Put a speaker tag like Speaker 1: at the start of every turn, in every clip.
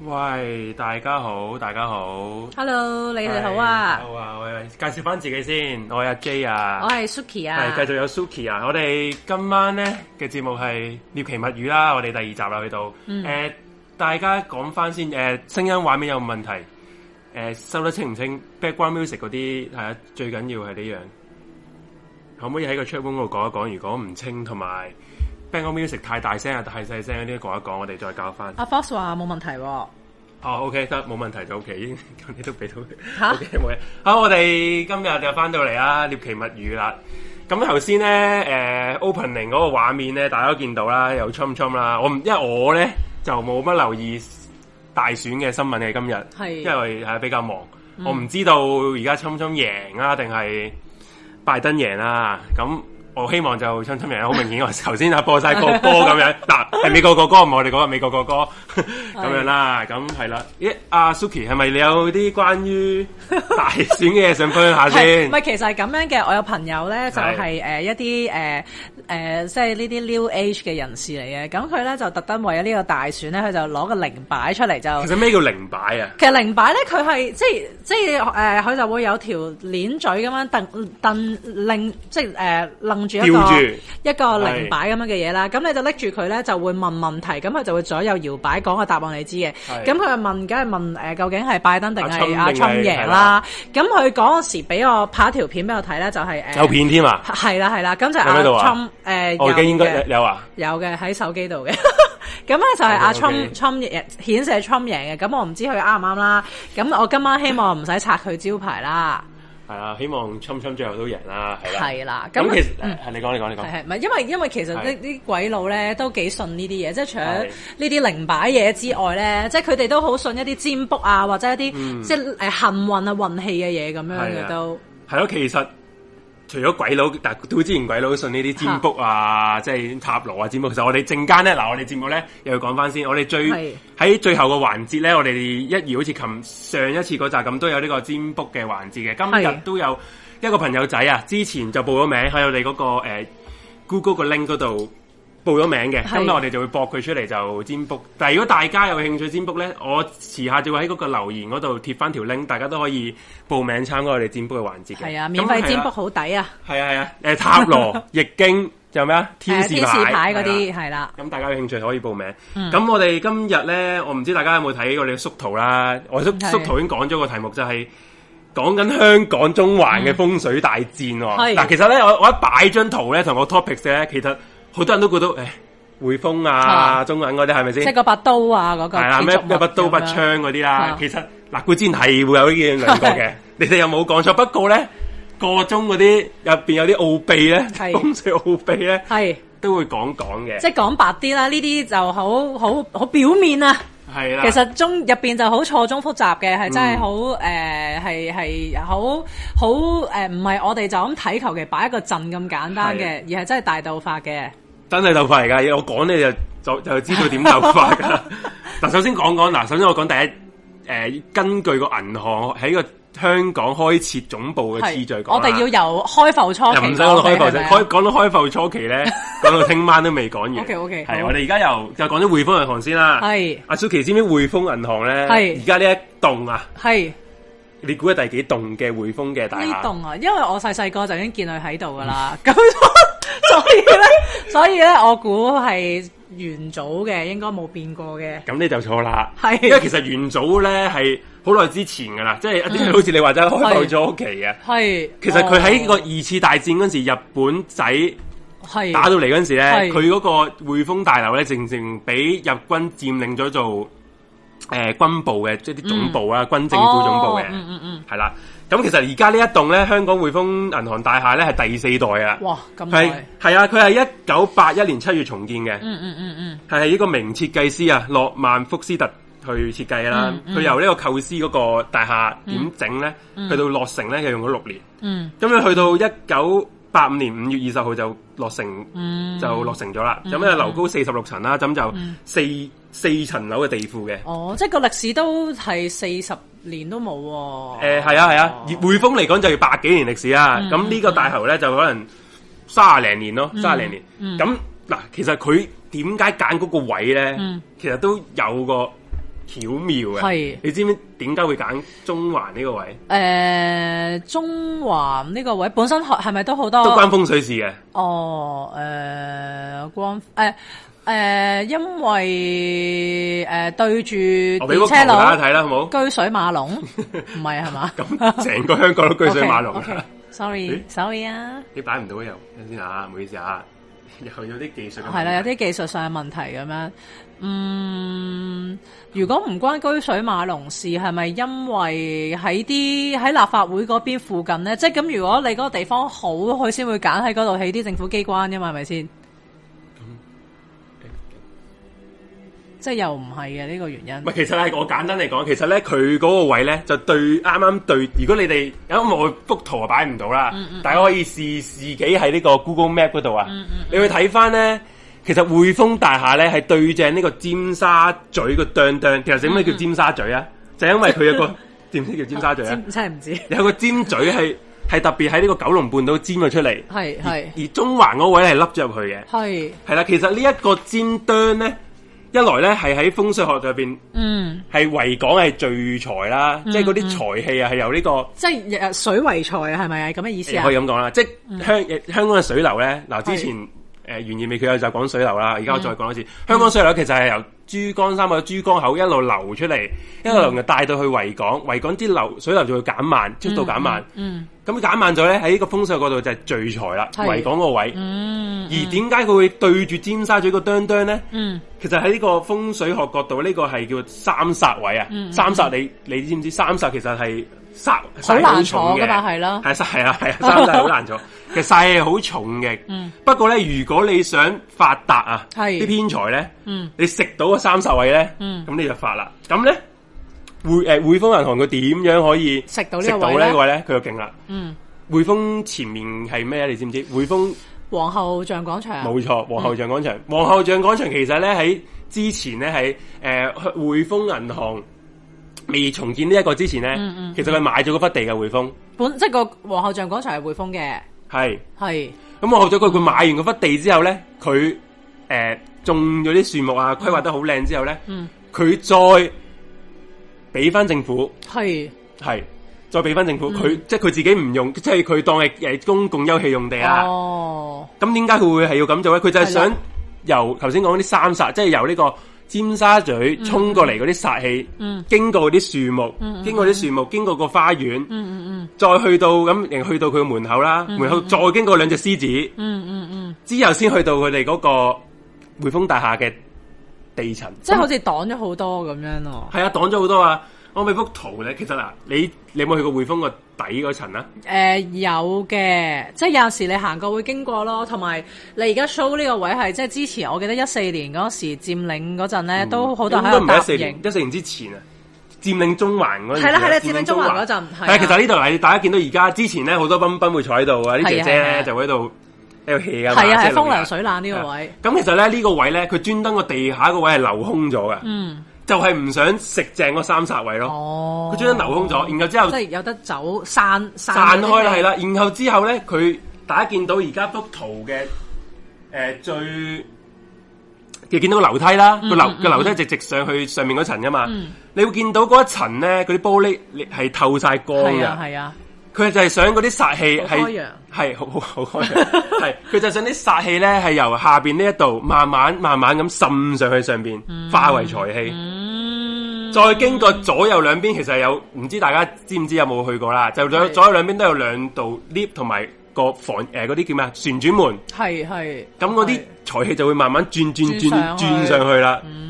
Speaker 1: 喂，大家好，大家好。
Speaker 2: Hello，你哋好啊
Speaker 1: 係好，啊，喂喂，介紹翻自己先，我係阿 J
Speaker 2: 我
Speaker 1: 啊，
Speaker 2: 係 Suki 啊，
Speaker 1: 係繼續有 Suki 啊，我哋今晚咧嘅節目係獵奇物語啦，我哋第二集啦去到，誒、
Speaker 2: 嗯
Speaker 1: 大家講翻先，誒、聲音畫面有冇問題？誒、收得清唔清？background music 嗰啲係啊，最緊要係呢樣，可唔可以喺個 chat room 度講一講？如果唔清同埋 background music 太大聲啊、太細聲嗰啲講一講，我哋再教翻。
Speaker 2: 阿 Fox 話冇問題喎、
Speaker 1: 哦，OK，得冇問題就 OK，咁你都俾到佢。
Speaker 2: 吓
Speaker 1: OK，冇嘢。好，我哋今日就翻到嚟啦，獵奇物語啦。咁頭先咧，誒、opening 嗰個畫面咧，大家都見到啦，有 c h 啦。我唔，因為我咧就冇乜留意大選嘅新聞嘅今日，
Speaker 2: 係
Speaker 1: 因為係比較忙，我唔知道而家 c h 贏啊，定係拜登贏啦。咁我希望就 c h 贏，好明顯我 頭先啊播晒個 歌咁樣，嗱係美國國歌，唔係我哋講嘅美國國歌咁樣啦。咁係啦，咦，阿 Suki 係咪你有啲關 於大選嘅嘢想分享下
Speaker 2: 係
Speaker 1: 先
Speaker 2: 唔？係其實係咁樣嘅，我有朋友咧就係、誒、一啲誒誒，即係呢啲 New Age 嘅人士嚟嘅，咁佢咧就特登為咗呢個大選咧，佢就攞個零擺出嚟就
Speaker 1: 其。實咩叫零擺啊？
Speaker 2: 其實零擺咧，佢係即係即係誒，佢、就會有條鏈嘴咁樣蹬蹬令，即係誒楞住一
Speaker 1: 吊
Speaker 2: 個
Speaker 1: 住
Speaker 2: 一個零擺咁樣嘅嘢啦。咁你就拎住佢咧，就會問問題，咁佢就會左右搖擺講個答案你知嘅。
Speaker 1: 係
Speaker 2: 咁佢就問，梗係問誒、究竟係拜登定
Speaker 1: 阿侵
Speaker 2: 係阿
Speaker 1: 定
Speaker 2: 侵
Speaker 1: 係
Speaker 2: 贏啦？咁佢嗰時俾我拍一條片俾我睇咧，就係、誒
Speaker 1: 有片添啊？
Speaker 2: 係啦係啦，咁就
Speaker 1: 有
Speaker 2: 阿
Speaker 1: 咩度啊
Speaker 2: 侵誒
Speaker 1: 我而家
Speaker 2: 有
Speaker 1: 應
Speaker 2: 嘅
Speaker 1: 該有啊。
Speaker 2: 有嘅喺手機度嘅。 咁咧啊就係阿
Speaker 1: OK，OK
Speaker 2: Trump Trump 贏顯示係 Trump 贏嘅，咁我唔知佢啱唔啱啦。咁我今晚希望唔使拆佢招牌啦，
Speaker 1: 係啊，希望侵侵最後都贏啦，係啦。
Speaker 2: 係啦。
Speaker 1: 咁
Speaker 2: 咁
Speaker 1: 其實
Speaker 2: 嗯
Speaker 1: 係你講，你講，你
Speaker 2: 係
Speaker 1: 講。
Speaker 2: 係唔係因為因為其實呢
Speaker 1: 啊係
Speaker 2: 啲鬼佬咧都幾信呢啲嘢，即係除咗
Speaker 1: 係
Speaker 2: 呢啲靈擺嘢之外咧，即係佢哋都好信一啲占卜啊，或者一啲、即係誒幸運啊運氣嘅嘢咁樣
Speaker 1: 嗯係啊
Speaker 2: 嘅都
Speaker 1: 係咯，其實除咗鬼佬，但都之前鬼佬信呢啲占卜啊，即係塔羅啊占卜。其實我哋陣間咧，嗱，我哋節目咧又要講翻先。我哋最
Speaker 2: 係
Speaker 1: 喺最後個環節咧，我哋一如好似琴上一次嗰集咁，都有呢個占卜嘅環節嘅。今日
Speaker 2: 係
Speaker 1: 都有一個朋友仔啊，之前就報咗名喺我哋嗰、個、呃 Google 個 link 嗰度報咗名嘅，
Speaker 2: 係
Speaker 1: 咁我哋就會駁佢出嚟就占卜。但係如果大家有興趣占卜咧，我遲下就會喺嗰個留言嗰度貼翻條 link，大家都可以報名參加我哋占卜嘅環節嘅。
Speaker 2: 係啊，免費占卜
Speaker 1: 咁
Speaker 2: 好抵啊！
Speaker 1: 係啦。係啊係啊，誒塔羅、 易經仲有咩啊？天
Speaker 2: 誒
Speaker 1: 使
Speaker 2: 天使牌
Speaker 1: 係啦啊
Speaker 2: 嗰啲嗯係啦，
Speaker 1: 咁大家有興趣可以報名。咁、我哋今日咧，我唔知大家有冇睇我哋嘅縮圖啦。我縮
Speaker 2: 係
Speaker 1: 縮圖已經講咗個題目，就係講緊香港中環嘅風水大戰喎。
Speaker 2: 嗯係
Speaker 1: 嗱、其實咧，我我一擺張圖咧，同個 topics 咧，其實好多人都覺得誒匯豐啊、
Speaker 2: 啊
Speaker 1: 中銀嗰啲係咪
Speaker 2: 即係
Speaker 1: 先？
Speaker 2: 嗰把刀啊嗰個
Speaker 1: 係啦，
Speaker 2: 建
Speaker 1: 咩
Speaker 2: 築物
Speaker 1: 咩把刀、
Speaker 2: 咁
Speaker 1: 把
Speaker 2: 樣
Speaker 1: 槍嗰啲啦
Speaker 2: 啊。
Speaker 1: 其實嗱，固之前係會有呢樣兩個嘅
Speaker 2: 係，
Speaker 1: 你哋有冇講錯？不過咧，個中嗰啲入邊有啲奧秘咧，
Speaker 2: 係
Speaker 1: 風水奧秘咧，
Speaker 2: 係。
Speaker 1: 都會講講嘅。
Speaker 2: 即係講白啲啦，呢啲就好好好表面啊。
Speaker 1: 係啦，
Speaker 2: 其實中入邊就好錯綜複雜嘅，
Speaker 1: 嗯
Speaker 2: 係真係好誒，係係好好誒，唔係我哋就咁睇球嘅擺一個陣咁簡單嘅，而係真係大鬥法嘅。
Speaker 1: 真係鬥法嚟噶，我講你就就就知道點鬥法噶 啦。嗱，首先講講嗱，首先我講第一，誒、根據個銀行喺個香港開設總部嘅次序
Speaker 2: 係
Speaker 1: 講啦
Speaker 2: 我哋要由開埠初
Speaker 1: 又
Speaker 2: 期
Speaker 1: 唔使講到開埠就開
Speaker 2: 開
Speaker 1: 講到開埠初期 咧，講到聽晚都未講完。
Speaker 2: OK，OK，
Speaker 1: 係
Speaker 2: 好
Speaker 1: 我哋而家由就講咗匯豐銀行先啦。
Speaker 2: 係
Speaker 1: 阿 Suki 知唔知匯豐銀行咧？
Speaker 2: 係
Speaker 1: 而家呢一棟啊，
Speaker 2: 係
Speaker 1: 你估係第幾棟嘅匯豐嘅大
Speaker 2: 呢
Speaker 1: 廈？嗯
Speaker 2: 棟啊，因為我細細個就已經見佢喺度噶啦，咁 所以咧，所以咧，我估係元祖嘅，應該冇變過嘅。
Speaker 1: 咁你就錯啦，
Speaker 2: 係
Speaker 1: 因為其實元祖咧係好耐之前噶啦，即
Speaker 2: 嗯
Speaker 1: 係一啲好似你話齋開埠初期嘅。
Speaker 2: 係，
Speaker 1: 啊其實佢喺個
Speaker 2: 哦
Speaker 1: 二次大戰嗰陣時，日本仔
Speaker 2: 係
Speaker 1: 打到嚟嗰陣時咧，
Speaker 2: 係
Speaker 1: 佢嗰個匯豐大樓咧，正正俾日軍佔領咗做誒、呃、軍部嘅，即係啲總部啊，軍政府總部嘅
Speaker 2: 嗯哦，嗯嗯嗯，
Speaker 1: 係啦、咁其實而家呢一棟咧，香港匯豐銀行大廈咧係第四代啊，
Speaker 2: 哇咁
Speaker 1: 係
Speaker 2: 耐。
Speaker 1: 係啊，佢係一九八一年七月重建嘅，
Speaker 2: 嗯嗯嗯嗯，
Speaker 1: 係一個名設計師啊，諾曼福斯特去設計啦。
Speaker 2: 嗯
Speaker 1: 佢、由呢個構思嗰個大廈點整咧，去到落成咧，就用咗六年。
Speaker 2: 嗯，
Speaker 1: 咁樣去到一九八五年五月二十號就落成，就
Speaker 2: 嗯
Speaker 1: 落成咗啦。咁咧樓高四十六層啦，咁就四、四層樓嘅地庫嘅。
Speaker 2: 哦，即係個歷史都係四十年都冇喎。
Speaker 1: 誒係啊係啊，
Speaker 2: 哦
Speaker 1: 而匯豐嚟講就要百幾年歷史啦。
Speaker 2: 嗯
Speaker 1: 咁呢、個大頭咧就可能卅零年咯，卅零年。
Speaker 2: 嗯
Speaker 1: 咁嗱、其實佢點解揀嗰個位咧？其實都有個巧妙嘅。
Speaker 2: 嗯係
Speaker 1: 你知唔知點解會揀中環呢個位？
Speaker 2: 诶、中環呢個位本身係咪都好多？
Speaker 1: 都關風水事嘅。
Speaker 2: 哦，诶、光诶诶、誒因為诶、誒對住
Speaker 1: 我哦俾個圖
Speaker 2: 呃電車
Speaker 1: 大家
Speaker 2: 佬
Speaker 1: 睇啦，好冇？
Speaker 2: 居水馬龍，唔係係嘛？
Speaker 1: 咁成個香港都居水馬龍 㗎
Speaker 2: Okay, okay. Sorry,
Speaker 1: 咦
Speaker 2: sorry 啊，
Speaker 1: 你擺唔到又等先啊，唔好意思啊， 又有啲技術嘅問題
Speaker 2: 係啦，有啲技術上嘅問題咁樣。嗯，如果唔關居水馬龍事，係咪因為喺啲喺立法會嗰邊附近呢？即係咁，如果你嗰個地方好，佢先會揀喺嗰度起啲政府機關㗎嘛，係咪先？即係又唔係嘅呢個原因
Speaker 1: 唔係，。其實咧，我簡單嚟講，其實咧佢嗰個位咧就對啱啱對。如果你哋因為我幅圖啊擺唔到啦，大家可以試自己喺呢個 Google Map 嗰度啊，你去睇翻咧。其實匯豐大廈咧係對正呢個尖沙咀個哚哚。其實點解叫尖沙咀啊？就因為佢有個點解叫尖沙咀啊？
Speaker 2: 真真係唔知。
Speaker 1: 有個尖咀係係特別喺呢個九龍半島尖咗出嚟，
Speaker 2: 係
Speaker 1: 而
Speaker 2: 係
Speaker 1: 而中環嗰位係凹咗入去嘅。
Speaker 2: 係，
Speaker 1: 係啦，其實呢一個尖端咧，一來咧係喺風水學入邊
Speaker 2: 嗯，
Speaker 1: 係維港係聚財啦，即係嗰啲財氣啊係由呢、個
Speaker 2: 即係呃水為財係咪啊？咁嘅意思啊
Speaker 1: 可？以咁講啦，即係香、香港嘅水流咧。嗱，之前
Speaker 2: 係嗯
Speaker 1: 誒袁義美佢有就講水流啦，而家我再講一次，香港水流其實係由珠江三角、珠江口一路流出嚟，
Speaker 2: 嗯
Speaker 1: 一路流就帶到去維港，維港啲流水流就會減慢，速度減慢。
Speaker 2: 嗯
Speaker 1: 咁減慢咗咧，喺呢個風水嗰度就係聚財啦，
Speaker 2: 係
Speaker 1: 維港個位。
Speaker 2: 嗯
Speaker 1: 而點解佢會對住尖沙咀個哚哚咧？
Speaker 2: 嗯
Speaker 1: 其實喺呢個風水學角度，呢、個係叫三煞位啊！三煞你你知唔知？三煞其實係煞
Speaker 2: 嗯好
Speaker 1: 煞
Speaker 2: 難
Speaker 1: 重
Speaker 2: 坐
Speaker 1: 嘅
Speaker 2: 㗎，嘛係咯
Speaker 1: 係煞係啊係啊，三煞係好 難坐，其實煞係好重嘅。
Speaker 2: 嗯
Speaker 1: 不過咧，如果你想發達啊，
Speaker 2: 係
Speaker 1: 啲偏財咧，
Speaker 2: 嗯
Speaker 1: 你食到個三煞位咧，咁、
Speaker 2: 嗯
Speaker 1: 你就發啦。咁呃咧匯誒匯豐銀行佢點樣可以
Speaker 2: 食到呢
Speaker 1: 食
Speaker 2: 個
Speaker 1: 到
Speaker 2: 位
Speaker 1: 呢
Speaker 2: 呢
Speaker 1: 個位咧？佢就勁啦！
Speaker 2: 嗯，
Speaker 1: 匯豐前面係咩呢？你知唔知？匯豐
Speaker 2: 皇后像廣場啊
Speaker 1: 冇錯，皇后像廣
Speaker 2: 嗯
Speaker 1: 場。皇后像廣場其實咧喺之前咧喺呃誒匯豐銀行未重建呢一個之前咧，
Speaker 2: 嗯嗯
Speaker 1: 其實佢買咗嗰忽地嘅匯豐，
Speaker 2: 本即係個皇后像廣場係匯豐嘅，
Speaker 1: 係
Speaker 2: 係
Speaker 1: 咁我學咗佢，佢買完嗰忽地之後咧，佢誒、呃種咗啲樹木啊，規劃得好靚之後咧，
Speaker 2: 嗯
Speaker 1: 佢、再俾翻政府，
Speaker 2: 係
Speaker 1: 係再俾翻政府，
Speaker 2: 嗯
Speaker 1: 佢、即係佢自己唔用，即係佢當係誒公共休憩用地啊啦。
Speaker 2: 哦，
Speaker 1: 咁點解佢會係要咁做咧？佢就係
Speaker 2: 係
Speaker 1: 想
Speaker 2: 啦
Speaker 1: 由頭先講嗰啲三煞，即係由呢個尖沙咀衝過嚟嗰啲煞氣，
Speaker 2: 嗯
Speaker 1: 經過啲樹木，經過啲樹木，經過個花園，
Speaker 2: 嗯嗯
Speaker 1: 再去到咁，然後去到佢嘅門口啦，門口再經過兩隻獅子，
Speaker 2: 嗯嗯嗯嗯，
Speaker 1: 之後先去到佢哋嗰個匯豐大廈嘅地層，
Speaker 2: 即係好似擋咗好多咁樣咯。
Speaker 1: 係啊，擋咗好多啊！我咪幅圖咧，其實嗱，你你有冇去過匯豐個底嗰層啊？
Speaker 2: 誒、呃有嘅，即係有陣時你行過會經過咯，同埋你而家 show 呢個位係即係之前我記得一四年嗰時佔領嗰陣咧，都好多人
Speaker 1: 嗯
Speaker 2: 喺
Speaker 1: 應該唔
Speaker 2: 度
Speaker 1: 係
Speaker 2: 答
Speaker 1: 一四年
Speaker 2: 應，，
Speaker 1: 一四年之前啊，佔領中環嗰陣時
Speaker 2: 係啦係啦佔
Speaker 1: 佔
Speaker 2: 領中環嗰陣係啊
Speaker 1: 係其實呢度係大家見到而家之前咧，好多賓賓會坐喺度啊，啲
Speaker 2: 係啊
Speaker 1: 姐姐
Speaker 2: 係啊
Speaker 1: 咧就喺度喺度 hea 啊嘛，
Speaker 2: 係啊
Speaker 1: 即
Speaker 2: 係
Speaker 1: 係老
Speaker 2: 風
Speaker 1: 人
Speaker 2: 涼水冷呢個位，
Speaker 1: 啊咁其實咧呢個位咧，佢專登個地下個位係留空咗嘅，
Speaker 2: 嗯，
Speaker 1: 就係唔想食正嗰三煞位咯。
Speaker 2: 哦，
Speaker 1: 佢專登留空咗，然後之後
Speaker 2: 即係有得走散散
Speaker 1: 散開啦，
Speaker 2: 嗰啲
Speaker 1: 係啦。然後之後咧，佢大家見到而家幅圖嘅誒、呃最，嗯你見到個樓梯啦，個樓個樓梯直直上去上面嗰層噶嘛。你會見到嗰一層咧，嗰啲玻璃係透晒光
Speaker 2: 係啊
Speaker 1: 嘅。
Speaker 2: 係啊，
Speaker 1: 佢就係想嗰啲煞氣
Speaker 2: 好開
Speaker 1: 係
Speaker 2: 揚
Speaker 1: 係好好好開揚，係佢就想啲煞氣咧係由下邊呢一度慢慢慢慢咁滲上去上邊，化為財氣。
Speaker 2: 嗯，
Speaker 1: 再經過左右兩邊，其實有唔知大家知唔知有冇去過啦？就左
Speaker 2: 係
Speaker 1: 左右兩邊都有兩道 lift 同埋個房誒嗰啲叫咩啊旋轉門，
Speaker 2: 係係，
Speaker 1: 咁嗰啲
Speaker 2: 係
Speaker 1: 財氣就會慢慢轉轉轉
Speaker 2: 轉上去
Speaker 1: 轉上去啦。
Speaker 2: 嗯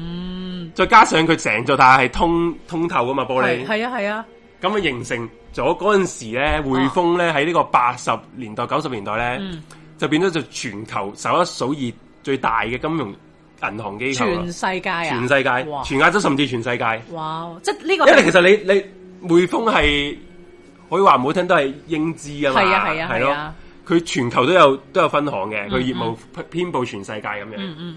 Speaker 1: 再加上佢成座大廈係通通透噶嘛玻璃
Speaker 2: 係，係啊係啊，
Speaker 1: 咁啊形成咗嗰陣時咧，匯豐咧喺呢個八十年代九十年代咧，
Speaker 2: 啊嗯
Speaker 1: 就變咗就全球首一數二最大嘅金融銀行機構
Speaker 2: 全
Speaker 1: 啦，
Speaker 2: 世界啊，
Speaker 1: 全世界
Speaker 2: 哇、
Speaker 1: 全亞洲甚至全世界。
Speaker 2: 哇，即係呢個
Speaker 1: 因為其實你你匯豐係可以話唔好聽都係英資啊嘛，
Speaker 2: 係啊係啊
Speaker 1: 係
Speaker 2: 係
Speaker 1: 咯
Speaker 2: 啊，嗯
Speaker 1: 佢全球都有都有分行嘅，佢業務遍佈全世界咁樣，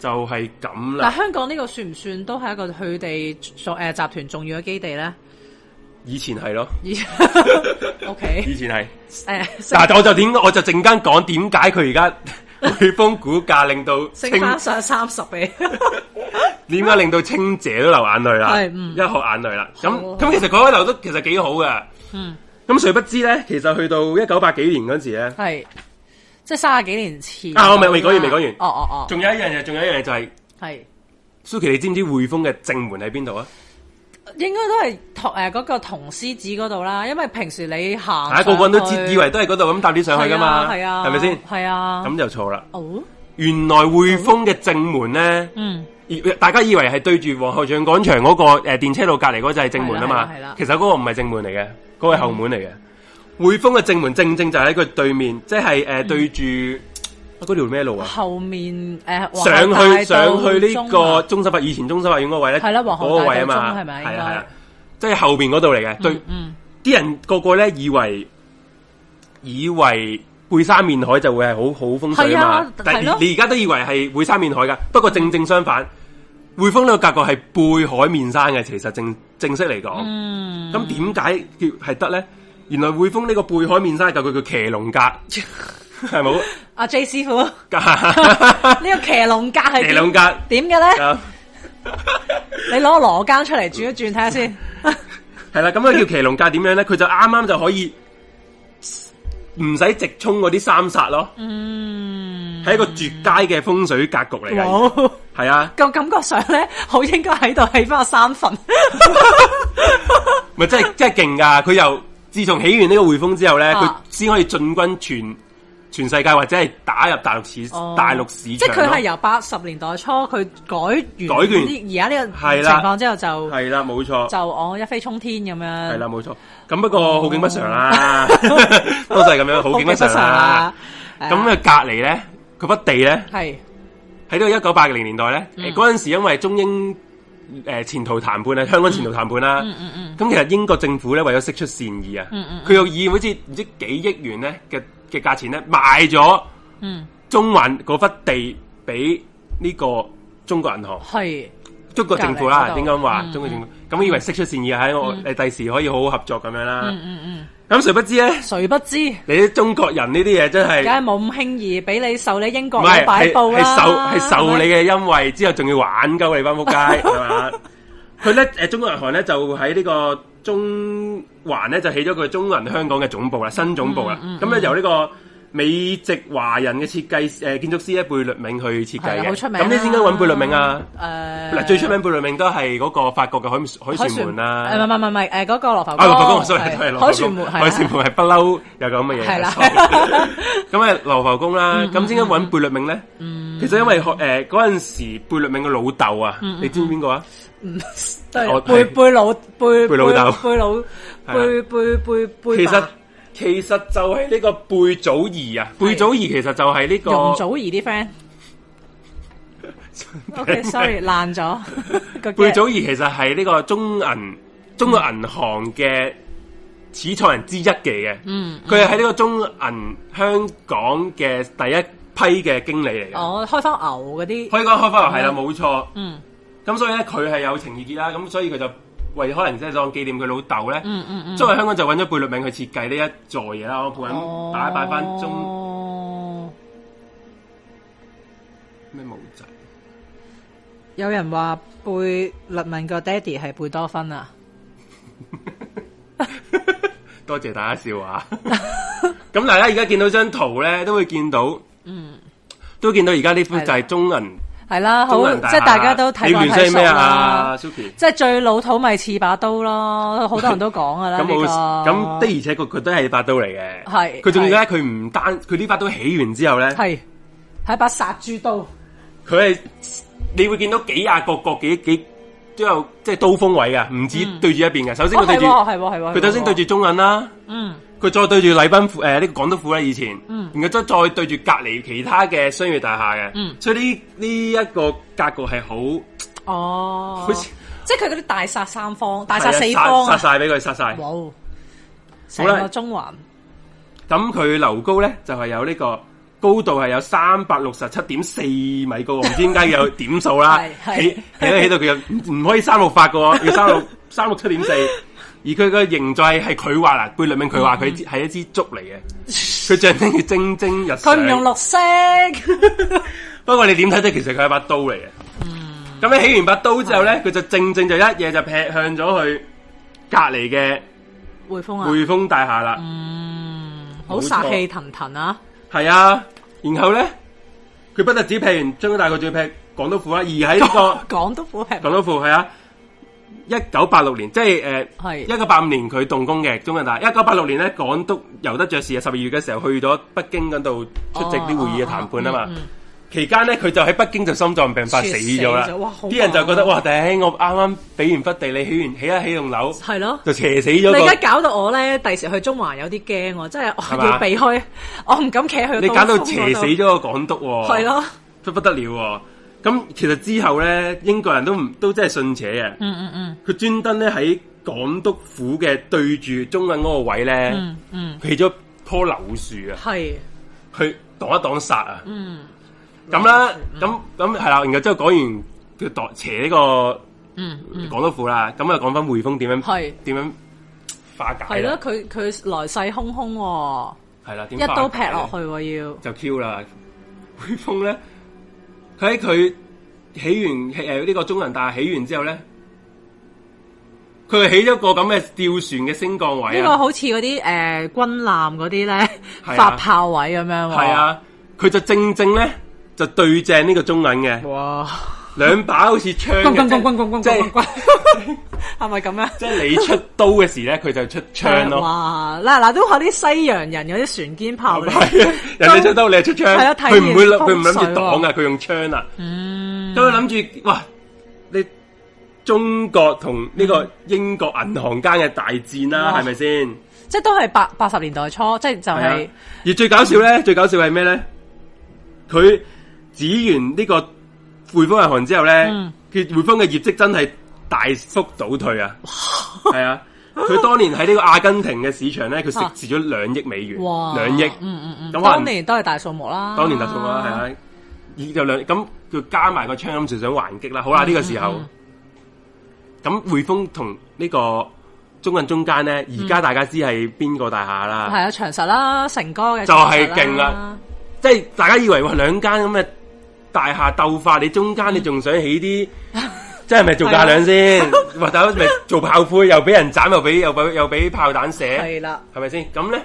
Speaker 1: 就係咁
Speaker 2: 但
Speaker 1: 啦。
Speaker 2: 香港呢個算唔算都係一個佢哋所誒呃集團重要嘅基地咧？
Speaker 1: 以前 係咯，
Speaker 2: 而 OK 呃
Speaker 1: 以前係，
Speaker 2: 誒，
Speaker 1: 但係我就點我就陣間講點解佢而家匯豐股價令到
Speaker 2: 升
Speaker 1: 清
Speaker 2: 翻上三十倍，
Speaker 1: 點解令到清姐都流眼淚啦？
Speaker 2: 係嗯
Speaker 1: 一學眼淚啦。咁
Speaker 2: 好啊
Speaker 1: 咁其實嗰位流都其實幾好嘅。
Speaker 2: 嗯，
Speaker 1: 咁誰不知咧，其實去到一九八幾年嗰陣時咧，
Speaker 2: 係即係卅幾年前
Speaker 1: 啊我未未講完未講完
Speaker 2: 哦哦哦，
Speaker 1: 仲有一樣嘢，仲有一樣嘢就係
Speaker 2: 係
Speaker 1: Suki，你知唔知匯豐嘅正門喺邊度啊？
Speaker 2: 應該都係同誒嗰個銅獅子嗰度啦，因為平時你行
Speaker 1: 係啊，個個人都
Speaker 2: 上
Speaker 1: 知
Speaker 2: 去
Speaker 1: 以為都係嗰度咁搭啲上去噶嘛，
Speaker 2: 係啊，
Speaker 1: 係咪先？
Speaker 2: 係啊，
Speaker 1: 咁就錯啦。
Speaker 2: 哦，
Speaker 1: 原來匯豐嘅正門咧，
Speaker 2: 嗯，
Speaker 1: 以大家以為係對住皇后像廣場嗰、個誒、呃、電車路隔離嗰就係正門啊
Speaker 2: 係啦係啦係
Speaker 1: 嘛
Speaker 2: 啦，
Speaker 1: 其實嗰個唔係正門嚟嘅，嗰、個係後門嚟嘅。匯豐嘅正門正正就喺佢對面，即係誒、呃、
Speaker 2: 嗯
Speaker 1: 對住啊嗰條咩路啊？
Speaker 2: 後面誒皇后
Speaker 1: 上去
Speaker 2: 啊大道
Speaker 1: 上去呢
Speaker 2: 中
Speaker 1: 個
Speaker 2: 啊
Speaker 1: 中心法以前中心法院嗰個位咧，
Speaker 2: 係啦皇后
Speaker 1: 嗰個位啊
Speaker 2: 大道
Speaker 1: 嘛，
Speaker 2: 中
Speaker 1: 係
Speaker 2: 係咪
Speaker 1: 啊係
Speaker 2: 應該
Speaker 1: 啊，即係後邊嗰度嚟嘅。對
Speaker 2: 嗯嗯
Speaker 1: 啲人個個咧以為以為背山面海就會係好好風水
Speaker 2: 係
Speaker 1: 啊
Speaker 2: 啊
Speaker 1: 嘛，但
Speaker 2: 係咯
Speaker 1: 係你你而家都以為係背山面海噶，不過正正相反，匯豐呢個格局係背海面山嘅，其實正正式嚟講，
Speaker 2: 嗯，
Speaker 1: 咁點解叫係得咧？原來匯豐呢個背海面山嘅格局叫騎龍 格，係冇
Speaker 2: 阿 J 師傅呢
Speaker 1: 格
Speaker 2: 個騎龍格係
Speaker 1: 騎
Speaker 2: 點
Speaker 1: 龍格。
Speaker 2: 點嘅咧？
Speaker 1: 啊
Speaker 2: 你攞個羅庚出嚟轉一轉睇下先。
Speaker 1: 係啦，咁啊佢叫騎龍架點樣咧？佢就啱啱就可以唔使直衝嗰啲三煞咯，
Speaker 2: 嗯，
Speaker 1: 係一個絕佳嘅風水格局嚟嘅。
Speaker 2: 哇
Speaker 1: 係啊，
Speaker 2: 個嗯感覺上咧，好應該喺度起翻三份。
Speaker 1: 咪真係真係勁噶！佢又自從起完呢個匯豐之後咧，佢
Speaker 2: 啊
Speaker 1: 先可以進軍全全世界或者係打入大陸市、
Speaker 2: 哦
Speaker 1: 大陸市
Speaker 2: 即係
Speaker 1: 場咯。
Speaker 2: 佢係由八十年代初佢改完
Speaker 1: 改完
Speaker 2: 呢而家呢個
Speaker 1: 係
Speaker 2: 情
Speaker 1: 啦
Speaker 2: 況之後就
Speaker 1: 係啦，冇錯，
Speaker 2: 就我一飛沖天咁樣。
Speaker 1: 係啦，冇錯。咁不過好景不常啦，多謝咁樣，好景不常啦。咁
Speaker 2: 咁
Speaker 1: 啊，隔離咧，佢筆地咧。
Speaker 2: 係
Speaker 1: 喺呢個一九八零年代咧，
Speaker 2: 嗯
Speaker 1: 誒嗰陣時因為中英誒、呃前途談判啊，
Speaker 2: 嗯
Speaker 1: 香港前途談判啦，咁、其實英國政府咧為咗釋出善意啊，佢、
Speaker 2: 嗯
Speaker 1: 又以好似唔知幾億元咧嘅嘅價錢咧賣咗
Speaker 2: 嗯
Speaker 1: 中環嗰忽地俾呢個中國銀行、
Speaker 2: 係
Speaker 1: 中國政府啦
Speaker 2: 隔離嗰，度
Speaker 1: 應該話
Speaker 2: 嗯
Speaker 1: 中國政府，咁、以為釋出善意啊喺我誒第時可以好好合作咁樣啦，
Speaker 2: 嗯嗯嗯，
Speaker 1: 咁誰不知咧，
Speaker 2: 誰不知。
Speaker 1: 你啲中國人呢啲嘢真係
Speaker 2: 梗係冇咁輕易俾你受你英國
Speaker 1: 唔
Speaker 2: 佬
Speaker 1: 係，
Speaker 2: 擺
Speaker 1: 係
Speaker 2: 布啦，
Speaker 1: 係受係受你
Speaker 2: 係咪
Speaker 1: 嘅恩惠，之後仲要玩鳩你班仆 街，係嘛？佢咧誒，中國銀行咧就喺呢個中環咧就起咗佢中銀香港嘅總
Speaker 2: 嗯
Speaker 1: 部啦，新總部啦。咁、咧由呢個美籍華人嘅設計誒建築師咧貝聿銘去設
Speaker 2: 係
Speaker 1: 計
Speaker 2: 啦
Speaker 1: 嘅。
Speaker 2: 好出名啦。啊
Speaker 1: 咁你點解揾貝聿銘啊？
Speaker 2: 誒，
Speaker 1: 嗱、最出名貝聿銘都係嗰個法國嘅海海船門啊啦、
Speaker 2: 誒唔係唔係唔係誒嗰個羅浮
Speaker 1: 啊，
Speaker 2: 宮，
Speaker 1: 羅浮宮，sorry，
Speaker 2: 哦係
Speaker 1: 係羅浮宮
Speaker 2: 海船門係啦啊
Speaker 1: 海船門係不嬲有咁嘅嘢。
Speaker 2: 係啦嗯
Speaker 1: sorry 咁 啊羅浮宮啦，咁點解揾貝聿銘咧？其實因為學誒嗰陣時貝聿銘嘅老豆啊，
Speaker 2: 嗯
Speaker 1: 你知唔知邊個啊？
Speaker 2: 都係
Speaker 1: 我
Speaker 2: 背背老背
Speaker 1: 背老豆
Speaker 2: 背老
Speaker 1: 係啦
Speaker 2: 背背背背
Speaker 1: 其實
Speaker 2: 爸
Speaker 1: 其實就係呢個貝祖兒啊，貝祖兒其實就係呢個
Speaker 2: 容祖 兒啲 friend。OK，sorry，爛咗個
Speaker 1: 貝
Speaker 2: gag
Speaker 1: 祖兒其實係呢個中
Speaker 2: 嗯
Speaker 1: 銀中國銀行嘅始創人之一嚟嘅。
Speaker 2: 嗯，
Speaker 1: 佢係喺呢個中銀香港嘅第一批嘅經理嚟嘅。
Speaker 2: 我開翻牛嗰啲，
Speaker 1: 可以講開翻係啦，冇錯。
Speaker 2: 哦嗯
Speaker 1: 咁所以咧，佢係有情意結啦，咁所以佢就為可能即係當紀念佢老豆咧，
Speaker 2: 嗯嗯嗯，
Speaker 1: 作為香港就揾咗貝聿銘去設計呢一座嘢啦。我抱緊
Speaker 2: 哦
Speaker 1: 擺一擺翻中咩毛仔，
Speaker 2: 有人話貝律文個爹哋係貝多芬啊，
Speaker 1: 多謝大家笑 話。咁大家而家見到張圖咧，都會見到，嗯，都見到而家呢幅就係中銀
Speaker 2: 係啦，好
Speaker 1: 中銀
Speaker 2: 即係大家都睇過
Speaker 1: 你原
Speaker 2: 睇
Speaker 1: 先係
Speaker 2: 熟
Speaker 1: 咩
Speaker 2: 啦
Speaker 1: 啊。，Suki？
Speaker 2: 即係最老土咪似把刀咯，好多人都講噶啦。
Speaker 1: 咁冇
Speaker 2: 呢個
Speaker 1: 咁的而且確佢都係把刀嚟嘅，
Speaker 2: 係
Speaker 1: 佢仲要咧，佢唔單佢呢把刀起完之後咧，
Speaker 2: 係係把殺豬刀，
Speaker 1: 佢係你會見到幾廿個角幾幾都有即係刀鋒位嘅，唔止對住一邊嘅。首先
Speaker 2: 哦
Speaker 1: 佢對
Speaker 2: 係喎
Speaker 1: 住
Speaker 2: 係喎係喎，
Speaker 1: 佢首先對
Speaker 2: 住
Speaker 1: 住中銀啦，
Speaker 2: 嗯
Speaker 1: 佢再對住禮賓府誒呢個廣東府啦，以前，
Speaker 2: 嗯
Speaker 1: 然後再再對住隔離其他嘅商業大廈嘅，
Speaker 2: 嗯
Speaker 1: 所以呢呢一個格局係好
Speaker 2: 哦，
Speaker 1: 好似
Speaker 2: 即係佢嗰啲大殺三方、
Speaker 1: 係
Speaker 2: 大殺
Speaker 1: 啊
Speaker 2: 四方
Speaker 1: 殺
Speaker 2: 啊，
Speaker 1: 晒俾佢殺晒。
Speaker 2: 哇！成
Speaker 1: 好啦
Speaker 2: 個中環。
Speaker 1: 咁佢樓高咧就係有呢個。高度係有三百六十七點四米高，唔知點解有點數啦
Speaker 2: 係係
Speaker 1: 起起到起到佢又唔唔可以三六八嘅喎，要三六三六七點四。而佢個形狀係佢話啦，貝聿銘佢話
Speaker 2: 嗯
Speaker 1: 佢係一支竹嚟嘅，佢象徵住蒸蒸日上。
Speaker 2: 佢唔用綠色， 嗯
Speaker 1: 不過你點睇啫？其實佢係把刀嚟嘅。咁你起完把刀之後咧，佢就正正就一嘢就劈向咗去隔離嘅
Speaker 2: 匯豐啊，
Speaker 1: 匯豐大廈啦。
Speaker 2: 嗯，好
Speaker 1: 冇錯
Speaker 2: 殺氣騰騰啊！
Speaker 1: 係啊，然後咧，佢不特止劈完張大，佢仲要劈港督府啊啦，而喺呢、 個。
Speaker 2: 講都好平，
Speaker 1: 港督府係啊，一九八六年，即係诶，
Speaker 2: 係
Speaker 1: 一九八五年佢動工嘅中國大。一九八六年咧，港督尤德爵士啊，十二月嘅時候去咗北京嗰度出席啲會議嘅談判啊嘛。
Speaker 2: 哦哦嗯嗯
Speaker 1: 期間咧，佢就喺北京就心臟病發死咗啦
Speaker 2: 猝死咗哇好。啊
Speaker 1: 啲人就覺得
Speaker 2: 猛
Speaker 1: 哇，頂！我啱啱俾完忽地，你起完起一起棟樓，
Speaker 2: 係咯。
Speaker 1: 就斜死咗
Speaker 2: 你而
Speaker 1: 個。
Speaker 2: 家搞到我咧，第時去中環有啲驚喎，真係我
Speaker 1: 嘛
Speaker 2: 要避開，我唔敢企去。
Speaker 1: 你搞到斜死，咗啊個港督喎，
Speaker 2: 係，咯，
Speaker 1: 都不得了喎。咁其實之後咧，英國人都唔都真係信邪嘅。
Speaker 2: 嗯嗯嗯
Speaker 1: 佢專登咧喺港督府嘅對住中銀嗰個位咧，
Speaker 2: 嗯嗯，
Speaker 1: 起咗棵柳樹啊，
Speaker 2: 係，
Speaker 1: 去擋一擋殺啊，
Speaker 2: 嗯
Speaker 1: 咁啦，咁咁係啦，然後之後講完佢擋邪呢個
Speaker 2: 嗯嗯，
Speaker 1: 港督府啦，咁啊講翻匯豐點樣
Speaker 2: 係
Speaker 1: 點樣化解
Speaker 2: 係咯，
Speaker 1: 啦，
Speaker 2: 佢佢來勢洶洶喎，
Speaker 1: 係啦，點
Speaker 2: 一刀
Speaker 1: 化
Speaker 2: 劈
Speaker 1: 解呢
Speaker 2: 落去喎要。
Speaker 1: 就 Q 啦。匯豐咧，佢喺佢起完誒呢個中人大廈起完之後咧，佢係起咗個咁嘅吊船嘅升降位
Speaker 2: 呢
Speaker 1: 啊
Speaker 2: 個。好似嗰啲誒軍艦嗰啲咧
Speaker 1: 係啊
Speaker 2: 發炮位咁樣喎。
Speaker 1: 系，啊，佢就正正咧就對正呢個中銀嘅，
Speaker 2: 哇！
Speaker 1: 兩把好似槍
Speaker 2: 轟轟轟
Speaker 1: 嘅，
Speaker 2: 轟轟轟
Speaker 1: 即
Speaker 2: 轟
Speaker 1: 係
Speaker 2: 轟， 係咪咁樣？
Speaker 1: 即係你出刀嘅時咧，佢就出槍咯。
Speaker 2: 哇！嗱嗱都話啲西洋人有啲船堅炮利，
Speaker 1: 係啊， 人哋出刀，你係出槍
Speaker 2: 係啊，睇
Speaker 1: 佢唔會諗
Speaker 2: 完
Speaker 1: 佢唔諗
Speaker 2: 風水喎
Speaker 1: 住擋啊，佢用槍啊，
Speaker 2: 嗯，
Speaker 1: 咁佢諗住哇，你中國同呢個英國銀行間嘅大戰啦，
Speaker 2: 嗯哇
Speaker 1: 係咪先？
Speaker 2: 即係都係八八十年代初，即係就
Speaker 1: 係
Speaker 2: 係
Speaker 1: 啊，而最搞笑咧，最搞笑係咩咧？佢指完呢個匯豐銀行之後咧，
Speaker 2: 嗯
Speaker 1: 佢匯豐嘅業績真係大幅倒退 啊！係啊，佢當年喺呢個阿根廷嘅市場咧，佢蝕蝕咗兩億美元，
Speaker 2: 啊哇
Speaker 1: 兩億，
Speaker 2: 嗯嗯嗯，
Speaker 1: 咁可
Speaker 2: 當
Speaker 1: 能
Speaker 2: 年都係大數目啦，
Speaker 1: 當年特數啦，係啊，而就兩咁佢加埋個槍咁就想還擊啦。好啦，呢個時候，咁匯豐同呢個中銀中間咧，而家大家知係邊個大廈啦？
Speaker 2: 係啊，長實啦，成哥嘅
Speaker 1: 就係
Speaker 2: 長實
Speaker 1: 勁啦，即係大家以為話兩間咁嘅大廈鬥法，你中間你仲想起啲，即係咪做架兩先？或者咪做炮灰，又俾人斬，又俾又俾又俾炮彈射，
Speaker 2: 係啦，
Speaker 1: 係咪先？咁咧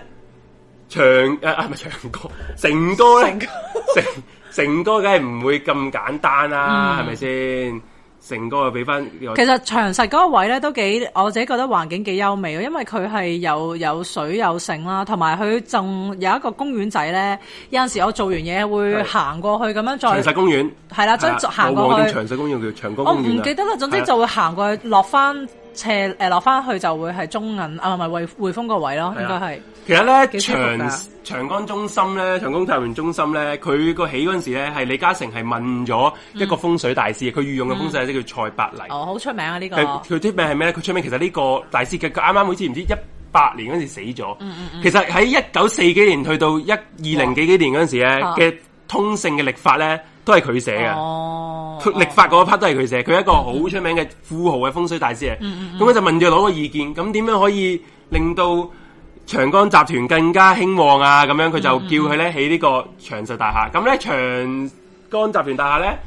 Speaker 1: 長誒啊，唔係長哥，成哥咧，成成哥梗係唔會咁簡單啦，係咪先？成哥又俾翻
Speaker 2: 嗯其實長實嗰個位咧都幾，我自己覺得環境幾優美嘅，因為佢係有有水有城啦，同埋佢仲有一個公園仔咧。有陣時我做完嘢會
Speaker 1: 係
Speaker 2: 行過去
Speaker 1: 長
Speaker 2: 咁樣再
Speaker 1: 實啊公園，
Speaker 2: 係啦，即係行
Speaker 1: 旺
Speaker 2: 過
Speaker 1: 旺定。
Speaker 2: 去
Speaker 1: 長實公園叫長江
Speaker 2: 我
Speaker 1: 公園
Speaker 2: 唔
Speaker 1: 啊
Speaker 2: 記得啦，總之
Speaker 1: 係啊
Speaker 2: 就會行過去落翻斜誒落翻去就會係中銀啊，唔係匯匯豐個位咯，
Speaker 1: 係
Speaker 2: 應該
Speaker 1: 啊
Speaker 2: 係
Speaker 1: 其實咧
Speaker 2: 幾舒服
Speaker 1: 長
Speaker 2: 㗎
Speaker 1: 長江中心咧，長江太原中心咧，佢個起嗰陣時咧，係李嘉誠係問咗一
Speaker 2: 嗯
Speaker 1: 個風水大師，佢御用嘅風水大師叫蔡伯黎。
Speaker 2: 哦，好出名啊呢個
Speaker 1: 佢佢出名係咩咧？佢出名其實呢個大師嘅，佢啱啱好似唔知一八年嗰陣時死咗。
Speaker 2: 嗯
Speaker 1: 其實喺一九四幾年去到一二
Speaker 2: 哦
Speaker 1: 零幾幾年嗰陣時咧
Speaker 2: 哇
Speaker 1: 嘅通勝嘅曆法咧，都係佢寫嘅。
Speaker 2: 哦，
Speaker 1: 佢曆法嗰 part 都係佢寫，佢係一個好出名嘅富豪嘅風水大師
Speaker 2: 嗯
Speaker 1: 嚟。咁佢就問佢攞個意見，咁點樣可以令到長江集團更加興旺啊？咁樣佢就
Speaker 2: 嗯
Speaker 1: 叫佢咧起呢個長實大廈。咁咧長江集團大廈咧，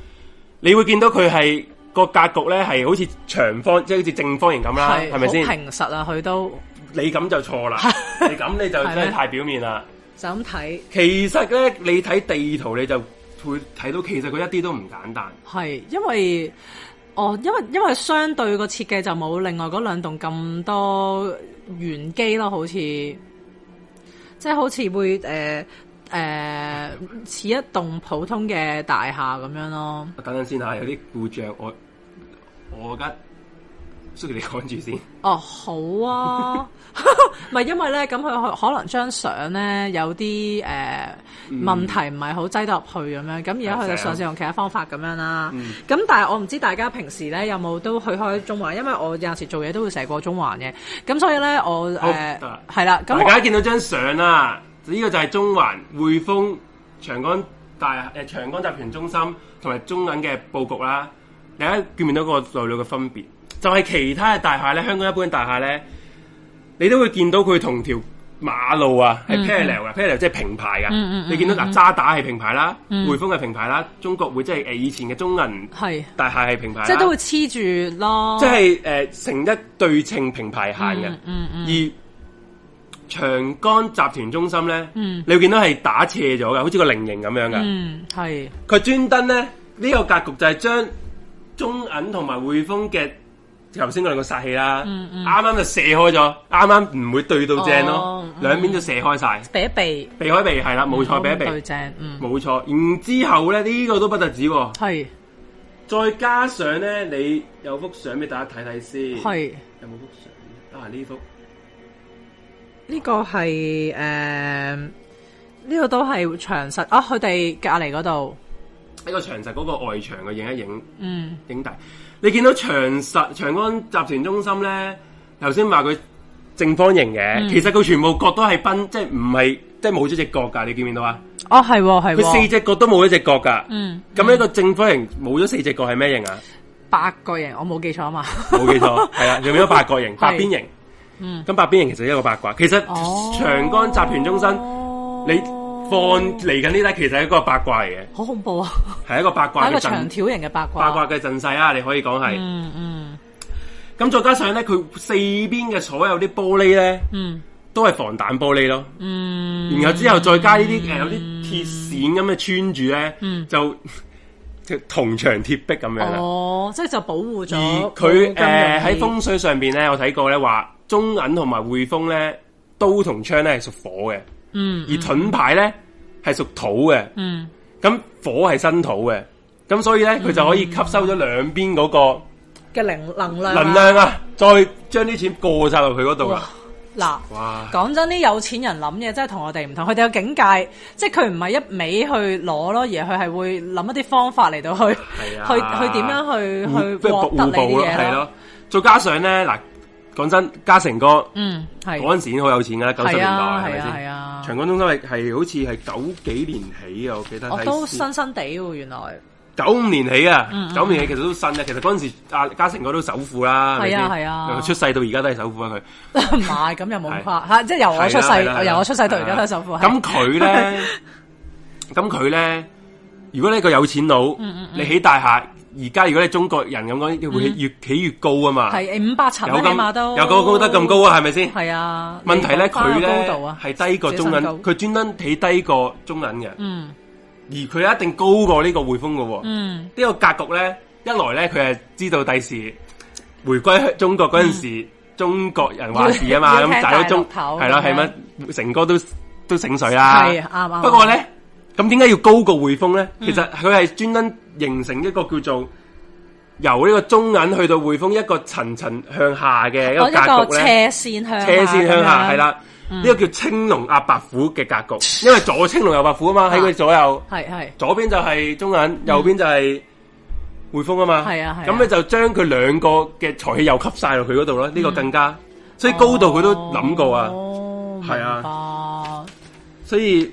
Speaker 1: 你會見到佢係個格局咧係好似長方，即係好似正方形咁啦，啊係咪
Speaker 2: 好
Speaker 1: 先？
Speaker 2: 平實啊，佢都
Speaker 1: 你咁就錯 啦，你咁你就
Speaker 2: 係
Speaker 1: 真
Speaker 2: 咩
Speaker 1: 係太表面啦。
Speaker 2: 就咁睇
Speaker 1: 其實咧，你睇地圖你就會睇到，其實佢一啲都唔簡單。
Speaker 2: 係因為。哦，因為因為相對個設計就冇另外嗰兩棟咁多玄機咯，好似即係好似會誒誒、呃似一棟普通嘅大廈咁樣咯。
Speaker 1: 等陣先啊嚇，有啲故障，我我而家需要你講住先。
Speaker 2: 哦，好啊， 唔係因為咧，咁佢可能張相咧有啲誒、呃、問題唔係好擠得入去咁樣，咁而家佢就嘗試用其他方法咁樣啦。
Speaker 1: 嗯
Speaker 2: 咁、但係我唔知大家平時咧有冇都去開中環，因為我有陣時做嘢都會成日過中環嘅，咁所以咧我
Speaker 1: 好
Speaker 2: 誒
Speaker 1: 得啦
Speaker 2: 係啦，咁
Speaker 1: 大
Speaker 2: 我
Speaker 1: 家見到張相啦，呢、個就係中環匯豐長江大誒、呃、長江集團中心同埋中銀嘅佈局啦。大家見唔見到個內裏嘅分別？就係、其他嘅大廈咧，香港一般大廈咧，你都會見到佢同條馬路啊，係 parallel 嘅 p a r a l l e l 即係平排嘅。
Speaker 2: 嗯嗯嗯
Speaker 1: 你見到嗱，渣打係平排啦，
Speaker 2: 嗯
Speaker 1: 匯豐係平排啦，中國會即係誒以前嘅中銀
Speaker 2: 係
Speaker 1: 大廈係平排啦，
Speaker 2: 即係都會黐住咯，
Speaker 1: 即係誒成一對稱平排行嘅。
Speaker 2: 哦嗯嗯嗯
Speaker 1: 而長江集團中心咧，
Speaker 2: 嗯
Speaker 1: 你會見到係打斜咗嘅，好似個菱形咁樣嘅。
Speaker 2: 嗯係
Speaker 1: 佢專登咧呢、個格局就係將中銀同埋匯豐嘅頭先嗰兩個殺氣啦，啱
Speaker 2: 嗯嗯
Speaker 1: 啱、就射開咗，啱啱唔會對到正咯
Speaker 2: 哦，嗯
Speaker 1: 兩邊就射開晒，
Speaker 2: 避一避，
Speaker 1: 避開避係啦，冇錯避一
Speaker 2: 對
Speaker 1: 避，
Speaker 2: 正，嗯
Speaker 1: 冇錯。然之後咧呢、個都不特止喎，
Speaker 2: 係
Speaker 1: 再加上咧你有幅相俾大家睇睇先，
Speaker 2: 係
Speaker 1: 有冇幅相啊？呢幅
Speaker 2: 呢個係誒呢個都係長實啊，佢哋隔離嗰度，
Speaker 1: 呢個長實嗰個外牆嘅影一影。
Speaker 2: 嗯
Speaker 1: 影帝，你見到長實長江集團中心咧，頭先話佢正方形嘅，
Speaker 2: 嗯
Speaker 1: 其實佢全部角都係崩，即係唔係即係冇咗只角㗎，你見唔見到啊？
Speaker 2: 哦係喎係
Speaker 1: 佢四
Speaker 2: 喎，
Speaker 1: 隻角都冇咗只角㗎。
Speaker 2: 嗯
Speaker 1: 咁呢個正方形冇咗四隻角係咩形啊？
Speaker 2: 八個人我冇記錯啊嘛，
Speaker 1: 冇記 錯，係啊啦，有冇咗八角形、
Speaker 2: 係
Speaker 1: 八邊形？
Speaker 2: 嗯
Speaker 1: 咁八邊形其實一個八卦。其實
Speaker 2: 哦
Speaker 1: 長江集團中心，你放嚟緊呢低，其實係一個八卦嚟嘅，
Speaker 2: 好恐怖啊，
Speaker 1: 係一個八卦
Speaker 2: 係一
Speaker 1: 嘅
Speaker 2: 個長
Speaker 1: 陣
Speaker 2: 條啊型嘅八卦，
Speaker 1: 八卦嘅陣勢啦。啊你可以講係。
Speaker 2: 嗯嗯
Speaker 1: 咁再加上咧，佢四邊嘅所有啲玻璃咧，
Speaker 2: 嗯
Speaker 1: 都係防彈玻璃咯。
Speaker 2: 嗯，
Speaker 1: 然後之後再加呢啲誒有啲鐵線咁嘅穿住咧，
Speaker 2: 嗯
Speaker 1: 就就 銅牆鐵壁咁樣啦。
Speaker 2: 哦，即係就保護咗
Speaker 1: 而佢誒
Speaker 2: 保護金
Speaker 1: 喺
Speaker 2: 融
Speaker 1: 風水上邊咧，我睇過咧話中銀同埋匯豐咧，刀同槍咧係屬火嘅，
Speaker 2: 嗯
Speaker 1: 而盾牌咧係屬土嘅。
Speaker 2: 嗯
Speaker 1: 咁火係生土嘅，咁所以咧佢就可以吸收咗兩邊嗰個
Speaker 2: 嘅能能量啊
Speaker 1: 能量啊，再將啲錢過晒落去嗰度啊啦。
Speaker 2: 嗱。
Speaker 1: 哇！
Speaker 2: 講真，啲有錢人諗嘢真係同我哋唔同，佢哋有境界，即係佢唔係一味去攞咯，而佢係會諗一啲方法嚟到去，
Speaker 1: 係啊
Speaker 2: 去去點
Speaker 1: 互
Speaker 2: 樣去
Speaker 1: 即
Speaker 2: 去
Speaker 1: 係
Speaker 2: 獲
Speaker 1: 互
Speaker 2: 得你
Speaker 1: 補
Speaker 2: 啲
Speaker 1: 咯，
Speaker 2: 嘢
Speaker 1: 係。咯。再加上咧，嗱，講真，嘉誠哥
Speaker 2: 嗯，係
Speaker 1: 嗰陣時已經好有錢噶啦，九十
Speaker 2: 係
Speaker 1: 年代係
Speaker 2: 啊，
Speaker 1: 咪
Speaker 2: 係啊，係
Speaker 1: 先？
Speaker 2: 啊，
Speaker 1: 長江中心係係好似係九幾年起啊，我記得
Speaker 2: 我
Speaker 1: 睇
Speaker 2: 都
Speaker 1: 先
Speaker 2: 新新地喎，原來
Speaker 1: 九五年起啊
Speaker 2: 嗯，
Speaker 1: 九五年起其實都新嘅。其實嗰陣時阿嘉誠哥都首富啦，咪
Speaker 2: 係啊
Speaker 1: 先
Speaker 2: 係啊
Speaker 1: 佢出世到而家都係首富啊，佢
Speaker 2: 唔係咁又冇咁誇嚇，即係由我出
Speaker 1: 係啦係啦
Speaker 2: 世，由我出世到而
Speaker 1: 係
Speaker 2: 家
Speaker 1: 啦
Speaker 2: 都首富。係
Speaker 1: 咁佢 咧，咁佢咧，如果你個有錢佬，
Speaker 2: 嗯
Speaker 1: 你起大廈，而家如果你中國人咁講，會越起越高啊嘛。
Speaker 2: 嗯係五百層啊
Speaker 1: 有
Speaker 2: 啦，起碼
Speaker 1: 咁
Speaker 2: 都
Speaker 1: 有咁高得咁高啊，係咪先？
Speaker 2: 係啊。
Speaker 1: 問題咧，
Speaker 2: 你講返
Speaker 1: 佢
Speaker 2: 個
Speaker 1: 咧
Speaker 2: 高度啊，
Speaker 1: 係低過中銀，
Speaker 2: 自己身高
Speaker 1: 佢專登起低過中銀嘅，
Speaker 2: 嗯
Speaker 1: 而佢一定高過呢個匯豐嘅喎。呢、
Speaker 2: 嗯
Speaker 1: 個格局咧，一來咧佢係知道第時回歸中國嗰陣時，中國人話事啊嘛，
Speaker 2: 嗯要要
Speaker 1: 咁
Speaker 2: 聽
Speaker 1: 大咗中
Speaker 2: 大陸頭
Speaker 1: 係啦，
Speaker 2: 咁樣
Speaker 1: 係乜成哥都都醒水啦。
Speaker 2: 係啱啱。
Speaker 1: 啊不過咧，咁點解要高過匯豐咧？
Speaker 2: 嗯
Speaker 1: 其實佢係專登形成一個叫做由呢個中銀去到匯豐一個層層向下嘅一
Speaker 2: 我
Speaker 1: 個
Speaker 2: 哦一個
Speaker 1: 格局咧，
Speaker 2: 斜線向
Speaker 1: 斜線向下
Speaker 2: 咁樣嗯
Speaker 1: 係，啦。呢、個叫青龍壓白虎嘅格局，因為左青龍右白虎啊嘛，喺佢左右，
Speaker 2: 係係
Speaker 1: 左邊就係中銀，右邊就係匯豐啊嘛。
Speaker 2: 係啊係啊
Speaker 1: 咁你就將佢兩個嘅財氣又吸晒落佢嗰度咯。呢、個更加，所以高度佢都諗過啊。
Speaker 2: 嗯哦，
Speaker 1: 係
Speaker 2: 啊。
Speaker 1: 所以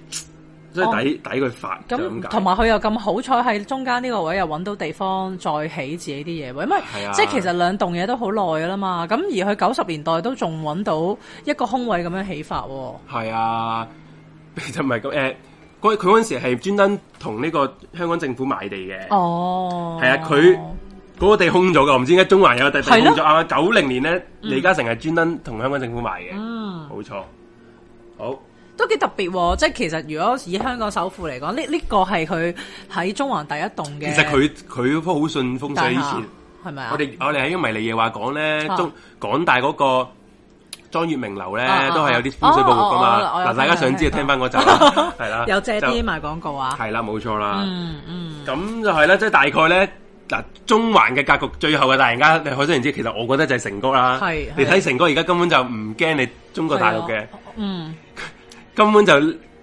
Speaker 1: 所以
Speaker 2: 哦
Speaker 1: 抵、抵佢發就
Speaker 2: 咁
Speaker 1: 咁解
Speaker 2: 同埋佢又咁好彩喺中間呢個位又揾到地方再起自己啲嘢喎，因為
Speaker 1: 係啊
Speaker 2: 即係其實兩棟嘢都好耐㗎啦嘛。咁而佢九十年代都仲揾到一個空位咁樣起法喎。
Speaker 1: 係啊， 就唔係咁誒，佢佢嗰陣時係專登同呢個香港政府買地嘅，嗰、
Speaker 2: 哦，
Speaker 1: 係啊佢個地空咗嘅，我唔知點解中環有個地地空
Speaker 2: 係
Speaker 1: 咗
Speaker 2: 咯
Speaker 1: 啱啱九零年咧，李嘉誠係專登同香港政府買嘅，
Speaker 2: 嗯
Speaker 1: 冇錯。好，
Speaker 2: 都幾特別喎。即係其實如果以香港首富嚟講，呢呢個係佢喺中環第一棟
Speaker 1: 其
Speaker 2: 嘅。
Speaker 1: 實佢佢都好信風
Speaker 2: 大廈
Speaker 1: 水以前，
Speaker 2: 係咪啊？
Speaker 1: 我哋我哋喺一個迷你夜話講咧，
Speaker 2: 啊
Speaker 1: 中港大嗰個。莊月明樓咧
Speaker 2: 啊啊啊
Speaker 1: 都係有啲風水佈局噶
Speaker 2: 哦哦哦我
Speaker 1: 嘛，
Speaker 2: 有
Speaker 1: 嗱大家想知就聽
Speaker 2: 聽
Speaker 1: 翻嗰集 啦，係啦，
Speaker 2: 有借
Speaker 1: 就
Speaker 2: 啲賣廣告啊。
Speaker 1: 係啦，冇錯啦，
Speaker 2: 嗯嗯，
Speaker 1: 咁就係啦，即係大概咧，嗱，中環嘅格局最後嘅大贏家，你可想而知，其實我覺得就係成哥啦。
Speaker 2: 係
Speaker 1: 你睇
Speaker 2: 係
Speaker 1: 成哥而家根本就唔驚你中國大陸
Speaker 2: 係
Speaker 1: 嘅
Speaker 2: 啊，嗯，
Speaker 1: 根本就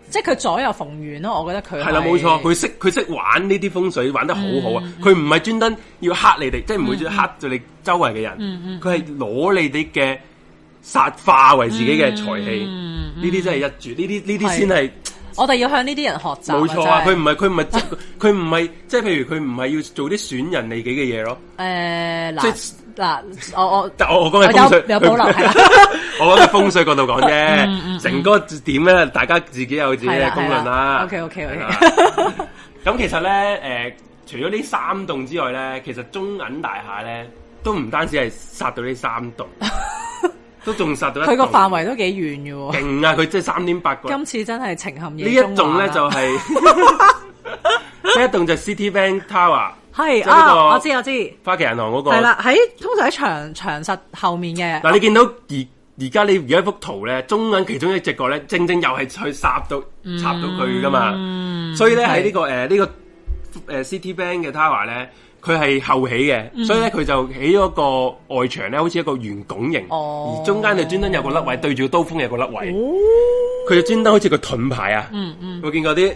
Speaker 2: 即係佢左右逢源咯。我覺得佢
Speaker 1: 係啦，冇錯，佢識佢識玩呢啲風水，玩得好好啊！
Speaker 2: 嗯
Speaker 1: 佢唔係專登要黑你哋，即係唔會黑咗你周圍嘅
Speaker 2: 嗯
Speaker 1: 人，
Speaker 2: 嗯
Speaker 1: 佢係攞你哋嘅殺化為自己嘅財氣，
Speaker 2: 嗯嗯
Speaker 1: 呢啲真係一絕，呢啲呢啲
Speaker 2: 係
Speaker 1: 先係
Speaker 2: 我哋要向呢啲人學習。
Speaker 1: 冇錯啊！佢
Speaker 2: 真係
Speaker 1: 唔係佢唔係佢唔係即係譬如佢唔係要做啲損人利己嘅嘢咯。
Speaker 2: 誒
Speaker 1: 即
Speaker 2: 嗱
Speaker 1: 係
Speaker 2: 嗱，我我
Speaker 1: 但我我講
Speaker 2: 我
Speaker 1: 嘅風水
Speaker 2: 有有保留係啦。 嗯
Speaker 1: 我講嘅風水角度講啫，成個點咧，大家自己有自己嘅公論啦。
Speaker 2: 係啦係啦，OK，OK，OK
Speaker 1: 係 啦咁其實咧，誒、除咗呢三棟之外咧，其實中銀大廈咧都唔單止係殺到呢三 棟，都仲殺到一棟
Speaker 2: 佢個範圍都幾遠 嘅喎。
Speaker 1: 勁啊！佢即係三點八個。
Speaker 2: 今次真係情陷
Speaker 1: 呢
Speaker 2: 夜
Speaker 1: 一
Speaker 2: 中啊
Speaker 1: 棟咧
Speaker 2: 環啦
Speaker 1: 就係 呢一棟就 City Bank Tower
Speaker 2: 係
Speaker 1: 就呢個
Speaker 2: 啊，我知我知，
Speaker 1: 花旗銀行嗰個。
Speaker 2: 係啦，喺通常喺長長實後面嘅。
Speaker 1: 嗱，你見到而而家你而家幅圖咧，中銀其中一隻角咧，正正又係去插到插到佢噶嘛，
Speaker 2: 嗯
Speaker 1: 所以咧喺呢個誒呢、個誒、呃 City Bank 嘅 tower 咧，佢係後起嘅，
Speaker 2: 嗯
Speaker 1: 所以咧佢就起咗個外牆咧，好似一個圓拱形，
Speaker 2: 哦
Speaker 1: 而中間就專登有個甩位，對住刀鋒有個甩位，佢、就專登好似個盾牌啊，
Speaker 2: 嗯嗯，
Speaker 1: 我見過啲。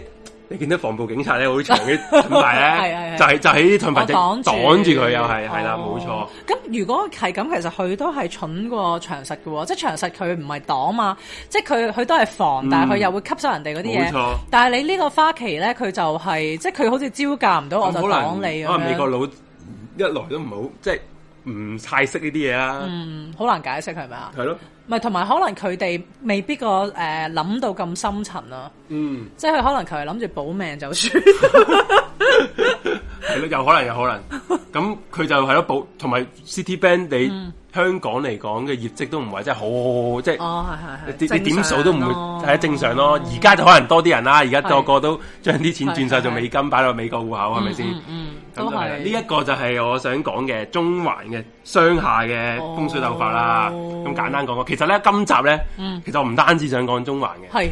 Speaker 1: 你見到防暴警察咧，好長 啲盾牌咧，
Speaker 2: 係係係
Speaker 1: 就係就喺啲盾
Speaker 2: 我
Speaker 1: 牌就
Speaker 2: 擋
Speaker 1: 擋
Speaker 2: 住
Speaker 1: 住佢，又係係啦，冇錯
Speaker 2: 哦。咁如果係咁，其實佢都係蠢過長實嘅喎，即係長實佢唔係擋嘛，即係佢佢都係防，但係佢又會吸收人哋嗰啲
Speaker 1: 嗯冇錯
Speaker 2: 嘢。但係你呢個花旗咧，佢就係、即係佢好似招架唔到，我就
Speaker 1: 可能
Speaker 2: 擋你咁
Speaker 1: 可能美國
Speaker 2: 樣，
Speaker 1: 佬一來都唔好，即係唔太識呢啲嘢啦，
Speaker 2: 嗯，好難解釋係咪啊？
Speaker 1: 係咯，
Speaker 2: 唔係，同埋可能佢哋未必個誒諗到咁深層啊，
Speaker 1: 嗯，
Speaker 2: 即係佢可能佢係諗住保命 就算。
Speaker 1: 係咯，有可能有 可能，咁佢就係咯，保同埋 City Bank 你香港嚟講嘅業績都唔係真係好好好，即係。
Speaker 2: 嗯哦，係係
Speaker 1: 你
Speaker 2: 係，
Speaker 1: 你點數都唔會
Speaker 2: 係
Speaker 1: 係正常咯，而家就可能多啲人啦，而家個
Speaker 2: 係
Speaker 1: 個都將啲錢轉晒做
Speaker 2: 係係
Speaker 1: 美金擺落美國戶口，係咪先？
Speaker 2: 嗯嗯，
Speaker 1: 咁
Speaker 2: 都
Speaker 1: 就係啦
Speaker 2: 係
Speaker 1: 呢一個就係我想講嘅中環嘅商廈嘅風水鬥法啦。
Speaker 2: 哦
Speaker 1: 咁、簡單講講，其實咧今集咧，
Speaker 2: 嗯
Speaker 1: 其實我唔單止想講中環嘅，
Speaker 2: 係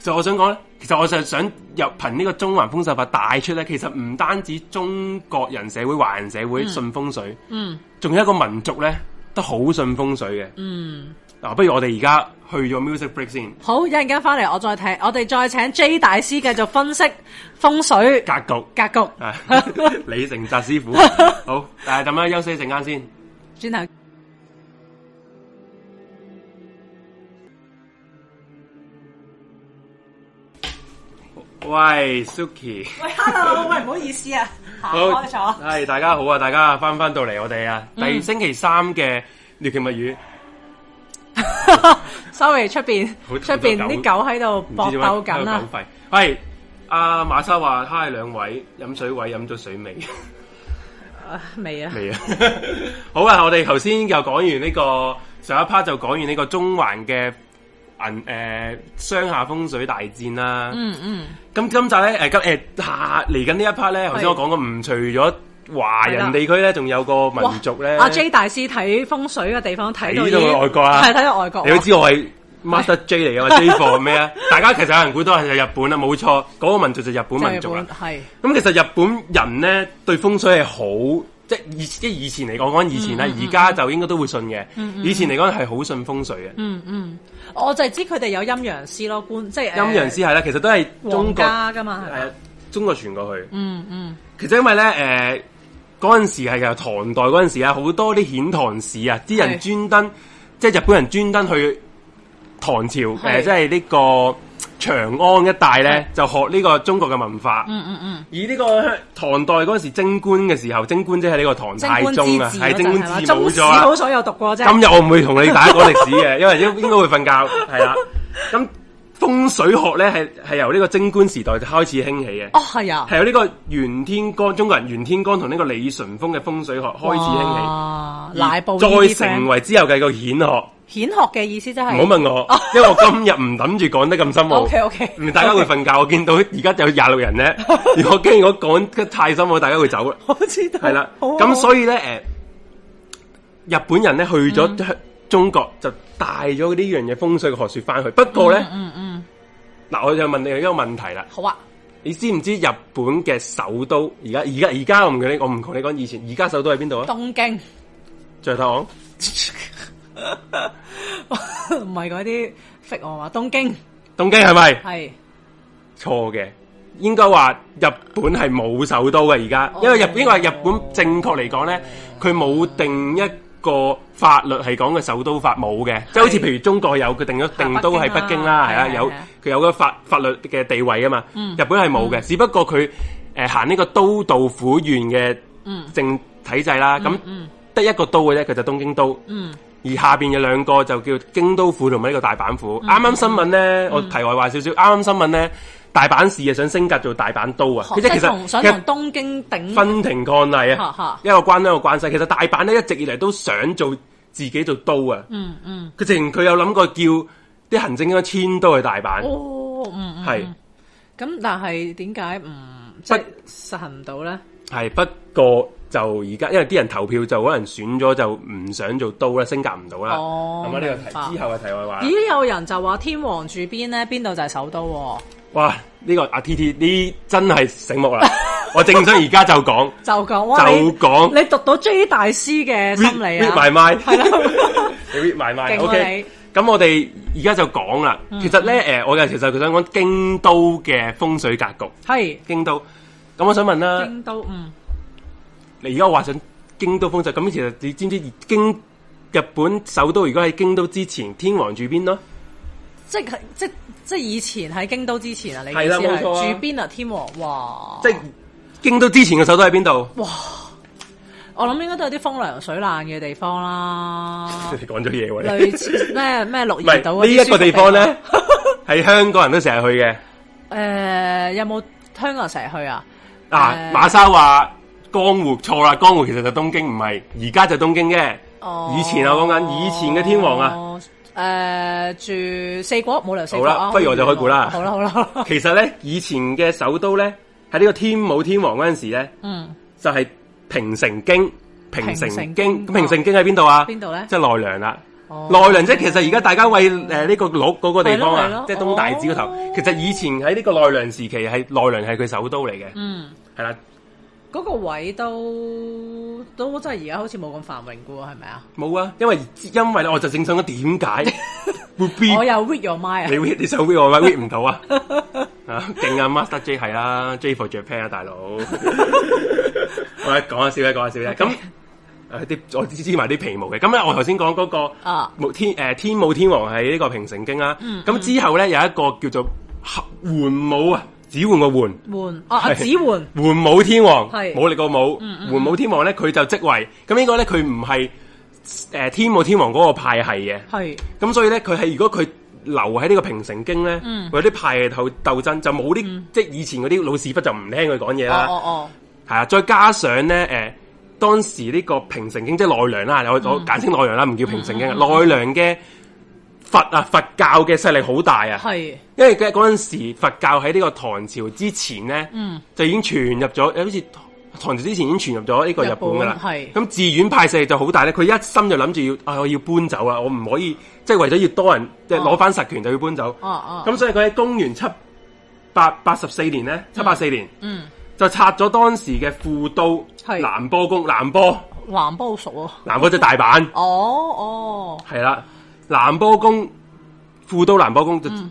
Speaker 1: 其實我想講咧，其實我就想入憑呢個中環風水法帶出咧，其實唔單止中國人社會、華人社會信風水，
Speaker 2: 嗯
Speaker 1: 仲、有一個民族咧都好信風水嘅。
Speaker 2: 嗯。
Speaker 1: 嗱、不如我哋而家去咗 music break 先，
Speaker 2: 好，一陣間翻嚟，我再睇，我哋再請 J 大師繼續分析風水
Speaker 1: 格局。
Speaker 2: 格局。
Speaker 1: 啊！李成澤師傅，好，但係咁樣休息一陣間先。
Speaker 2: 轉頭
Speaker 1: 喂，Suki。
Speaker 2: 喂，hello，喂，唔好意思啊，行開咗。嗯
Speaker 1: 系大家好啊！大家翻翻到嚟我哋啊，第星期三嘅獵奇物語，
Speaker 2: Sorry，出邊
Speaker 1: 好
Speaker 2: 出邊啲狗喺度搏鬥緊啊
Speaker 1: 啦
Speaker 2: 啦。。
Speaker 1: 喂，阿馬莎話：，嗨，兩位飲水位飲咗水未？
Speaker 2: 啊未啊，
Speaker 1: 未啊！ 好啊！我哋頭先又講完呢、個上一 part 就講完呢個中環嘅銀誒商下風水大戰啦。
Speaker 2: 嗯嗯，
Speaker 1: 咁今集咧，誒今誒下嚟緊呢一 part 咧，頭先我講過，唔除咗華
Speaker 2: 係啦
Speaker 1: 人地區咧，仲有個民族咧，
Speaker 2: 阿 J 大師睇風水嘅地方睇到已
Speaker 1: 睇到
Speaker 2: 經
Speaker 1: 去外國啊
Speaker 2: 係睇到外國
Speaker 1: 你都
Speaker 2: 喎。
Speaker 1: 知我係 Master J 嚟嘅嘛 J for 咩啊？大家其實有人估到係日本啦，啊冇錯，嗰、個民族就日本民
Speaker 2: 就
Speaker 1: 族啊
Speaker 2: 日
Speaker 1: 啦
Speaker 2: 本。係
Speaker 1: 咁其實日本人咧對風水係好，即係以即係以前嚟講，講以
Speaker 2: 嗯
Speaker 1: 前啦，而家、就應該都會信嘅。以前嚟講係好信風水嘅。
Speaker 2: 嗯嗯，我就係知佢哋有陰陽師咯，官即係
Speaker 1: 陰陽師係啦，其實都係
Speaker 2: 誒
Speaker 1: 中
Speaker 2: 皇
Speaker 1: 國
Speaker 2: 家噶嘛。係咪
Speaker 1: 係啊中國傳過去。
Speaker 2: 嗯嗯，
Speaker 1: 其實因為咧誒嗰陣時係由唐代嗰陣時啊，好多啲遣唐使啊，啲人專登即係日本人專登去唐朝誒、
Speaker 2: 係
Speaker 1: 即係呢個長安一帶咧，就學呢個中國嘅文化。
Speaker 2: 嗯嗯嗯。
Speaker 1: 以呢個唐代嗰陣時貞觀嘅時候，貞觀即係呢個唐
Speaker 2: 精
Speaker 1: 太
Speaker 2: 官之
Speaker 1: 宗啊，
Speaker 2: 治
Speaker 1: 係貞
Speaker 2: 嗰陣
Speaker 1: 觀
Speaker 2: 係嘛
Speaker 1: 之
Speaker 2: 中
Speaker 1: 冇
Speaker 2: 史
Speaker 1: 咗啊。
Speaker 2: 好所有讀過啫。
Speaker 1: 今日我唔會同你大家講歷史嘅， 因為應應該會瞓覺，係啦。咁風水學咧係係由呢個貞觀時代開始興起嘅，
Speaker 2: 哦，係啊，
Speaker 1: 係由呢個袁天罡中國人袁天罡同呢個李淳風嘅風水學開始興起，
Speaker 2: 興
Speaker 1: 而
Speaker 2: 賴布
Speaker 1: 再成為之後嘅個顯學。唔
Speaker 2: 顯學嘅意思，即係哦
Speaker 1: 好問我，因為我今日唔諗住講得咁 深奧。
Speaker 2: OK OK，
Speaker 1: 嗯唔大家會瞓覺，我見到而家有廿六人咧，如果驚我講得太深奧，大家會走啦。
Speaker 2: 我知道啊
Speaker 1: 系啦，咁
Speaker 2: 咁以
Speaker 1: 所以咧，诶、日本人咧去
Speaker 2: 嗯
Speaker 1: 咗香中國就帶咗呢樣嘢風水嘅學說翻去。不過咧，
Speaker 2: 嗯嗯
Speaker 1: 嗱、我就問你一個問題啦，
Speaker 2: 好啊，
Speaker 1: 你知唔知日本嘅首都而家而家而家我唔同你我唔同你講以前，而家首都喺邊度啊？
Speaker 2: 東京
Speaker 1: 象頭昂
Speaker 2: 唔係嗰啲 fake 我嘛，東京
Speaker 1: 東京係咪
Speaker 2: 係
Speaker 1: 錯嘅？應該話日本係冇首都嘅而家，因為日
Speaker 2: 哦
Speaker 1: 應該話日本正確嚟講咧，佢冇定一。個法律係講嘅首都法冇嘅，即係好似譬如中國有佢定咗定都係
Speaker 2: 北京啊
Speaker 1: 北京啦，係
Speaker 2: 係啊
Speaker 1: 啦，
Speaker 2: 係啊
Speaker 1: 有佢有個法法律嘅地位啊嘛。日本係冇嘅，只不過佢誒行呢個都道府縣嘅政體制啦，咁得一個都嘅啫，佢就東京都。
Speaker 2: 嗯
Speaker 1: 而下邊有兩個就叫京都府同埋呢個大阪府。
Speaker 2: 嗯
Speaker 1: 啱啱新聞咧，我題外話少少，啱啱新聞咧，大阪市啊想升格做大阪都啊，
Speaker 2: 哦即
Speaker 1: 即係
Speaker 2: 係
Speaker 1: 其
Speaker 2: 同
Speaker 1: 實
Speaker 2: 想
Speaker 1: 其實
Speaker 2: 同哦東京頂
Speaker 1: 分庭抗禮啊。
Speaker 2: 嚇嚇
Speaker 1: 一個關一個關西。其實大阪咧一直以嚟都想做自己做都啊。
Speaker 2: 嗯嗯，
Speaker 1: 佢直情佢有諗過叫啲行政應該遷都去大阪，
Speaker 2: 哦嗯嗯，
Speaker 1: 係
Speaker 2: 咁但係點解唔即係實行唔到咧？
Speaker 1: 係不過就而家因為啲人投票就可能選咗就唔想做都啦，升格唔到啦。
Speaker 2: 哦
Speaker 1: 咁啊呢
Speaker 2: 明
Speaker 1: 個
Speaker 2: 白
Speaker 1: 題之後嘅題外話啦。
Speaker 2: 咦，有人就話天皇住邊咧？邊度就係首都喎？
Speaker 1: 哇！呢、個阿 T T 呢真係醒目 啦，我正想而家就講
Speaker 2: 就講哇，
Speaker 1: 就
Speaker 2: 你
Speaker 1: 講
Speaker 2: 你讀到 J 大師嘅心理
Speaker 1: read,
Speaker 2: 啊
Speaker 1: read，my mind，
Speaker 2: 係啦，
Speaker 1: 你 read my
Speaker 2: 勁喎嗯
Speaker 1: mind，OK。咁我哋而家就講啦，其實咧誒、呃我嘅其實佢想講京都嘅風水格局，
Speaker 2: 係
Speaker 1: 京都。咁我想問啦，
Speaker 2: 京都嗯
Speaker 1: 你而家話想京都風水，咁其實你知唔知京日本首都如果喺京都之前，天皇住邊咯？
Speaker 2: 哦即係即即以前喺京都之前啊，你
Speaker 1: 係
Speaker 2: 意
Speaker 1: 啦
Speaker 2: 思係
Speaker 1: 冇錯啊
Speaker 2: 住邊啊？天皇哇！
Speaker 1: 即係京都之前嘅首都喺邊度？
Speaker 2: 我諗應該都有啲風涼水冷嘅地方啦，
Speaker 1: 你 講咗嘢喎，你
Speaker 2: 類似啊咩咩鹿
Speaker 1: 唔
Speaker 2: 兒
Speaker 1: 係
Speaker 2: 島嗰
Speaker 1: 呢
Speaker 2: 啲
Speaker 1: 一個地方 咧
Speaker 2: 舒服地方，
Speaker 1: 係香港人都成日去嘅。
Speaker 2: 誒有冇香港人成日去啊？
Speaker 1: 啊
Speaker 2: 誒，
Speaker 1: 馬沙話江湖錯啦，江湖其實就東京唔係，而家就東京啫。
Speaker 2: 哦，
Speaker 1: 以前啊講緊以前嘅天皇啊，
Speaker 2: 哦。誒、住四國冇理由四國
Speaker 1: 好
Speaker 2: 啊！
Speaker 1: 啦不如我就開估啦
Speaker 2: 好啦好啦，好啦
Speaker 1: 其實咧以前嘅首都咧喺呢個天武天皇嗰陣時咧，
Speaker 2: 嗯，
Speaker 1: 就係、平城京。平城
Speaker 2: 平
Speaker 1: 京，
Speaker 2: 城京
Speaker 1: 咁平城京喺邊度啊？
Speaker 2: 邊度咧
Speaker 1: 即係奈良啦。
Speaker 2: 哦
Speaker 1: 奈良即係其實而家大家喂誒呢個鹿嗰個地方
Speaker 2: 係咯係咯
Speaker 1: 啊，即係東大寺嗰頭
Speaker 2: 哦。
Speaker 1: 其實以前喺呢個奈良時期係奈良係佢首都嚟嘅，
Speaker 2: 嗯，
Speaker 1: 係啦，
Speaker 2: 嗰、個位都都真係而家好似冇咁繁榮嘅喎，係咪啊？
Speaker 1: 冇啊，因為因為我就正想講點 解會變
Speaker 2: 我又 read your mind
Speaker 1: 你
Speaker 2: 啊！
Speaker 1: read 你想 read 我咪 read 唔到啊！ 啊，勁啊，Master J 係啦，J for Japan 啊，大佬。 我講下笑咧，講下笑咧。咁誒啲我知知埋啲皮毛嘅。咁咧，我頭先講嗰個
Speaker 2: 啊嗯
Speaker 1: 武天誒天武天皇係呢個平城京啦。咁之後咧有一個叫做合桓武啊，只換個換，
Speaker 2: 換啊啊！
Speaker 1: 係
Speaker 2: 指換
Speaker 1: 桓武天皇
Speaker 2: 係嗯
Speaker 1: 武力個武，桓武天皇咧佢就職位。咁應該咧佢唔係誒天武天皇嗰個派系嘅。
Speaker 2: 係
Speaker 1: 咁所以咧，佢係如果佢留喺呢個平城京咧，
Speaker 2: 嗯
Speaker 1: 會有啲派系鬥鬥爭，就冇啲、即係以前嗰啲老屎忽就唔聽佢講嘢
Speaker 2: 哦
Speaker 1: 啦，係、
Speaker 2: 哦
Speaker 1: 啊，再加上咧誒、呃，當時呢個平城京即係奈良啦，我
Speaker 2: 嗯
Speaker 1: 我簡稱奈良啦，唔叫平城京，啊奈良嘅佛啊佛教嘅勢力好大
Speaker 2: 哦，
Speaker 1: 啊，
Speaker 2: 係
Speaker 1: 因為嘅嗰陣時佛教喺呢個唐朝之前咧，
Speaker 2: 嗯
Speaker 1: 就已經傳入咗，好似唐朝之前已經傳入咗呢個日本噶啦。
Speaker 2: 日
Speaker 1: 咁寺院派勢力就好大咧，佢一心就諗住要啊，我要搬走啊，我唔可以即係為咗要多人即係
Speaker 2: 哦
Speaker 1: 攞翻實權就要搬走。
Speaker 2: 哦哦，
Speaker 1: 咁所以佢喺公元七八八十四年咧，七八四年
Speaker 2: 嗯
Speaker 1: 就拆咗當時嘅副都
Speaker 2: 係
Speaker 1: 南波宮，南波
Speaker 2: 南波好熟啊！
Speaker 1: 南波即係大阪，
Speaker 2: 哦哦，
Speaker 1: 係啦，南波宮副都南波宮就
Speaker 2: 嗯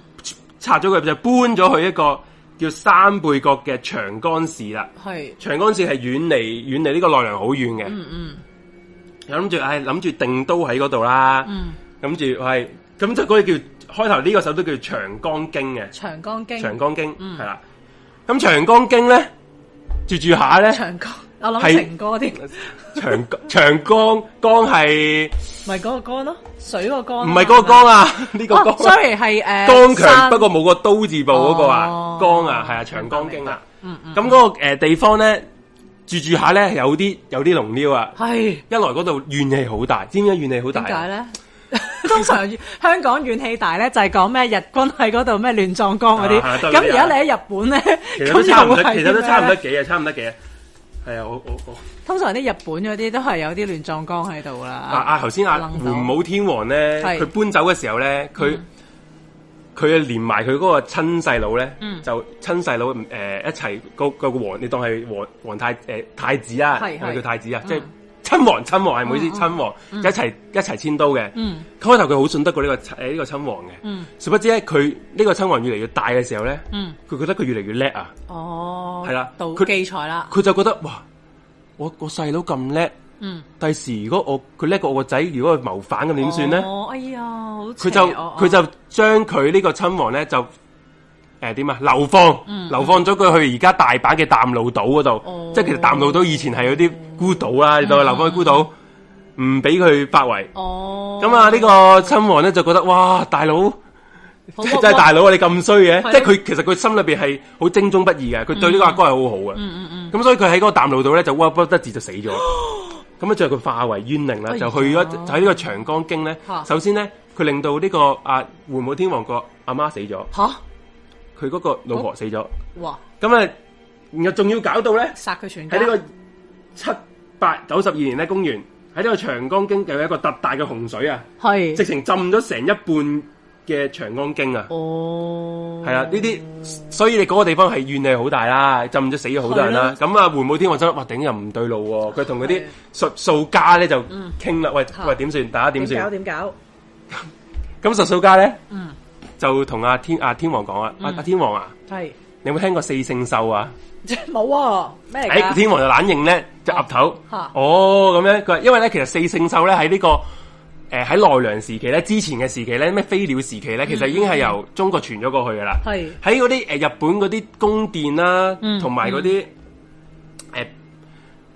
Speaker 1: 拆咗佢，就搬咗去一個叫三貝角嘅長江市啦。
Speaker 2: 係
Speaker 1: 長江市係遠離遠離呢個奈良好遠嘅，
Speaker 2: 嗯嗯
Speaker 1: 諗住唉諗住定都喺嗰度啦，
Speaker 2: 嗯，
Speaker 1: 諗住係咁就嗰啲叫開頭呢個首都叫長江京嘅，
Speaker 2: 長江經
Speaker 1: 長江京
Speaker 2: 嗯
Speaker 1: 係啦。咁長江京咧住住下 咧，
Speaker 2: 長江，我諗
Speaker 1: 係
Speaker 2: 情歌添，唔
Speaker 1: 長江長江江係
Speaker 2: 係嗰個江咯，水嗰個江啊
Speaker 1: 唔
Speaker 2: 嘛，
Speaker 1: 係嗰個江啊？呢個
Speaker 2: 哦
Speaker 1: 江啊
Speaker 2: ，sorry 係誒
Speaker 1: 江
Speaker 2: 山
Speaker 1: 強，不過冇個刀字部嗰個
Speaker 2: 哦
Speaker 1: 啊，江啊，係啊，長江
Speaker 2: 明
Speaker 1: 京
Speaker 2: 白
Speaker 1: 啊。
Speaker 2: 嗯嗯，
Speaker 1: 咁嗰個誒地方咧住住下咧有啲有啲龍溜啊，
Speaker 2: 係
Speaker 1: 一來嗰度怨氣好大，知唔知怨氣好大
Speaker 2: 點
Speaker 1: 啊？
Speaker 2: 解咧？ 通常香港怨氣大咧，就係講咩日軍喺嗰度咩亂葬崗嗰啲。
Speaker 1: 啊得
Speaker 2: 咁
Speaker 1: 啦
Speaker 2: 而家你喺日本咧，
Speaker 1: 其實都差唔多，
Speaker 2: 咁又係
Speaker 1: 其實都差唔
Speaker 2: 點
Speaker 1: 多
Speaker 2: 咧。
Speaker 1: 幾啊，差唔多幾啊。係啊，我我我
Speaker 2: 通常啲日本嗰啲都係有啲亂葬崗喺度啦。
Speaker 1: 啊啊！頭先阿
Speaker 2: 諗到
Speaker 1: 桓武天皇咧，
Speaker 2: 係嗯
Speaker 1: 佢搬走嘅時候咧，佢佢連埋佢嗰個親細佬咧
Speaker 2: 嗯，
Speaker 1: 就親細佬嗯誒一齊個個皇，你當係皇皇太誒太子啊，
Speaker 2: 係
Speaker 1: 係
Speaker 2: 係
Speaker 1: 咪叫太子啊，
Speaker 2: 嗯
Speaker 1: 即係親王親王係唔好意思，親王一齊一齊遷都嘅。
Speaker 2: 嗯
Speaker 1: 開頭佢好信得過呢個誒呢個親王嘅，
Speaker 2: 嗯
Speaker 1: 殊不知咧佢呢個親王越嚟越大嘅時候咧，
Speaker 2: 嗯，
Speaker 1: 佢覺得佢越嚟越叻啊！
Speaker 2: 哦，
Speaker 1: 係啦
Speaker 2: 到
Speaker 1: 佢
Speaker 2: 記財啦，
Speaker 1: 佢就覺得哇，我個細佬咁叻，
Speaker 2: 嗯，
Speaker 1: 第時如果我佢叻過我個仔，如果佢謀反咁點算咧？
Speaker 2: 哦，哎呀，好邪
Speaker 1: 佢就
Speaker 2: 惡啊
Speaker 1: 佢就將佢呢個親王咧就誒點啊流放，流放咗佢去而家大阪嘅淡路島嗰度，
Speaker 2: 嗯哦嗯
Speaker 1: 即係其實淡路島以前係有啲孤島啦，你當佢流放去孤島，唔俾佢發圍。
Speaker 2: 哦，
Speaker 1: 咁啊呢個親王咧就覺得哇大佬！
Speaker 2: 好
Speaker 1: 即係
Speaker 2: 屈
Speaker 1: 真係大佬啊！你咁衰
Speaker 2: 係啊
Speaker 1: 嘅，即係佢其實佢心裏邊係好精忠不義嘅，佢對呢個阿哥係好好嘅。
Speaker 2: 嗯
Speaker 1: 咁、所以佢喺嗰個淡路度咧就屈不得志就死 咗。咁啊，最後佢化為冤靈啦，
Speaker 2: 哎呀
Speaker 1: 就去咗就喺呢個長江經咧
Speaker 2: 嚇。
Speaker 1: 首先咧，佢令到呢、個阿、啊、桓武天王個阿媽死咗，
Speaker 2: 吓
Speaker 1: 佢嗰個老婆死
Speaker 2: 哦
Speaker 1: 咗。
Speaker 2: 哇，
Speaker 1: 咁啊，然後仲要搞到咧
Speaker 2: 殺佢全家
Speaker 1: 喺呢個七八九十二年咧，公元喺呢個長江經有一個特大嘅洪水啊，
Speaker 2: 個係
Speaker 1: 直情浸咗成一半嘅長江經啊！
Speaker 2: 哦，
Speaker 1: 系啊，呢啲所以你嗰個地方係怨氣好大啦，浸咗死咗好多人啦。咁啊，桓武天王真係哇頂又唔對路喎、佢同嗰啲術數家咧就傾啦、喂
Speaker 2: 嚇
Speaker 1: 喂點算？大家點
Speaker 2: 點嗯搞
Speaker 1: 算？啊
Speaker 2: 點搞？
Speaker 1: 咁術數家咧
Speaker 2: 嗯
Speaker 1: 就同阿天阿天王講啊，阿、阿天王啊，
Speaker 2: 係
Speaker 1: 你有冇聽過四聖獸啊？
Speaker 2: 冇啊，咩
Speaker 1: 誒、
Speaker 2: 嚟㗎？
Speaker 1: 哎天王就懶認咧，就岌頭。
Speaker 2: 嚇
Speaker 1: 哦，咁樣佢話因為咧，其實四聖獸咧喺呢個誒喺奈良時期咧，之前嘅時期咧，咩飛鳥時期咧，其實已經係由中國傳咗過去噶啦。
Speaker 2: 嗯係
Speaker 1: 喺嗰啲呃誒日本嗰啲宮殿啦、
Speaker 2: 嗯
Speaker 1: 同埋嗰啲誒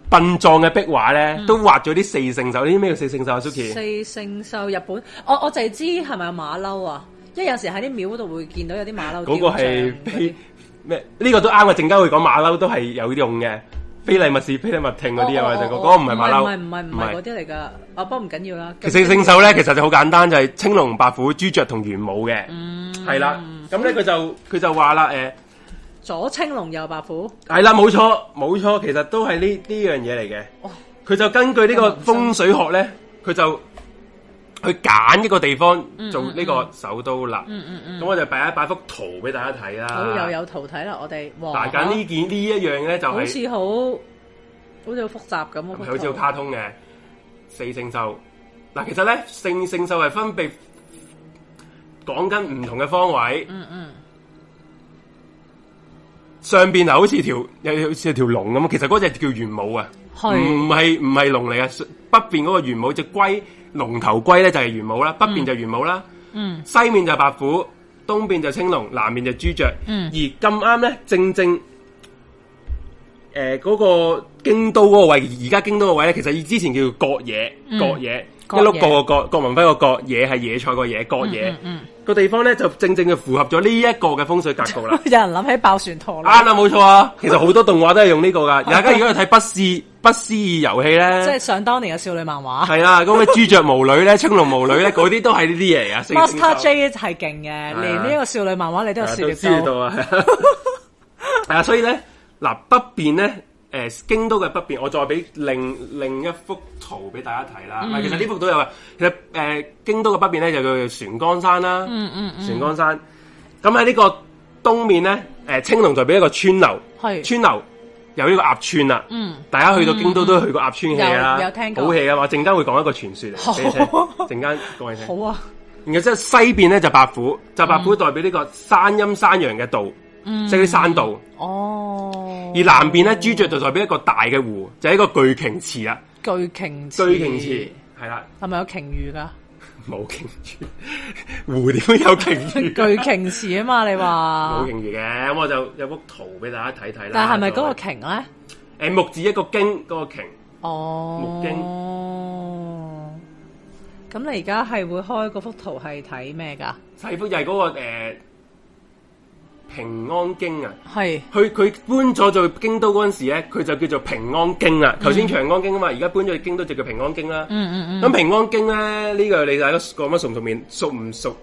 Speaker 1: 殯葬嘅壁畫咧，都畫咗啲四聖獸。呢啲咩叫四聖獸啊？Suki
Speaker 2: 嗯四聖獸日本，我我就係知係咪有馬騮啊？因為有時喺啲廟嗰度會見到有啲馬騮
Speaker 1: 嗰個
Speaker 2: 雕像
Speaker 1: 係
Speaker 2: 嗰啲
Speaker 1: 非咩？呢、個都啱啊！陣間會講馬騮都係有用嘅，非禮勿視、非禮勿聽嗰啲啊嘛，就
Speaker 2: 哦
Speaker 1: 講
Speaker 2: 哦
Speaker 1: 嗰個唔係馬騮，
Speaker 2: 唔係唔係唔係嗰啲嚟㗎。啊，不過唔緊要啦。
Speaker 1: 其實聖獸咧，其實就好簡單，就係、青龍、白虎、朱雀同玄武嘅，
Speaker 2: 嗯
Speaker 1: 係啦、咁咧佢就佢就話啦，誒
Speaker 2: 左青龍右白虎，
Speaker 1: 係啦，冇錯冇錯，其實都係呢呢樣嘢嚟嘅
Speaker 2: 哦。
Speaker 1: 佢就根據呢
Speaker 2: 啊
Speaker 1: 個風水學咧，佢就去揀一個地方做呢個首都啦。咁、
Speaker 2: 嗯嗯嗯，
Speaker 1: 我就擺一擺幅圖俾大家睇啦。
Speaker 2: 好又有圖睇啦，我哋哇，
Speaker 1: 嗱，啊揀呢件呢一樣咧就
Speaker 2: 好
Speaker 1: 係、
Speaker 2: 似好好似好複雜咁
Speaker 1: 係
Speaker 2: 啊，
Speaker 1: 好似好卡通嘅四聖獸。嗱，其實咧聖聖獸係分別講緊唔同嘅方位。
Speaker 2: 嗯 嗯，
Speaker 1: 上邊係好似條有有似條龍咁，其實嗰只叫玄武啊，唔
Speaker 2: 係
Speaker 1: 係唔係龍嚟啊！北邊嗰個玄武隻龜龍頭龜咧就係玄武啦，北邊就玄武啦，
Speaker 2: 嗯
Speaker 1: 西面就係白虎，東邊就青龍，南面就朱雀。
Speaker 2: 嗯
Speaker 1: 而咁啱咧，正正誒嗰、個京都嗰個位，而家京都個位咧，其實之前叫角野，
Speaker 2: 嗯
Speaker 1: 角野。一
Speaker 2: 角野
Speaker 1: 碌個個角，郭文輝個角野係野菜個野，角野
Speaker 2: 嗯
Speaker 1: 個地方咧就正正就符合咗呢一個嘅風水格 局啦。
Speaker 2: 有人諗起爆旋陀螺，
Speaker 1: 啱啦，冇錯啊！其實好多動畫都係用呢個 噶。大家如果去睇《不思不思議遊戲》
Speaker 2: 即係
Speaker 1: 咧，
Speaker 2: 想當年嘅少女漫畫。
Speaker 1: 係啊，嗰咩朱雀巫女咧、青龍巫女咧，嗰啲都係呢啲嘢嚟 啊。四聖獸
Speaker 2: Master J 係勁嘅，
Speaker 1: 啊
Speaker 2: 連呢個少女漫畫你都有
Speaker 1: 啊
Speaker 2: 涉
Speaker 1: 都
Speaker 2: 獵
Speaker 1: 知
Speaker 2: 到
Speaker 1: 道。啊。 係啊，所以咧，嗱北邊咧，誒京都嘅北邊，我再俾另另一幅圖俾大家睇
Speaker 2: 嗯
Speaker 1: 啦。嗱，其實呢幅都有啊。其實誒京都嘅北邊咧就叫做船江山啦，
Speaker 2: 嗯嗯嗯，
Speaker 1: 船江山。咁喺呢個東面咧，誒青龍代表一個川流。
Speaker 2: 係，
Speaker 1: 川流有呢個鴨川啦，
Speaker 2: 嗯，
Speaker 1: 大家去到京都都去過鴨川戲啦，
Speaker 2: 有有聽過
Speaker 1: 好戲啊嘛！陣間會講一個傳說
Speaker 2: 好
Speaker 1: 嚟，俾 你聽陣間講你聽。
Speaker 2: 好啊，
Speaker 1: 然後即係西邊咧就白虎，就白
Speaker 2: 嗯
Speaker 1: 虎代表呢個山陰山陽嘅道，即係啲山道。
Speaker 2: 哦，
Speaker 1: 而南邊咧朱雀就代表一個大嘅湖，就係、一個巨鯨池啦，
Speaker 2: 巨鯨
Speaker 1: 巨
Speaker 2: 池，
Speaker 1: 鯨池係啦，
Speaker 2: 係咪有鯨魚㗎？
Speaker 1: 冇鯨魚， 湖點會有鯨魚？
Speaker 2: 巨鯨池 啊嘛，你話
Speaker 1: 冇鯨，魚嘅，咁我就有幅圖俾大家睇睇啦。
Speaker 2: 但係咪嗰
Speaker 1: 就
Speaker 2: 個鯨咧？
Speaker 1: 誒木字一個經嗰、個鯨？
Speaker 2: 哦，
Speaker 1: 木
Speaker 2: 咁你而家係會開嗰幅圖係睇咩㗎？
Speaker 1: 細幅就係嗰、個、呃、平安京啊，
Speaker 2: 係，
Speaker 1: 佢佢搬咗做京都嗰陣時咧，佢就叫做平安京啊。
Speaker 2: 嗯
Speaker 1: 頭先長安京啊嘛，而家搬咗去京都就叫平安京啦。
Speaker 2: 嗯嗯
Speaker 1: 咁、平安京咧呢、個你大家講乜熟唔熟面熟唔熟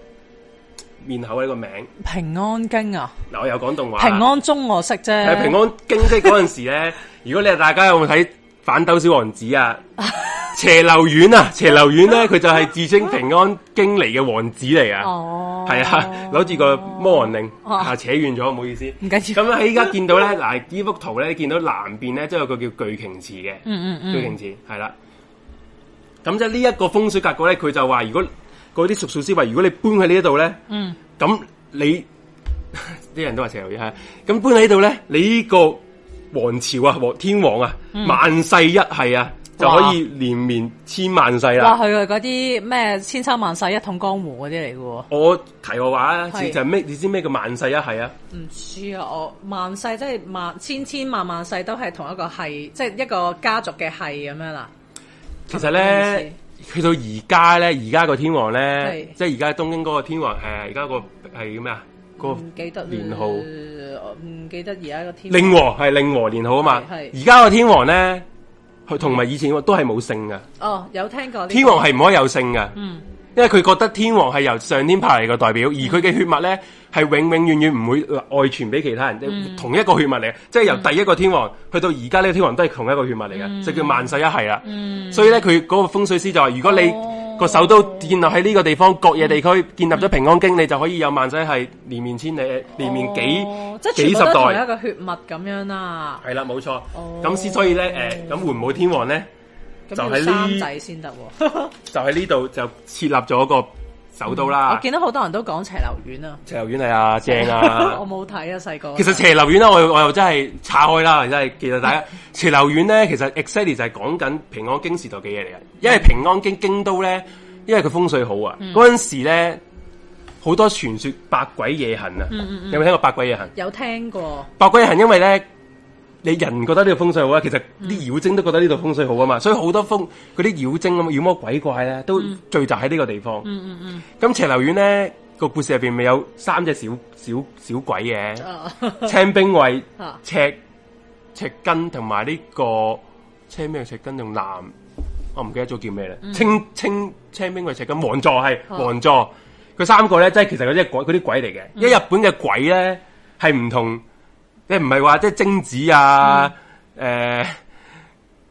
Speaker 1: 面口啊呢個名？
Speaker 2: 嗯，平安京啊，
Speaker 1: 嗱，我又講動畫啦。
Speaker 2: 平安鐘我識啫，
Speaker 1: 係平安京即係嗰陣時咧， 如果你係大家有冇睇《反斗小王子》 啊？斜流院啊，斜流院咧，佢就係自稱平安京嚟嘅王子嚟啊。
Speaker 2: 哦，
Speaker 1: 係啊，攞住個魔王令
Speaker 2: 哦
Speaker 1: 啊，扯遠咗，唔好意思。
Speaker 2: 唔
Speaker 1: 咁
Speaker 2: 緊要，
Speaker 1: 喺依家見到咧，嗱呢幅圖咧，見到南邊咧，即係有個叫巨鯨池嘅，
Speaker 2: 嗯嗯
Speaker 1: 巨
Speaker 2: 嗯，
Speaker 1: 鯨池係啦。咁即係呢一個風水格局咧，佢就話如果嗰啲熟數師話，如果你搬喺呢一度咧，
Speaker 2: 嗯，
Speaker 1: 咁你 啲人都話邪流嘢係，咁
Speaker 2: 嗯
Speaker 1: 搬喺呢度咧，你呢個王朝啊，王天王啊，萬世一系啊，就可以連綿千萬世啦
Speaker 2: 哇！。佢係嗰啲咩千秋萬世一統江湖嗰啲嚟嘅喎。
Speaker 1: 我提個話啊，
Speaker 2: 係
Speaker 1: 就係咩？你知咩叫萬世一系啊？
Speaker 2: 唔知啊，我萬世即係萬千千萬萬世都係同一個系，即係一個家族嘅系咁樣啦。哦
Speaker 1: 其實咧，去到而家咧，而家個天王咧
Speaker 2: 係，
Speaker 1: 即係而家東京嗰個天王，誒而家個係叫咩啊？個
Speaker 2: 唔記得
Speaker 1: 年號
Speaker 2: 我唔記得而家個天
Speaker 1: 令和係令和年號啊嘛。
Speaker 2: 係
Speaker 1: 而家個天王咧，佢同埋以前都係冇姓噶，
Speaker 2: 哦，有聽過呢個
Speaker 1: 天王係唔可以有姓噶，
Speaker 2: 嗯
Speaker 1: 因為佢覺得天王係由上天派嚟嘅代表，而佢嘅血脈咧係永永遠遠唔會外傳俾其他人，
Speaker 2: 嗯
Speaker 1: 同一個血脈嚟嘅，即係由第一個天王去到而家呢個天王都係同一個血脈嚟嘅，就叫萬世一系啦。
Speaker 2: 嗯
Speaker 1: 所以咧，佢嗰個風水師就話：如果你
Speaker 2: 哦
Speaker 1: 個首都建立喺呢個地方，各野地區建立咗平安京，你就可以有萬世系連綿千里，連綿幾、
Speaker 2: 哦即係
Speaker 1: 幾十
Speaker 2: 全部都同
Speaker 1: 代
Speaker 2: 一。個血脈咁樣啦。
Speaker 1: 係啦，冇錯。
Speaker 2: 哦
Speaker 1: 咁之所以咧，誒、咁桓武天王咧
Speaker 2: 咁
Speaker 1: 就
Speaker 2: 要
Speaker 1: 喺呢
Speaker 2: 三仔先得喎。
Speaker 1: 就喺呢度就設立咗個首都啦。
Speaker 2: 嗯我見到好多人都講斜流院啊，
Speaker 1: 斜流啊院係啊，正啊
Speaker 2: 我。冇睇啊，細個。
Speaker 1: 其實斜流院咧，我我又真係岔開啦，真係。其實大家斜流院咧，其實 exactly 就係講緊平安京時代嘅嘢嚟嘅，因為平安京京都咧，因為佢風水好啊，
Speaker 2: 嗯
Speaker 1: 嗰陣、時咧好多傳說百鬼夜行啊，
Speaker 2: 嗯
Speaker 1: 有冇聽過百鬼夜行？
Speaker 2: 有聽過，
Speaker 1: 百鬼夜行因為咧。你人覺得呢度風水好啊，其實啲妖精都覺得呢度風水好啊
Speaker 2: 嗯
Speaker 1: 嘛，所以好多風嗰啲妖精啊、妖魔鬼怪咧，都聚集喺呢個地方。
Speaker 2: 嗯嗯嗯
Speaker 1: 咁斜流院咧個故事入邊咪有三隻小小小鬼嘅，
Speaker 2: 啊，
Speaker 1: 青兵衛、
Speaker 2: 啊
Speaker 1: 赤赤根同埋呢個青咩赤根同藍，我唔記得咗叫咩咧、青青青兵衛赤根王座係
Speaker 2: 嗯哦
Speaker 1: 王座，佢三個咧即係其實嗰啲係鬼嗰啲鬼嚟嘅，因
Speaker 2: 嗯
Speaker 1: 為日本嘅鬼咧係唔同，即係唔係話即係精子啊，誒、誒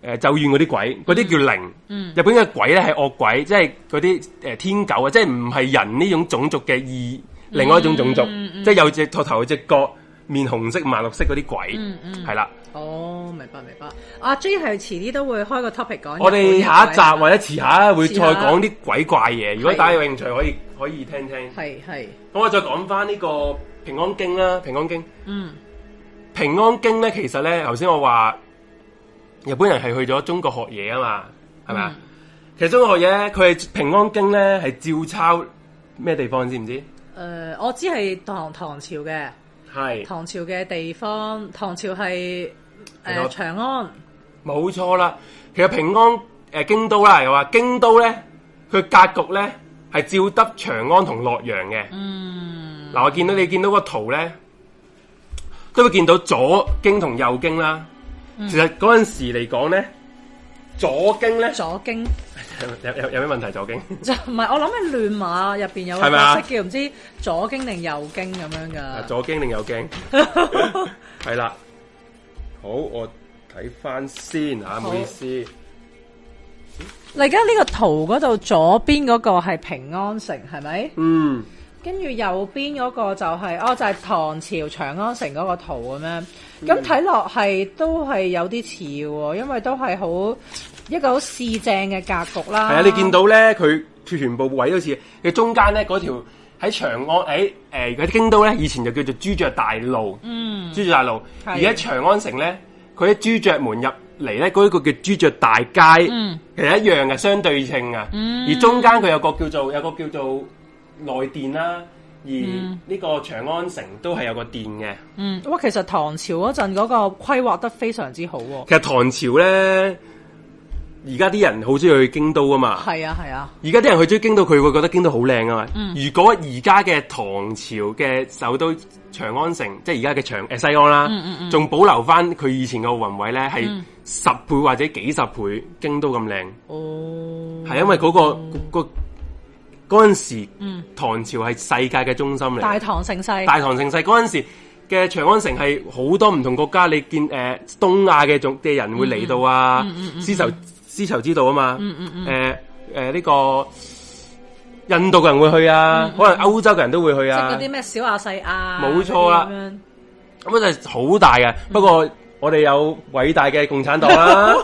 Speaker 1: 呃咒怨嗰啲鬼，嗰啲叫靈。
Speaker 2: 嗯
Speaker 1: 日本嘅鬼咧係惡鬼，即係嗰啲誒天狗啊，即係唔係人呢種種族嘅異另外一種種族，
Speaker 2: 嗯嗯
Speaker 1: 即係有隻個頭有隻角，面紅色、麻綠色嗰啲鬼，係、
Speaker 2: 嗯嗯
Speaker 1: 啦。
Speaker 2: 哦，明白明白。阿 J 係遲啲都會開個 topic 講日本嘅鬼。啊
Speaker 1: 我哋下一集啊或者遲下會再
Speaker 2: 遲下
Speaker 1: 講啲鬼怪嘢，如果
Speaker 2: 係
Speaker 1: 大家有興趣可以可以聽聽。
Speaker 2: 係係，
Speaker 1: 咁我再講翻呢個平安經啦，平安經。
Speaker 2: 嗯
Speaker 1: 平安京咧，其實咧，頭先我話日本人係去咗中國學嘢啊嘛，係咪啊？其實中國學嘢呢，佢係平安京咧係照抄咩地方，你知唔知？
Speaker 2: 誒、呃我只係唐唐朝嘅
Speaker 1: 係
Speaker 2: 唐朝嘅地方，唐朝係誒、
Speaker 1: 係咯
Speaker 2: 長安，
Speaker 1: 冇錯啦。其實平安誒、呃京都啦，又話京都咧，佢格局咧係照得長安同洛陽嘅。
Speaker 2: 嗯
Speaker 1: 嗱，我見到你見到個圖咧，都會見到左京同右京啦。其實嗰陣時嚟講咧，左京咧
Speaker 2: 左京
Speaker 1: 有有有有咩問題？左京？
Speaker 2: 就唔係我諗係亂馬入邊有
Speaker 1: 係
Speaker 2: 個
Speaker 1: 咪啊
Speaker 2: 角色叫唔知左京定右京咁樣
Speaker 1: 啊，
Speaker 2: 㗎。
Speaker 1: 左驚定右 驚？係啦，好，我睇翻先啊吓，唔好意思，
Speaker 2: 嗱而家呢個圖嗰度左邊嗰個係平安城係咪？
Speaker 1: 嗯，
Speaker 2: 跟住右邊嗰個就係、哦，就係、唐朝長安城嗰個圖咁樣。
Speaker 1: 嗯
Speaker 2: 咁睇落係都係有啲似喎，因為都係好一個好市正嘅格局啦。
Speaker 1: 係啊，你見到咧，佢全部位都似，佢中間咧嗰條喺長安喺誒喺京都咧，以前就叫做朱雀大路，
Speaker 2: 嗯
Speaker 1: 朱雀大路，
Speaker 2: 係
Speaker 1: 而喺長安城咧，佢喺朱雀門入嚟咧，嗰、一個叫朱雀大街，
Speaker 2: 嗯
Speaker 1: 其實一樣嘅，相對稱啊，
Speaker 2: 嗯
Speaker 1: 而中間佢有個叫做有個叫做內殿啦，而呢個長安城都係有個殿嘅。
Speaker 2: 嗯，哇！其實唐朝嗰陣嗰個規劃得非常之好喎。
Speaker 1: 其實唐朝咧，而家啲人好中意去京都啊嘛。
Speaker 2: 係啊係啊，
Speaker 1: 而家啲人去中意京都，佢會覺得京都好靚啊嘛。如果而家嘅唐朝嘅首都長安城，即係而家嘅長誒西安啦，仲、保留翻佢以前嘅宏偉咧，係十倍或者幾十倍京都咁靚，係、
Speaker 2: 哦，
Speaker 1: 因為嗰、個個個嗰陣時
Speaker 2: 嗯，
Speaker 1: 唐朝係世界嘅中心嚟。
Speaker 2: 大唐盛世，
Speaker 1: 大唐盛世嗰陣時嘅長安城係好多唔同國家，你見誒、呃、東亞嘅種嘅人會嚟到啊，
Speaker 2: 嗯
Speaker 1: 絲綢絲綢之道啊嘛，誒誒呢個印度嘅人會去啊，可能歐洲嘅人都會去
Speaker 2: 嗯即係
Speaker 1: 啊
Speaker 2: 嗰，啲咩小亞細亞，
Speaker 1: 冇錯啦
Speaker 2: 嗰啲咁樣
Speaker 1: 咁就好大
Speaker 2: 嗯
Speaker 1: 嘅。不過我哋有偉大嘅共產黨 啦，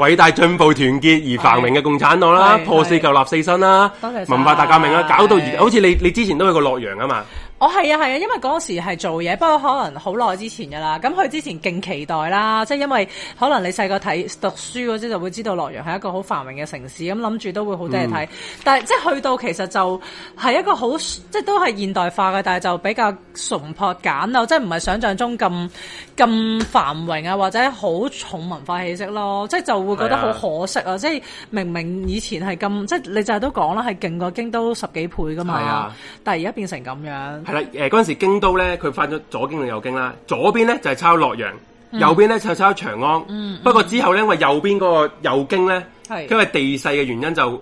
Speaker 1: 偉大進步團結而繁榮嘅共產黨啦，
Speaker 2: 係
Speaker 1: 破四舊立四新啦
Speaker 2: 多謝，晒
Speaker 1: 文化大革命啦，搞到而
Speaker 2: 係
Speaker 1: 好似你你之前都去過洛陽啊嘛，
Speaker 2: 我係啊係啊，因為嗰時係做嘢，不過可能好耐之前噶啦。咁佢之前勁期待啦，即係因為可能你細個睇讀書嗰啲就會知道洛陽係一個好繁榮嘅城市，咁諗住都會好多嘢睇。但係即係去到其實就係一個好即係都係現代化嘅，但係就比較淳樸簡陋，即係唔係想像中咁咁繁榮啊，或者好重文化氣息咯。即係就會覺得好
Speaker 1: 係啊
Speaker 2: 可惜啊！即係明明以前係咁，即係你就係都講啦，係勁過京都十幾倍噶嘛。
Speaker 1: 係啊
Speaker 2: 但係而家變成咁樣。
Speaker 1: 係啦，誒嗰陣時京都咧，佢翻咗左京定右京啦，左邊咧就係、抄洛陽，
Speaker 2: 嗯
Speaker 1: 右邊咧就抄長安。不過之後咧，因為右邊嗰個右京咧，
Speaker 2: 係
Speaker 1: 因為地勢嘅原因就漸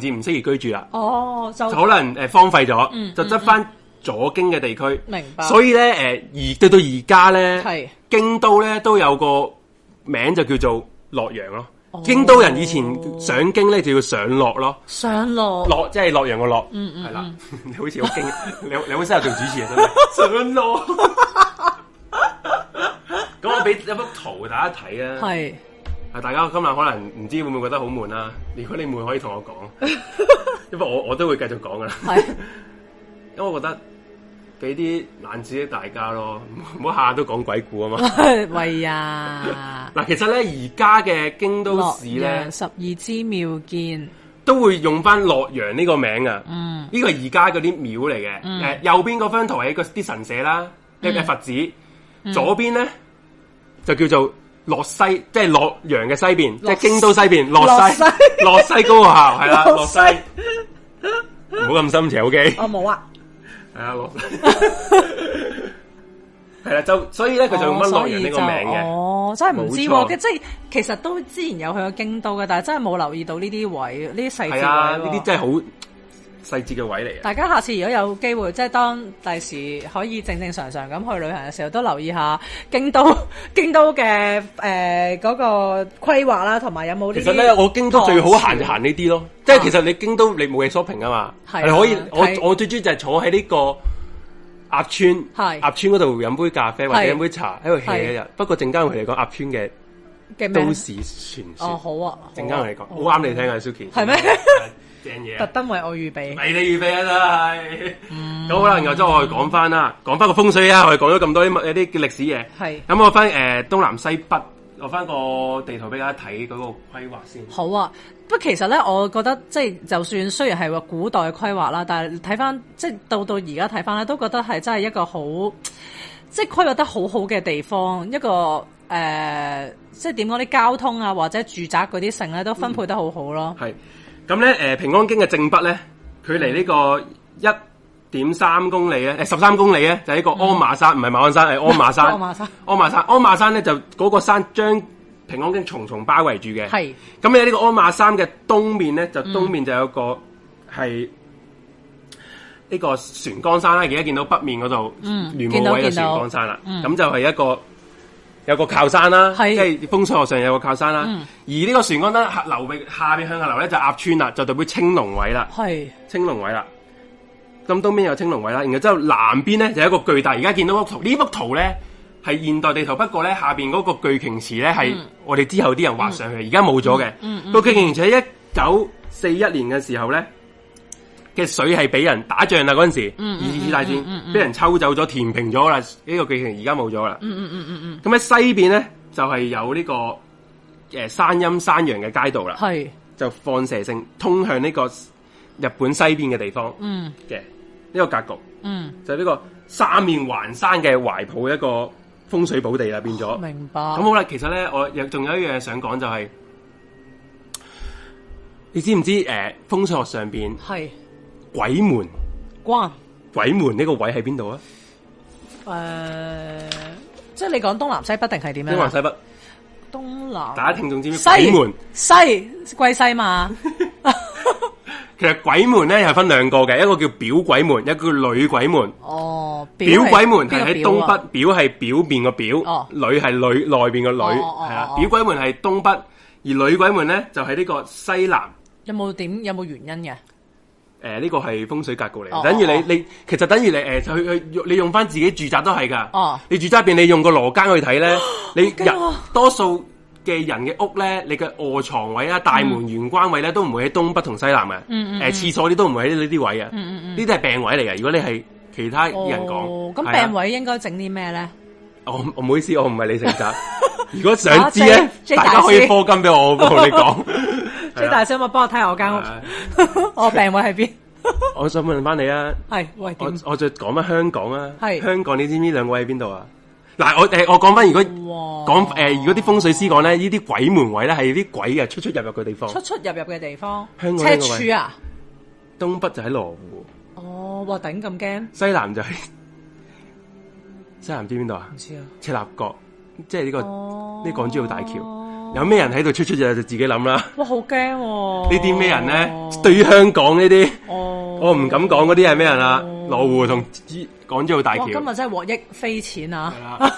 Speaker 1: 漸唔適宜居住啦，
Speaker 2: 哦，就
Speaker 1: 就可能誒、荒廢咗，
Speaker 2: 嗯
Speaker 1: 就執翻左京嘅地區。
Speaker 2: 明白
Speaker 1: 所以咧誒而到到而家咧，
Speaker 2: 係
Speaker 1: 京都咧都有個名就叫做洛陽咯。
Speaker 2: 哦
Speaker 1: 京都人以前上京咧就要上洛咯。
Speaker 2: 上落
Speaker 1: 洛即係洛陽個洛，
Speaker 2: 嗯嗯
Speaker 1: 係啦， 你好似好勁， 你好你好適合做主持啊， 真係上洛。咁我俾一幅圖大家睇啊，
Speaker 2: 係
Speaker 1: 啊大家今晚可能唔知會唔會覺得好悶啦？如果你悶，可以同我 講，因為我我都會繼續講噶啦，
Speaker 2: 係
Speaker 1: 因為我覺得俾啲冷知識大家咯，唔好下下都講鬼故啊嘛。
Speaker 2: 嗯喂呀！
Speaker 1: 嗱，其實咧而家嘅京都
Speaker 2: 洛
Speaker 1: 市咧
Speaker 2: 陽。十二支妙見，
Speaker 1: 都會用翻洛陽呢個名啊。
Speaker 2: 嗯
Speaker 1: 呢個而家嗰啲廟嚟嘅。誒、
Speaker 2: 嗯
Speaker 1: 右邊嗰張圖係個啲神社啦，一嘅佛寺。左邊咧就叫做洛西，即係洛陽嘅西邊，即
Speaker 2: 洛
Speaker 1: 係京都西邊。洛西
Speaker 2: 洛，
Speaker 1: 洛西高校係啦，
Speaker 2: 洛
Speaker 1: 洛
Speaker 2: 西
Speaker 1: 西。 唔好咁深情，OK。
Speaker 2: 我冇啊，
Speaker 1: 係啊， 洛西。係啦，就所以咧，佢就用翻洛陽呢個名嘅。
Speaker 2: 哦，所以就哦真係唔知
Speaker 1: 冇錯
Speaker 2: 喎，即係其實都之前有去過京都嘅，但係真係冇留意到呢啲位，呢啲細節
Speaker 1: 係啊，呢
Speaker 2: 位喎
Speaker 1: 啲真係好細節嘅位嚟嘅。
Speaker 2: 大家下次如果有機會，即係當第時可以正正常常咁去旅行嘅時候，都留意下京都 京都嘅誒嗰個規劃啦，同埋有冇呢
Speaker 1: 其
Speaker 2: 啲
Speaker 1: 實咧，我京都最好行就
Speaker 2: 唐朝啊
Speaker 1: 行呢啲咯，即係其實你京都你冇嘢 shopping 啊嘛，
Speaker 2: 係啊
Speaker 1: 你可以
Speaker 2: 睇
Speaker 1: 我我最中意就係坐喺呢個鴨村，
Speaker 2: 係
Speaker 1: 鴨村嗰度飲杯咖啡或者
Speaker 2: 係
Speaker 1: 飲杯茶喺度 hea 一日。不過陣間我同你講鴨村嘅
Speaker 2: 嘅咩
Speaker 1: 都市傳
Speaker 2: 哦，
Speaker 1: 說，
Speaker 2: 好啊，
Speaker 1: 陣間我同你
Speaker 2: 好啊
Speaker 1: 講，好啱你聽啊，Suki
Speaker 2: 係咩
Speaker 1: 正嘢
Speaker 2: 特
Speaker 1: 啊，
Speaker 2: 登為我預備。
Speaker 1: 俾你預備啊真係。
Speaker 2: 嗯
Speaker 1: 咁好啦，然後之後我哋講翻啦，講翻個風水啊，我哋講咗咁多啲物啲歷史嘢，
Speaker 2: 係
Speaker 1: 咁我翻誒東南西北，我翻個地圖俾大家睇嗰個規劃先。
Speaker 2: 好啊，不過其實咧，我覺得即係就算雖然係話古代嘅規劃啦，但係睇翻即係到到而家睇翻咧，都覺得係真係一個好即係規劃得好好嘅地方，一個誒、呃即係點講啲交通啊或者住宅嗰啲性咧都分配得好好咯。
Speaker 1: 系咁咧，诶、平安京嘅正北咧，距離呢個一點三公里咧，呃诶，十三公里咧，就係呢個鞍馬山，唔係馬鞍山，係鞍馬山。
Speaker 2: 嗯 鞍馬山，
Speaker 1: 鞍馬山，鞍馬山咧就嗰、個山將平安京重重包圍住嘅。
Speaker 2: 係
Speaker 1: 咁喺呢個鞍馬山嘅東面咧，就東面就有
Speaker 2: 嗯
Speaker 1: 個係呢個船江山啦，而家見到北面嗰度，
Speaker 2: 嗯
Speaker 1: 聯
Speaker 2: 見
Speaker 1: 武
Speaker 2: 到
Speaker 1: 位嘅
Speaker 2: 見
Speaker 1: 船
Speaker 2: 到
Speaker 1: 江山啦，
Speaker 2: 嗯
Speaker 1: 咁、就係一個有個靠山啦，即
Speaker 2: 係
Speaker 1: 係風水學上有個靠山啦。
Speaker 2: 嗯
Speaker 1: 而呢個船江山下流域下面向下流咧就鴨川啦，就代表青龍位啦，
Speaker 2: 係
Speaker 1: 青龍位啦。咁東邊有青龍位啦，然後之後南邊咧就有一個巨大，而家見到幅圖，呢幅圖咧係現代地圖，不過咧下面嗰個巨鯨池咧係
Speaker 2: 嗯
Speaker 1: 我哋之後啲人畫上去，而家冇咗嘅。
Speaker 2: 嗯嗯
Speaker 1: 個巨鯨池喺一九四一年嘅時候咧嘅水係俾人打仗啦嗰陣時，
Speaker 2: 嗯嗯
Speaker 1: 二次大
Speaker 2: 嗯嗯嗯
Speaker 1: 戰俾人抽走咗、填平咗啦，呢、個巨鯨而家冇咗啦。
Speaker 2: 嗯嗯嗯嗯嗯
Speaker 1: 咁喺西邊咧就係、有呢、個呃山陰山陽嘅街道啦，
Speaker 2: 係
Speaker 1: 就放射性通向呢個日本西邊嘅地方
Speaker 2: 嗯
Speaker 1: 嘅呢個格局，
Speaker 2: 嗯
Speaker 1: 就係呢個三面環山嘅懷抱一個風水寶地啦，變咗。
Speaker 2: 哦明白。
Speaker 1: 哦咁好啦，其實咧，我有仲有一樣嘢想講就係、你知唔知誒、呃、風水學上邊
Speaker 2: 係
Speaker 1: 鬼門
Speaker 2: 關
Speaker 1: 鬼門呢個位喺邊度啊？
Speaker 2: 誒、呃即係你講東南西北定係點
Speaker 1: 東
Speaker 2: 樣
Speaker 1: 南
Speaker 2: 啊？
Speaker 1: 西北，
Speaker 2: 東南
Speaker 1: 大家聽眾知唔知
Speaker 2: 西
Speaker 1: 鬼門？
Speaker 2: 西歸 西嘛，
Speaker 1: 其實鬼門咧係分兩個嘅，一個叫表鬼門，一個叫女鬼門。
Speaker 2: 哦，
Speaker 1: 表
Speaker 2: 係
Speaker 1: 鬼門係
Speaker 2: 邊個
Speaker 1: 喺
Speaker 2: 表
Speaker 1: 東
Speaker 2: 啊
Speaker 1: 北，表係表面個表
Speaker 2: 哦，
Speaker 1: 女係女內面個女，
Speaker 2: 哦哦哦
Speaker 1: 係啦
Speaker 2: 哦。
Speaker 1: 表鬼門係東北，而女鬼門咧就喺呢個西南。
Speaker 2: 有冇點有冇原因嘅？
Speaker 1: 誒呢個係風水格局嚟
Speaker 2: 哦
Speaker 1: 嘅，等於
Speaker 2: 哦哦
Speaker 1: 你你其實等於你誒就去去你用翻自己住宅都係㗎
Speaker 2: 哦。
Speaker 1: 你住宅入邊你用個羅間去睇 咧，你
Speaker 2: 驚
Speaker 1: 人
Speaker 2: 啊
Speaker 1: 多數嘅人嘅屋咧，你嘅卧床位啊、大門玄關位咧都唔會喺東北同西南嘅。
Speaker 2: 嗯
Speaker 1: 呃
Speaker 2: 嗯嗯嗯
Speaker 1: 誒廁所啲都唔會喺呢啲位啊。
Speaker 2: 嗯嗯嗯
Speaker 1: 呢啲係病位嚟嘅。如果你係其他人
Speaker 2: 哦
Speaker 1: 講。
Speaker 2: 咁
Speaker 1: 係啊
Speaker 2: 病位應該整啲咩咧？
Speaker 1: 我我唔好意思，我唔係李成 澤。如果想知咧
Speaker 2: 啊，，J- J
Speaker 1: 大家可
Speaker 2: 大
Speaker 1: 以
Speaker 2: 師
Speaker 1: 科金俾我，我同你 講。啊
Speaker 2: 即係大聲，咪幫我睇下我間
Speaker 1: 係
Speaker 2: 屋，
Speaker 1: 啊
Speaker 2: 我病位喺邊？
Speaker 1: 我想問翻你啊，
Speaker 2: 係喂
Speaker 1: 我
Speaker 2: 點？
Speaker 1: 我再講翻香港啊，
Speaker 2: 係
Speaker 1: 香港，你知唔知兩個位喺邊度啊？嗱，我誒、我講翻，如果
Speaker 2: 哇
Speaker 1: 講誒、如果啲風水師講咧，呢啲鬼門位咧係啲鬼嘅出出入入嘅地方。
Speaker 2: 出出入入嘅地方，
Speaker 1: 香港呢
Speaker 2: 赤
Speaker 1: 個位
Speaker 2: 柱啊？
Speaker 1: 東北就喺羅湖，
Speaker 2: 哦，哇頂咁驚，唔
Speaker 1: 西南就喺 西南知邊度啊？
Speaker 2: 知啊。
Speaker 1: 赤鱲角，即係呢、個呢、
Speaker 2: 哦
Speaker 1: 港珠澳大橋。有咩人喺度出出入入就自己諗啦。
Speaker 2: 哇，好驚喎！
Speaker 1: 呢啲咩人咧？對於香港呢啲，
Speaker 2: 哦，
Speaker 1: 我唔敢講嗰啲係咩人啦。
Speaker 2: 哦
Speaker 1: 羅湖同港珠澳大橋。
Speaker 2: 哇，今日真係獲益匪 淺啊！
Speaker 1: 係啦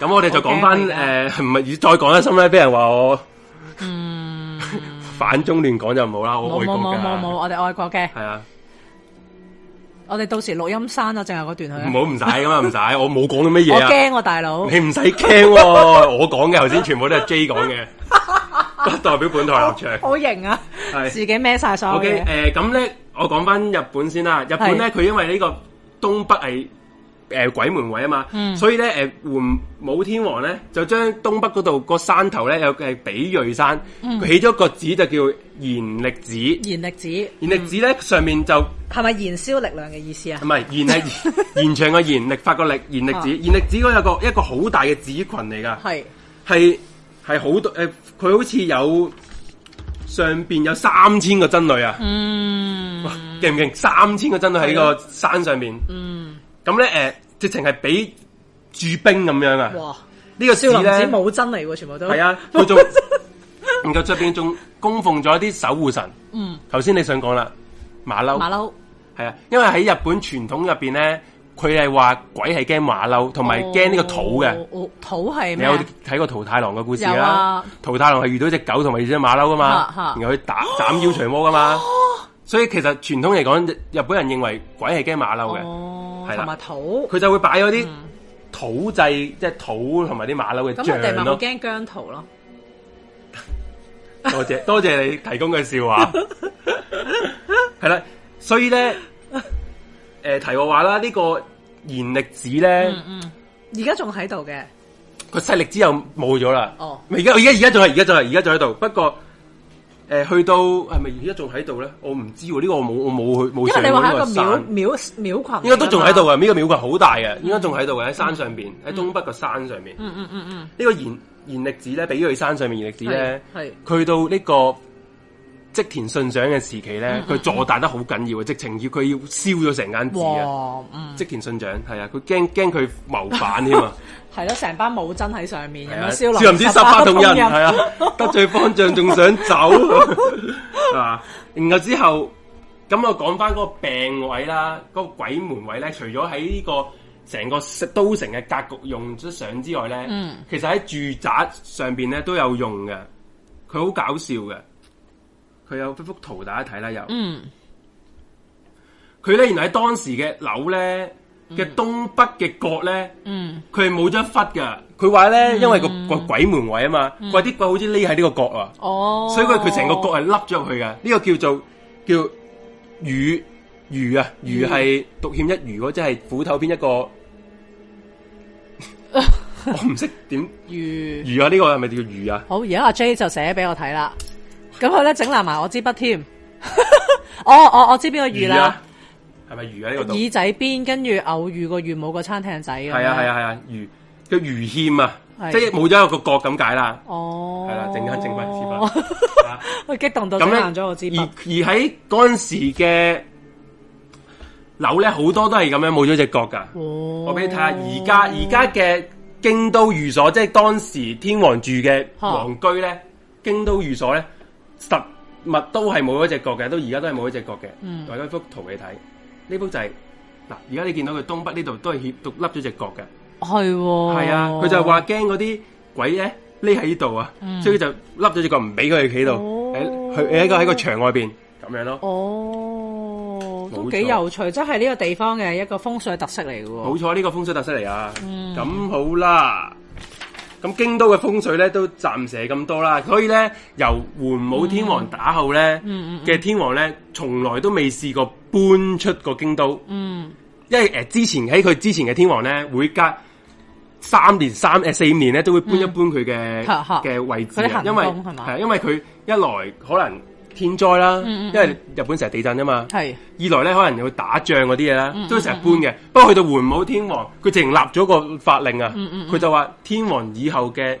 Speaker 1: 咁我哋就講翻
Speaker 2: 我驚啊
Speaker 1: 誒，唔係再講一心咧，俾人話我嗯反中亂講就唔好啦，我
Speaker 2: 冇
Speaker 1: 愛
Speaker 2: 冇
Speaker 1: 國
Speaker 2: 冇冇冇，
Speaker 1: 㗎，
Speaker 2: 我哋愛國嘅，
Speaker 1: 係啊，
Speaker 2: 我哋到時錄音刪咗，淨係嗰
Speaker 1: 唔
Speaker 2: 段佢。
Speaker 1: 好唔使咁啊，唔使，我冇講啲乜
Speaker 2: 我
Speaker 1: 嘢啊，
Speaker 2: 驚喎，大佬，
Speaker 1: 你唔使驚喎，我講嘅頭先全部都係 J 講嘅，不代表本台立場。
Speaker 2: 好型啊！
Speaker 1: 係
Speaker 2: 自己孭晒所有
Speaker 1: OK，誒
Speaker 2: 嘢。
Speaker 1: 咁咧，我講翻日本先啦，日本咧佢因為呢個東北係。誒、鬼門位啊嘛，
Speaker 2: 嗯
Speaker 1: 所以咧誒桓武天王咧就將東北嗰度個山頭咧有誒比叡山，佢、起咗個寺就叫延曆寺，
Speaker 2: 燃力子
Speaker 1: 延曆寺咧上面就唔
Speaker 2: 係咪燃燒力量嘅意思啊？
Speaker 1: 係延係延長個延，曆法個曆，延曆寺，
Speaker 2: 啊
Speaker 1: 延曆寺嗰有個一個好大嘅寺群嚟㗎，
Speaker 2: 係
Speaker 1: 係係好多誒，佢、好似有上邊有三千個僧侶啊，
Speaker 2: 嗯啊
Speaker 1: 哇勁唔勁？三千個僧侶喺個山上面，
Speaker 2: 嗯，
Speaker 1: 咁咧誒直情係俾駐兵咁樣啊！
Speaker 2: 哇！
Speaker 1: 呢個
Speaker 2: 少
Speaker 1: 寺
Speaker 2: 林寺
Speaker 1: 咧
Speaker 2: 冇真嚟喎，全部都
Speaker 1: 係 啊，佢仲唔夠出邊仲供奉咗一啲守護神。
Speaker 2: 嗯
Speaker 1: 頭先你想講啦，馬
Speaker 2: 馬
Speaker 1: 騮
Speaker 2: 騮
Speaker 1: 係啊，因為喺日本傳統入邊咧，佢係話鬼係驚馬騮，同埋驚呢個土嘅。
Speaker 2: 哦哦土係
Speaker 1: 你
Speaker 2: 咩
Speaker 1: 有
Speaker 2: 啊？
Speaker 1: 睇過桃太郎嘅故事
Speaker 2: 有
Speaker 1: 啦
Speaker 2: 啊？
Speaker 1: 桃太郎係遇到隻狗同埋遇到隻馬騮噶嘛
Speaker 2: 嚇嚇，
Speaker 1: 然後佢打
Speaker 2: 哦
Speaker 1: 斬妖除魔噶嘛。所以其實傳統嚟講，日本人認為鬼係驚馬騮嘅，
Speaker 2: 哦，
Speaker 1: 係啦
Speaker 2: 同埋土。
Speaker 1: 佢就會擺咗啲土製，即係土同埋啲馬騮嘅
Speaker 2: 咁佢哋咪
Speaker 1: 像
Speaker 2: 好
Speaker 1: 咯。
Speaker 2: 驚姜圖咯。
Speaker 1: 多謝多謝你提供嘅笑 話，係啦，所以咧，诶、提我話啦，呢、個延力子咧，
Speaker 2: 嗯嗯，而家仲喺度嘅。
Speaker 1: 個勢力子又冇咗啦。
Speaker 2: 哦
Speaker 1: 咪而家而家而家仲係，而家仲係，而家仲喺度。不過诶、誒去到係咪而家仲喺度咧？我唔知喎，呢、個我冇我冇去冇
Speaker 2: 因
Speaker 1: 上
Speaker 2: 為你
Speaker 1: 過
Speaker 2: 話
Speaker 1: 呢
Speaker 2: 係一個
Speaker 1: 個
Speaker 2: 廟啊
Speaker 1: 山。
Speaker 2: 廟廟群嚟㗎嘛，
Speaker 1: 應該都仲喺度啊嘅，呢、個廟群好大嘅，應該仲喺度嘅，喺山上邊，喺東北個山上面。呢、
Speaker 2: 嗯。嗯嗯嗯
Speaker 1: 個延延力子咧，比佢山上面延力子
Speaker 2: 嗯，
Speaker 1: 咧。
Speaker 2: 係
Speaker 1: 去到呢個織田信長嘅時期咧，
Speaker 2: 嗯
Speaker 1: 佢坐大得好緊要啊！直情要佢要燒咗成間
Speaker 2: 係
Speaker 1: 寺啊！
Speaker 2: 哇，嗯，
Speaker 1: 織田信長係啊，佢驚驚佢謀反添啊！
Speaker 2: 係咯，成班武僧喺上面，
Speaker 1: 係
Speaker 2: 咁
Speaker 1: 啊
Speaker 2: 樣
Speaker 1: 少
Speaker 2: 少
Speaker 1: 林寺十八銅人係啊，得罪方丈仲想 走係嘛？然後之後咁我講翻嗰個病位啦，嗰、個鬼門位咧，除咗喺呢個成個都城嘅格局用咗上之外咧，
Speaker 2: 嗯
Speaker 1: 其實喺住宅上邊咧都有用嘅，佢好搞笑嘅，佢有幅圖大家睇啦，有
Speaker 2: 嗯，
Speaker 1: 佢咧原來喺當時嘅樓咧嘅東北嘅角咧。
Speaker 2: 嗯，
Speaker 1: 佢係冇咗一忽噶。佢話咧，因為個個鬼門位啊嘛，怪啲鬼好似匿喺呢個角啊，
Speaker 2: 嗯哦，
Speaker 1: 所以佢佢成個角係凹咗入去嘅。呢、個叫做叫魚魚啊，
Speaker 2: 嗯
Speaker 1: 魚係獨欠一魚嗰，即係斧頭邊一個。 我唔識點
Speaker 2: 魚
Speaker 1: 魚啊！呢、個係咪叫魚啊？
Speaker 2: 好，而家阿 J 就寫俾我睇啦，咁佢咧整爛埋我支筆添， 我我我知邊個魚
Speaker 1: 魚啊
Speaker 2: 啦，，
Speaker 1: 係咪魚啊？呢個度
Speaker 2: 耳仔邊跟住偶遇個魚母個餐廳仔咁樣，
Speaker 1: 係啊係啊係啊，魚叫魚欠啊，
Speaker 2: 係
Speaker 1: 即係冇咗一個角咁解 啦。
Speaker 2: 哦，
Speaker 1: 係啦陣間整返支
Speaker 2: 筆
Speaker 1: 啊
Speaker 2: 我激動到整
Speaker 1: 咁咧，
Speaker 2: 爛咗我支
Speaker 1: 而
Speaker 2: 筆，
Speaker 1: 而喺嗰陣時嘅樓咧，好多都係咁樣冇咗只角噶。
Speaker 2: 我
Speaker 1: 我俾你睇下，而家而家嘅京都御所，即係當時天皇住嘅皇居
Speaker 2: 哦
Speaker 1: 咧，京都御所咧，實物都係冇咗只角嘅，都而家都係冇咗只角嘅。
Speaker 2: 嗯
Speaker 1: 我有一幅圖你睇，呢幅就係、嗱，而家你見到佢東北呢度都係欠獨凹咗只角嘅，
Speaker 2: 係喎，
Speaker 1: 係、啊，佢就話驚嗰啲鬼咧匿喺呢度啊，
Speaker 2: 嗯
Speaker 1: 所以就凹咗只角唔俾佢哋企度，
Speaker 2: 哦
Speaker 1: 喺佢喺個喺個牆外邊咁樣咯。
Speaker 2: 哦，都
Speaker 1: 冇
Speaker 2: 幾
Speaker 1: 錯
Speaker 2: 有趣，真係呢個地方嘅一個風水特色嚟嘅喎。
Speaker 1: 冇錯，呢、個風水特色嚟啊！
Speaker 2: 嗯
Speaker 1: 咁、好啦，咁京都嘅風水咧都暫時係咁多啦，所以咧由桓武天皇打後咧嘅、
Speaker 2: 嗯嗯嗯
Speaker 1: 天皇咧，從來都未試過搬出過京都，
Speaker 2: 嗯，
Speaker 1: 一因為诶、呃之前喺佢之前嘅天王咧，會隔三年三诶、四五年咧都會搬一搬佢嘅
Speaker 2: 嗯嚇嚇
Speaker 1: 嘅位置
Speaker 2: 嗰啲
Speaker 1: 啊，
Speaker 2: 行
Speaker 1: 因為
Speaker 2: 宮係嘛
Speaker 1: 係啊因為佢一來可能天災啦，
Speaker 2: 嗯嗯嗯
Speaker 1: 因為日本成日地震啊嘛，
Speaker 2: 係
Speaker 1: 二來咧可能要打仗嗰啲嘢
Speaker 2: 嗯
Speaker 1: 啦，都成日搬嘅。不過去到桓武天皇，佢直情立咗個法令啊，佢、
Speaker 2: 嗯
Speaker 1: 就話天皇以後嘅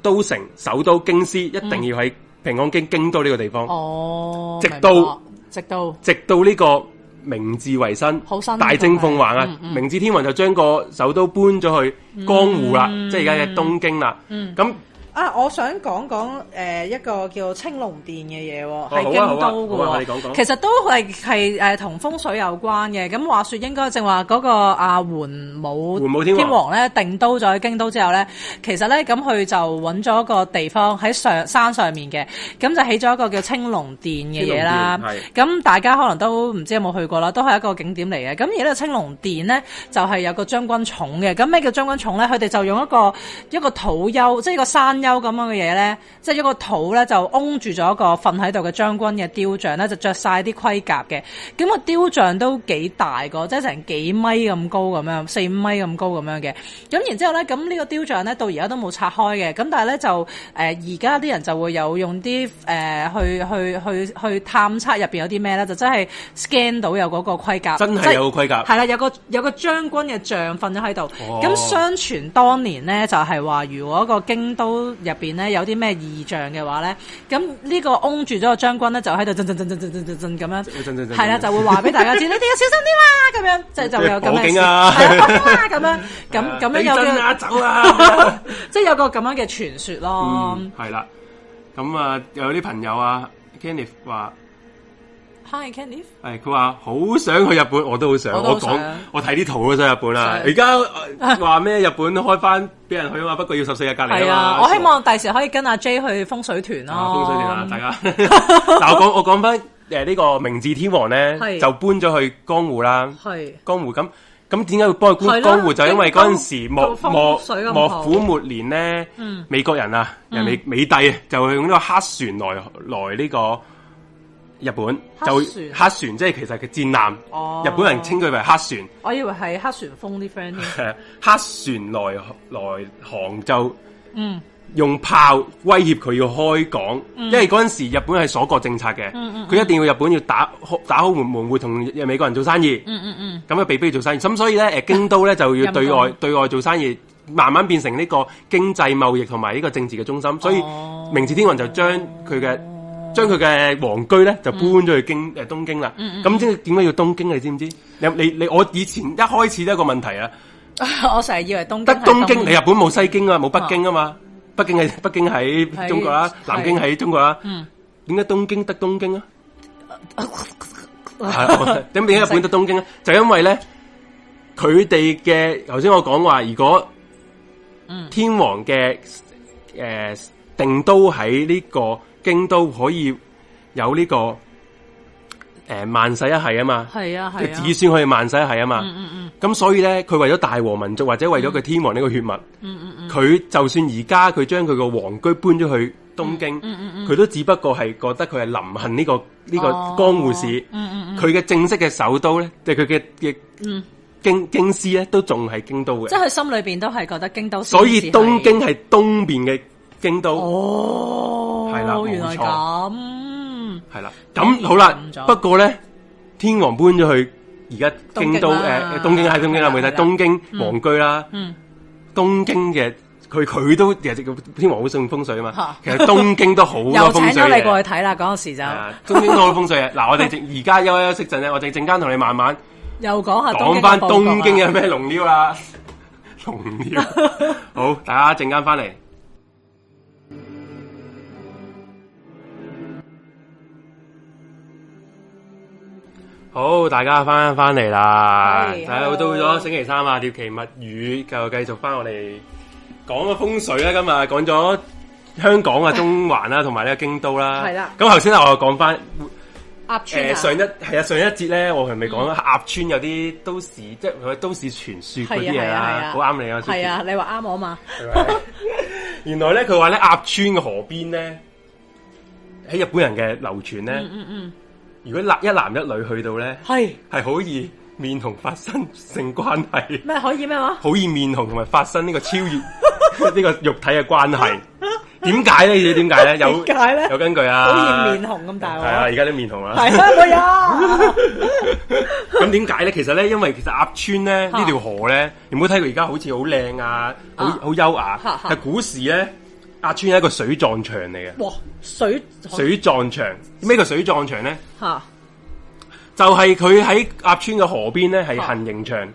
Speaker 1: 都城首都京師一定要喺平安京京都呢個地方，
Speaker 2: 哦，
Speaker 1: 直
Speaker 2: 明
Speaker 1: 到
Speaker 2: 白直到
Speaker 1: 直到呢個明治維新，
Speaker 2: 好新
Speaker 1: 大政奉還啊！
Speaker 2: 嗯嗯
Speaker 1: 明治天皇就將個首都搬咗去江湖啦，
Speaker 2: 嗯
Speaker 1: 即係而家嘅東京啦。咁
Speaker 3: 啊，我想講講
Speaker 2: 呃
Speaker 3: 誒一個叫青龍殿嘅嘢喎，
Speaker 2: 係
Speaker 1: 好啊
Speaker 2: 京
Speaker 1: 好啊
Speaker 2: 都
Speaker 1: 好啊我
Speaker 2: 嘅
Speaker 1: 哋講
Speaker 2: 喎，
Speaker 1: 講
Speaker 2: 其實都係係誒同風水有關嘅。咁話說應該正話嗰個阿桓武
Speaker 1: 桓武天王
Speaker 2: 咧定都咗喺京都之後咧，其實咧咁佢就揾咗個地方喺上山上面嘅，咁就起咗一個叫青龍殿嘅嘢啦
Speaker 1: 青龍殿。
Speaker 2: 咁大家可能都唔知有冇去過啦，都係一個景點嚟嘅。咁而呢個青龍殿咧就係、有個將軍冢嘅。咁咩叫將軍冢咧？佢哋就用一個一個土丘，即係一個山丘咁樣嘅嘢咧，即係一個土咧就擁住咗一個瞓喺度嘅將軍嘅雕像咧，就着晒啲盔甲嘅。咁、個雕像都幾大個，即係成幾米咁高咁樣，四五米咁高咁樣嘅。咁然之後咧，咁呢個雕像咧到而家都冇拆開嘅。咁但係咧就誒而家啲人就會有用啲誒、呃去去去去探測入邊有啲咩咧，就真係 scan 到有嗰個盔甲，
Speaker 1: 真
Speaker 2: 即
Speaker 1: 係有個盔甲，
Speaker 2: 係啦，有個有個將軍嘅像瞓咗喺度。
Speaker 1: 哦
Speaker 2: 咁、相傳當年呢，就係、話，如果個京都入邊呢有啲咩異象嘅話呢，咁呢個擁住咗個將軍呢，就喺度震震震震震震震震咁樣，
Speaker 1: 震震震震
Speaker 2: 係啦，就會話俾大家知，你哋要小心啲啦，咁樣就就會有咁
Speaker 1: 報
Speaker 2: 嘅
Speaker 1: 警
Speaker 2: 事，
Speaker 1: 啊
Speaker 2: 係啦報警啊咁樣，咁咁樣有
Speaker 1: 地震啊
Speaker 2: 嘅，
Speaker 1: 走 啊！
Speaker 2: 即係有個咁樣嘅傳說咯。
Speaker 1: 嗯，係啦。咁啊，有啲朋友啊，Kenneth 話。
Speaker 2: Hi Candy，
Speaker 1: 系佢話好想去日本，我都好想。
Speaker 2: 我都好
Speaker 1: 我
Speaker 2: 想
Speaker 1: 講我睇啲圖都想日本啦。
Speaker 2: 想
Speaker 1: 而家呃話咩日本開翻俾人去啊嘛，不過要十四日隔離
Speaker 2: 係
Speaker 1: 啊
Speaker 2: 啊，
Speaker 1: 嘛。
Speaker 2: 我希望第時可以跟阿 J 去風水團咯，
Speaker 1: 啊風水團啊，大家。 嗱， 我講我講翻誒呢個明治天皇咧，
Speaker 2: 係
Speaker 1: 就搬咗去江戶啦。
Speaker 2: 係。
Speaker 1: 江湖咁咁點解會幫佢
Speaker 2: 係
Speaker 1: 搬
Speaker 2: 啦
Speaker 1: 江湖？就因為嗰陣時幕
Speaker 2: 江
Speaker 1: 幕
Speaker 2: 江水咁
Speaker 1: 幕
Speaker 2: 好嗯
Speaker 1: 府末年咧，美國人啊，人美美帝啊，就用呢個黑船來來呢個日本，就
Speaker 2: 黑
Speaker 1: 黑船即係其實嘅戰艦，
Speaker 2: 哦
Speaker 1: 日本人稱佢為黑船。
Speaker 2: 我以為係黑旋風啲 friend 添。
Speaker 1: 誒呃黑船來來杭州，
Speaker 2: 嗯，
Speaker 1: 用炮威脅佢要開港，因為嗰陣時日本係鎖國政策嘅，佢、
Speaker 2: 嗯
Speaker 1: 一定要日本要打開打開門門户同美國人做生意，
Speaker 2: 嗯嗯嗯，
Speaker 1: 咁啊被逼做生意，咁所以咧，誒京都咧就要 對外
Speaker 2: 陰公
Speaker 1: 對外做生意，慢慢變成呢個經濟貿易同埋呢個政治嘅中心，所以
Speaker 2: 哦
Speaker 1: 明治天皇就將佢嘅將佢嘅皇居咧就搬咗
Speaker 2: 嗯
Speaker 1: 去京誒、東京啦。咁即係點解叫東京啊？你知唔知？你你你我以前一開始都有一個問題啊，
Speaker 2: 我成日以為東京
Speaker 1: 得
Speaker 2: 係
Speaker 1: 東京，你日本冇西京啊，冇北京啊嘛。北京喺 北京喺
Speaker 2: 喺
Speaker 1: 中國啦，南京喺中國啦。
Speaker 2: 嗯
Speaker 1: 點解東京得東 京啊？係 點解日本得東京咧？就因為咧，佢哋嘅頭先我講話，如果
Speaker 2: 嗯
Speaker 1: 天皇嘅誒、呃定都喺呢個京都，可以有呢、個誒、呃、萬世一系啊嘛，
Speaker 2: 係啊
Speaker 1: 即
Speaker 2: 係啊，
Speaker 1: 係子孫可以萬世一系啊嘛。
Speaker 2: 嗯嗯嗯
Speaker 1: 咁所以咧，佢為咗大和民族或者為咗佢天皇呢個血脈，
Speaker 2: 嗯嗯嗯，
Speaker 1: 佢、就算而家佢將佢個皇居搬咗去東
Speaker 2: 嗯
Speaker 1: 京，佢、都只不過係覺得佢係臨幸呢、個呢、個
Speaker 2: 哦
Speaker 1: 江戶市。
Speaker 2: 嗯嗯
Speaker 1: 佢嘅正式嘅首都咧，即係佢嘅嘅
Speaker 2: 嗯，
Speaker 1: 京京師咧，都仲係京都
Speaker 2: 即
Speaker 1: 嘅。
Speaker 2: 係佢心裏邊都係覺得京都先
Speaker 1: 所以
Speaker 2: 至係
Speaker 1: 東京係東邊嘅京都，
Speaker 2: 哦，
Speaker 1: 係啦冇錯
Speaker 2: 原來咁，
Speaker 1: 係啦。咁好啦
Speaker 2: 嗯，
Speaker 1: 不過咧，天皇搬咗去而家京都
Speaker 2: 東京
Speaker 1: 誒
Speaker 2: 啦
Speaker 1: 東京喺東京啦，咪就
Speaker 2: 係啦
Speaker 1: 係東京皇居啦。
Speaker 2: 嗯，
Speaker 1: 東京嘅佢佢都其實天皇好信風水啊嘛
Speaker 2: 嚇，
Speaker 1: 其實東京都好多
Speaker 2: 又請
Speaker 1: 風水
Speaker 2: 咗你
Speaker 1: 嘅
Speaker 2: 過，去睇啦，嗰陣時就
Speaker 1: 係啊東京都好多風水嘅。嗱，我哋正而家休一休息陣咧，我哋陣間同你慢慢
Speaker 2: 又講下
Speaker 1: 講翻東
Speaker 2: 東
Speaker 1: 京
Speaker 2: 嘅報告啊
Speaker 1: 有咩龍料啦，龍料。好，大家陣間翻嚟。好，大家翻翻嚟啦，
Speaker 2: 係
Speaker 1: 大家
Speaker 2: hello
Speaker 1: 到咗星期三啊，獵奇物語就繼續翻我哋講個風水啦，今日講咗香港啊、中環啦，同埋呢個京都啦，
Speaker 3: 係啦
Speaker 1: 咁頭先啊，我又講翻
Speaker 2: 啊，鴨嗯
Speaker 1: 誒、
Speaker 2: 川啊
Speaker 1: 上一係啊上一節咧，我係咪講鴨村有啲都市，即係佢都市傳說嗰啲嘢
Speaker 2: 係啊係
Speaker 1: 啦
Speaker 2: 啊，
Speaker 1: 好啱你啊！
Speaker 2: 係啊，你話啱我嘛？
Speaker 1: Suki，係咪， 原來咧佢話咧鴨村嘅河邊咧，喺日本人嘅流傳咧，
Speaker 2: 嗯嗯，
Speaker 1: 如果男一男一女去到咧，
Speaker 2: 係
Speaker 1: 係好易面紅發生性關係，
Speaker 3: 咩可以咩話？
Speaker 1: 好易面紅同埋發生呢個超 越呢個肉體嘅關係。點解咧？你點解咧？有
Speaker 3: 點解呢
Speaker 1: 有根據啊！
Speaker 3: 好易面紅咁大
Speaker 1: 係啊！
Speaker 3: 鑊，
Speaker 1: 而家都面紅啦。
Speaker 3: 係啊，哎呀，
Speaker 1: 咁點解咧？其實咧，因為其實鴨川咧呢條河咧，你唔好睇佢而家好似好靚啊，好
Speaker 2: 啊
Speaker 1: 好優雅。
Speaker 2: 嚇嚇
Speaker 1: 但古時咧，鴨川係一個水葬場嚟嘅。
Speaker 2: 哇
Speaker 3: 水
Speaker 1: 水葬場咩叫水葬場咧？
Speaker 2: 吓
Speaker 1: 就係佢喺鴨川嘅河邊咧，係
Speaker 2: 啊
Speaker 1: 行刑 場，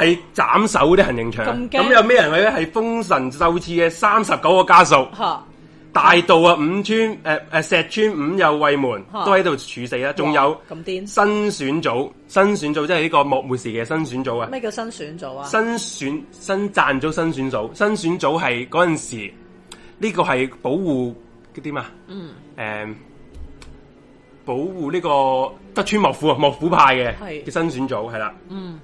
Speaker 1: 係斬首嗰啲行刑場。啊
Speaker 2: 咁
Speaker 1: 咁
Speaker 2: 驚
Speaker 1: 有咩人去咧？係封神受賜嘅三十九個家屬，
Speaker 2: 吓
Speaker 1: 大道啊五村誒誒石村五右衛門
Speaker 2: 啊
Speaker 1: 都喺度處死啦。仲有
Speaker 3: 咁癲，
Speaker 1: 新選組，新選組即係呢個幕末時嘅新選組啊。
Speaker 3: 咩叫新選組啊？
Speaker 1: 新選新贊組新選組，新選組係嗰陣時呢、個係保護嗰啲嘛？嗯，誒、保護呢個德川幕府啊，幕府派嘅
Speaker 3: 係
Speaker 1: 嘅新選組係啦。嗯，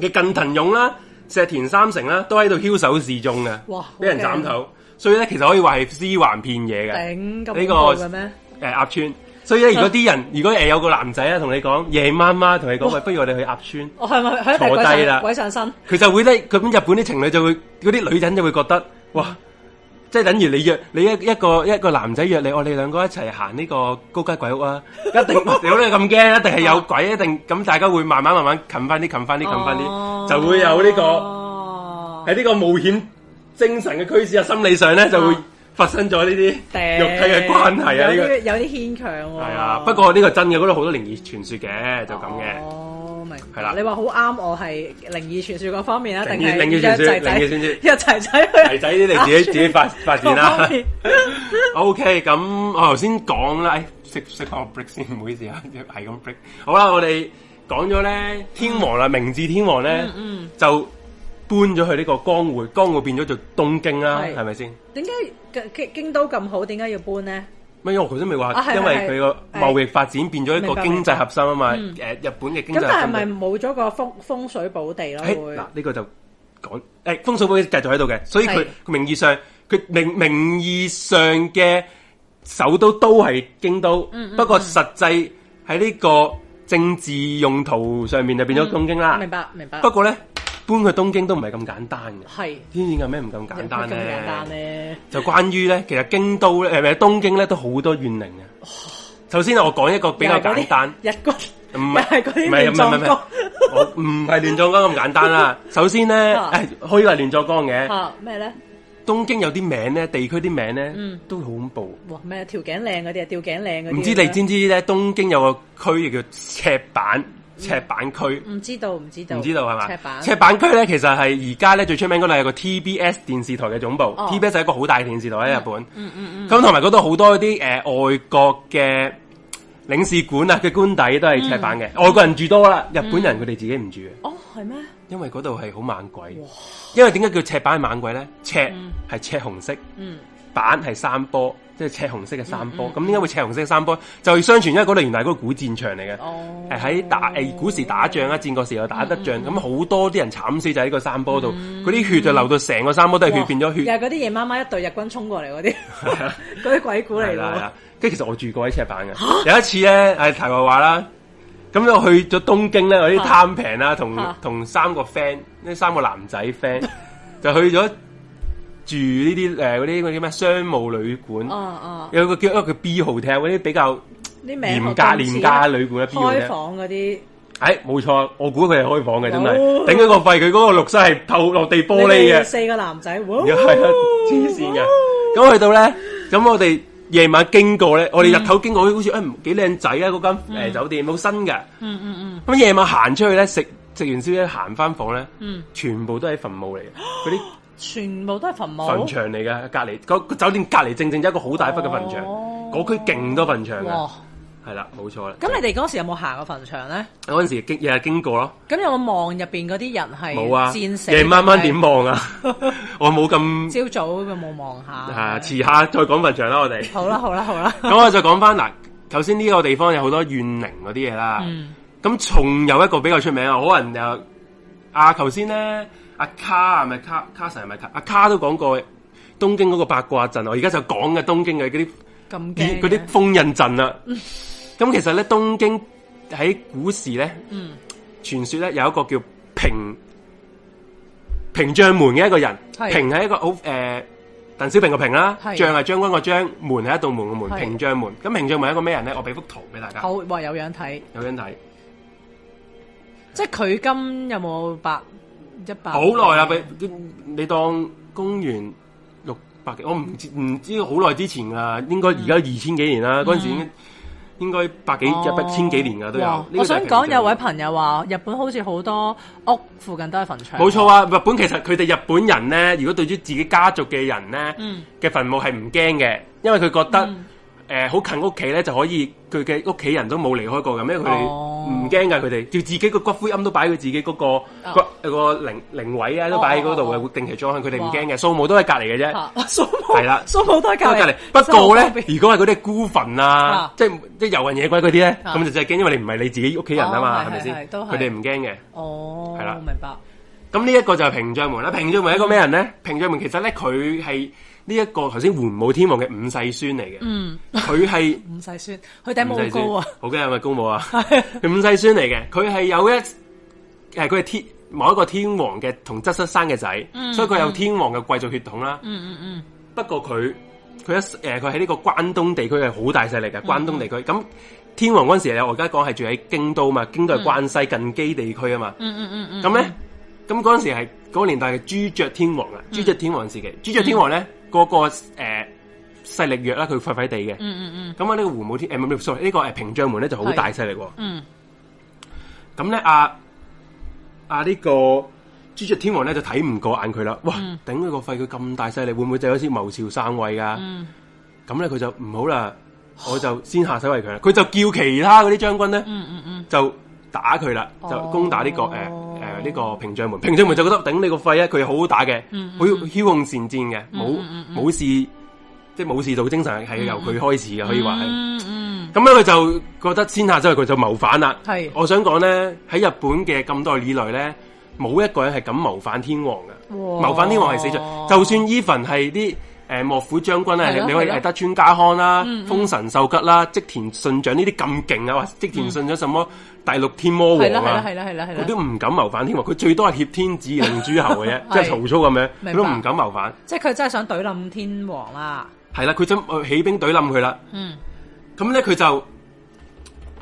Speaker 1: 嘅近藤勇啦、石田三成啦，都喺度梟首示眾嘅，
Speaker 3: 哇
Speaker 1: 俾人
Speaker 3: 好
Speaker 1: 斬
Speaker 3: 驚
Speaker 1: 頭，所以咧其實可以話係屍橫遍野嘅。
Speaker 3: 頂咁恐
Speaker 1: 呢個
Speaker 3: 怖嘅咩？
Speaker 1: 誒呃鴨川，所以咧如果啲人如果誒有個男仔啊同你講夜媽媽同你講喂，不如我哋去鴨川。
Speaker 3: 我哦係咪喺
Speaker 1: 坐
Speaker 3: 度鬼
Speaker 1: 低啦
Speaker 3: 上鬼上身？
Speaker 1: 佢就會咧，咁日本啲情侶就會，嗰啲女人就會覺得，哇！即係等於你約你一一個一個男仔約你，我哋兩個一齊行呢個高街鬼屋啊！一定 屌你咁驚，一定係有鬼，一定咁大家會慢慢慢慢近翻啲，近
Speaker 2: 哦
Speaker 1: 翻啲，近翻
Speaker 3: 哦
Speaker 1: 啲，就會有呢個
Speaker 2: 個
Speaker 1: 喺呢個冒險精神嘅驅使啊！心理上咧就會發生咗呢啲
Speaker 3: 頂
Speaker 1: 肉體嘅關係啊！呢
Speaker 3: 有
Speaker 1: 個
Speaker 3: 啲有啲牽強喎。
Speaker 1: 係啊，不過呢個真嘅，嗰度好多靈異傳說嘅，就咁嘅。
Speaker 3: 哦，明
Speaker 1: 係啦
Speaker 3: 你話好啱我係靈異傳説嗰方面啊，
Speaker 1: 靈異
Speaker 3: 定係
Speaker 1: 靈異傳
Speaker 3: 約
Speaker 1: 說
Speaker 3: 仔仔
Speaker 1: 靈異 傳說
Speaker 3: 約仔仔去
Speaker 1: 仔仔你
Speaker 3: 啊
Speaker 1: 哋自己自己發發展啦
Speaker 3: 各方面
Speaker 1: O K，咁我頭先講啦，哎食食翻個 break 先，唔好意思啊，係咁 break。好啦，我哋講咗咧天王啦，明治天王咧，
Speaker 3: 嗯
Speaker 1: 就搬咗去呢個江戶，江戶變咗做東京啦，
Speaker 3: 係
Speaker 1: 係咪先？
Speaker 3: 點解京京京都咁好？點解要搬咧？
Speaker 1: 乜因為我頭先咪
Speaker 3: 啊
Speaker 1: 話，
Speaker 3: 係
Speaker 1: 因為
Speaker 3: 係
Speaker 1: 佢個
Speaker 3: 係
Speaker 1: 貿易發展變咗一
Speaker 3: 明
Speaker 1: 個
Speaker 3: 白嗯
Speaker 1: 經濟核心啊嘛，誒日本嘅經濟
Speaker 3: 咁
Speaker 1: 核心。
Speaker 3: 但係咪冇咗個風風水寶地咯？
Speaker 1: 誒
Speaker 3: 會
Speaker 1: 哎嗱，呢個就講誒風水寶繼續喺度嘅，所以佢
Speaker 2: 係
Speaker 1: 佢名義上佢名名義上嘅首都都係京都，
Speaker 3: 嗯
Speaker 1: 不過實際喺呢個政治用途上面就變咗東京啦。
Speaker 3: 嗯明白明白。
Speaker 1: 不過咧，搬去東京都唔係咁簡單嘅，
Speaker 3: 係
Speaker 1: 天然有咩唔咁簡單
Speaker 3: 有咩咁簡單
Speaker 1: 咧？
Speaker 3: 咧？
Speaker 1: 就關於咧，其實京都咧，誒咪東京咧都好多怨靈嘅。首先我講一個比較簡單。
Speaker 3: 哦又係嗰啲日軍，
Speaker 1: 唔
Speaker 3: 唔
Speaker 1: 係
Speaker 3: 係嗰啲亂
Speaker 1: 唔係唔係
Speaker 3: 葬
Speaker 1: 唔係
Speaker 3: 崗。
Speaker 1: 我唔係亂葬崗咁簡 單啦。首先咧，
Speaker 2: 啊
Speaker 1: 誒可以話亂葬崗嘅。
Speaker 3: 啊咩咧？
Speaker 1: 東京有啲名咧，地區啲名咧，
Speaker 2: 嗯
Speaker 1: 都好恐怖。
Speaker 3: 哇咩條頸靚嗰啲啊，吊頸靚嗰啲啊。
Speaker 1: 唔知你知唔知咧？東京有個區叫赤板，赤板區，
Speaker 3: 唔知道唔知道
Speaker 1: 唔知道係嘛？
Speaker 3: 嗯赤板
Speaker 1: 赤板區咧，其實係而家咧最出名嗰度有個 TBS 電視台嘅總部。
Speaker 2: 哦
Speaker 1: TBS 係一個好大嘅電視台喺日本。嗯嗯咁同埋嗰度好多啲誒、呃外國嘅領事館啊嘅官邸都係赤板嘅，
Speaker 3: 嗯
Speaker 1: 外國人住多啦，日本人佢哋自己唔住嘅。
Speaker 3: 哦係咩？
Speaker 1: 因為嗰度係好猛鬼，因為點解叫赤板係猛鬼咧？赤係赤紅色，
Speaker 2: 嗯
Speaker 1: 板係山坡，即係赤紅色嘅山
Speaker 3: 嗯
Speaker 1: 坡。咁點解會赤紅色嘅山坡？就相傳因為嗰度原來係嗰個古戰場嚟嘅，
Speaker 2: 哦
Speaker 1: 係喺打誒古時打仗啊，戰國時候打得
Speaker 3: 嗯
Speaker 1: 仗，咁好多啲人慘死就喺個山坡度，嗰啲血就流到成個山坡都係血，
Speaker 3: 哇
Speaker 1: 變咗血
Speaker 3: 又。係嗰啲夜媽媽一隊日軍衝過嚟嗰啲， 嗰啲鬼故嚟
Speaker 1: 係啦係
Speaker 3: 㗎
Speaker 1: 啦。跟住其實我住過喺赤坂嘅，有一次咧係題外話啦。咁我去咗東京咧，我啲貪平啦，同
Speaker 2: 啊
Speaker 1: 同三個 friend，呢三個男仔 friend 就去咗住呢啲誒嗰啲嗰啲咩商務旅
Speaker 2: 啊
Speaker 1: 館，
Speaker 2: 啊
Speaker 1: 有個叫一個叫 B hotel 嗰啲比較
Speaker 3: 啲名
Speaker 1: 廉
Speaker 3: 好
Speaker 1: 價
Speaker 3: 諷
Speaker 1: 廉
Speaker 3: 刺
Speaker 1: 價旅館嘅 B
Speaker 3: 啊開
Speaker 1: hotel。
Speaker 3: 房嗰啲，
Speaker 1: 誒冇錯，我估佢係開房嘅，真係
Speaker 3: 哦
Speaker 1: 頂佢個肺，佢嗰個浴室係透落地玻
Speaker 3: 你
Speaker 1: 璃嘅
Speaker 3: 哋。四個男仔，
Speaker 2: 哦
Speaker 3: 哇
Speaker 1: 係啊，黐線嘅。咁去到咧，咁我哋夜晚經過咧，我哋日頭經過好似誒唔幾靚仔啊嗰間誒酒店，好新嘅。嗯嗯嗯。咁夜晚行出去咧，食食完宵夜行翻房咧，
Speaker 2: 嗯
Speaker 1: 全部都係墳墓嚟
Speaker 2: 哦
Speaker 1: 嘅，嗰啲
Speaker 2: 全部都係墳墓
Speaker 1: 墳場嚟嘅，隔離個個酒店隔離正正有一個好大忽嘅墳場，
Speaker 2: 哦
Speaker 1: 嗰區勁多墳場嘅
Speaker 2: 哇，！
Speaker 1: 係啦，冇錯啦。
Speaker 2: 咁你哋嗰時有冇行過墳場咧？
Speaker 1: 嗰陣時經日日經過咯。
Speaker 2: 咁有冇望入邊嗰啲人係
Speaker 1: 冇啊！
Speaker 2: 戰哎死？
Speaker 1: 夜晚晚點？望 啊？我冇咁
Speaker 2: 朝早有冇望 下？
Speaker 1: 啊，遲下再講墳場啦，我哋。
Speaker 2: 好啦好啦好啦，
Speaker 1: 咁我就講翻嗱，頭先呢個地方有好多怨靈嗰啲嘢啦。
Speaker 2: 嗯
Speaker 1: 咁仲有一個比較出名啊，可能又啊，頭先咧阿卡係咪卡卡神係咪卡？阿卡都講過東京嗰個八卦陣，我而家就講嘅東京嘅嗰啲
Speaker 2: 咁驚
Speaker 1: 嗰啲
Speaker 2: 嘅
Speaker 1: 啊
Speaker 2: 嗯嗯
Speaker 1: 封印陣啦。咁其實咧，東京喺古時咧，傳說咧有一個叫平平將門嘅一個人，
Speaker 2: 係
Speaker 1: 平係一個好誒、呃、鄧小平個平啦，
Speaker 2: 係
Speaker 1: 將係將軍個將，門係一道門個門，
Speaker 2: 係
Speaker 1: 平將門。咁平將門係一個咩人咧？我俾幅圖俾大家，
Speaker 2: 好話有樣睇，
Speaker 1: 有樣睇。
Speaker 2: 即係佢今有冇百一百？
Speaker 1: 好耐啦，
Speaker 2: 嗯
Speaker 1: 俾你當公元六百幾，我唔知唔知好耐之前啊，應
Speaker 2: 嗯
Speaker 1: 該而家二千幾年啦，嗰陣時已經應該百幾一
Speaker 2: 哦
Speaker 1: 百千幾年啊噶都有。
Speaker 2: 哇
Speaker 1: 呢個就係
Speaker 2: 哦我想
Speaker 1: 平
Speaker 2: 講
Speaker 1: 將
Speaker 2: 有位
Speaker 1: 門
Speaker 2: 朋友話，日本好似好多屋附近都係墳場。
Speaker 1: 冇錯啊！日本其實佢哋日本人咧，如果對於自己家族嘅人咧
Speaker 2: 嗯
Speaker 1: 嘅墳墓係唔驚嘅，因為佢覺得
Speaker 2: 嗯
Speaker 1: 誒好、近屋企咧就可以，佢嘅屋企人都冇離開過咁，因為佢哋
Speaker 2: 哦
Speaker 1: 唔驚噶，佢哋要自己個骨灰龕都擺佢自己嗰、個骨、個靈靈位啊，都擺喺嗰度嘅，
Speaker 2: 哦哦
Speaker 1: 會定期裝香，佢哋唔
Speaker 2: 哇
Speaker 1: 驚嘅，掃墓都喺隔離嘅啫。
Speaker 2: 嚇
Speaker 3: 蘇
Speaker 1: 係啦
Speaker 3: 蘇武都喺
Speaker 1: 隔
Speaker 3: 隔
Speaker 1: 離
Speaker 3: 離，，
Speaker 1: 不過咧
Speaker 3: 真係好方，便
Speaker 1: 如果係嗰啲孤墳啊
Speaker 2: 啊，
Speaker 1: 即係即係遊魂野鬼嗰啲咧，
Speaker 2: 啊
Speaker 1: 咁就真係驚，因為你唔係你自己屋企人啊嘛，
Speaker 2: 哦
Speaker 1: 係咪先？
Speaker 2: 係係都係
Speaker 1: 佢哋唔驚嘅。
Speaker 2: 哦，
Speaker 1: 係啦
Speaker 2: 明白。
Speaker 1: 咁呢一個就係屏障門
Speaker 2: 嗯
Speaker 1: 啦。屏障門係一個咩人咧？屏障門其實咧，佢係呢一個頭先玄武天王嘅五世孫嚟嘅。
Speaker 2: 嗯，
Speaker 1: 佢 係
Speaker 2: 五世孫，佢頂
Speaker 1: 五世孫
Speaker 2: 冇高啊。，
Speaker 1: 好驚係咪高武 啊？佢五世孫嚟嘅，佢係有一誒，佢係天某一個天王嘅同側室生嘅仔，所以佢有天王嘅貴族血統啦。
Speaker 2: 嗯嗯嗯嗯，
Speaker 1: 不過佢佢一誒佢喺呢個關東地區係好大勢力
Speaker 2: 嗯
Speaker 1: 嘅，關東地區咁天王嗰陣時咧，我而家講係住喺京都嘛，京
Speaker 2: 嗯
Speaker 1: 都係關西近畿地區啊嘛，
Speaker 2: 嗯嗯嗯嗯，嗯
Speaker 1: 咁咧咁嗰陣時係嗰個年代係朱雀天王啊，朱雀天王時期，朱雀天王咧嗰個誒勢力弱啦，佢廢廢地嘅，
Speaker 2: 嗯嗯
Speaker 1: 咁啊呢個胡武天誒唔係唔係 sorry 呢個誒屏障門咧就好大勢力喎，
Speaker 2: 嗯
Speaker 1: 咁咧啊啊呢個。朱雀天王咧就睇唔過眼佢啦，哇！
Speaker 2: 嗯
Speaker 1: 頂佢個肺，佢咁大勢力，會唔會就好似謀朝篡位噶？
Speaker 2: 嗯
Speaker 1: 咁咧佢就唔好啦，我就先下手為強啦。佢就叫其他嗰啲將軍咧，
Speaker 2: 嗯嗯嗯，
Speaker 1: 就打佢啦，
Speaker 2: 哦
Speaker 1: 就攻打呢、個誒誒呢個屏障門。屏障門就覺得頂你個肺啊，佢好打嘅，好驍勇善戰嘅，冇冇事，即係冇事道精神係由佢開始嘅，可以話係。
Speaker 2: 嗯嗯
Speaker 1: 咁咧佢就覺得先下手為強就謀反啦。
Speaker 2: 係
Speaker 1: 我想講咧喺日本嘅咁多以來咧，冇一個人係敢謀反天皇嘅。
Speaker 2: 哇
Speaker 1: 謀反天皇係死罪，就算 even 係啲誒幕府將軍
Speaker 2: 係
Speaker 1: 咧，
Speaker 2: 咯
Speaker 1: 你可以
Speaker 2: 係咯嗯
Speaker 1: 誒德川家康啦、豐臣秀吉啦、織田信長呢啲咁勁啊，話織田信長什麼第六天魔
Speaker 2: 係啦
Speaker 1: 王
Speaker 2: 係啦
Speaker 1: 啊
Speaker 2: 係，啦係啦係
Speaker 1: 佢
Speaker 2: 啦，
Speaker 1: 都唔敢謀反天皇，佢最多係挾天 子令諸侯嘅啫，
Speaker 2: 係
Speaker 1: 即係曹操咁樣，
Speaker 2: 明白
Speaker 1: 佢都唔敢謀反。
Speaker 2: 即係佢真係想懟冧天皇啦。
Speaker 1: 係啦，佢想起兵懟冧佢啦，
Speaker 2: 嗯，
Speaker 1: 咁咧佢就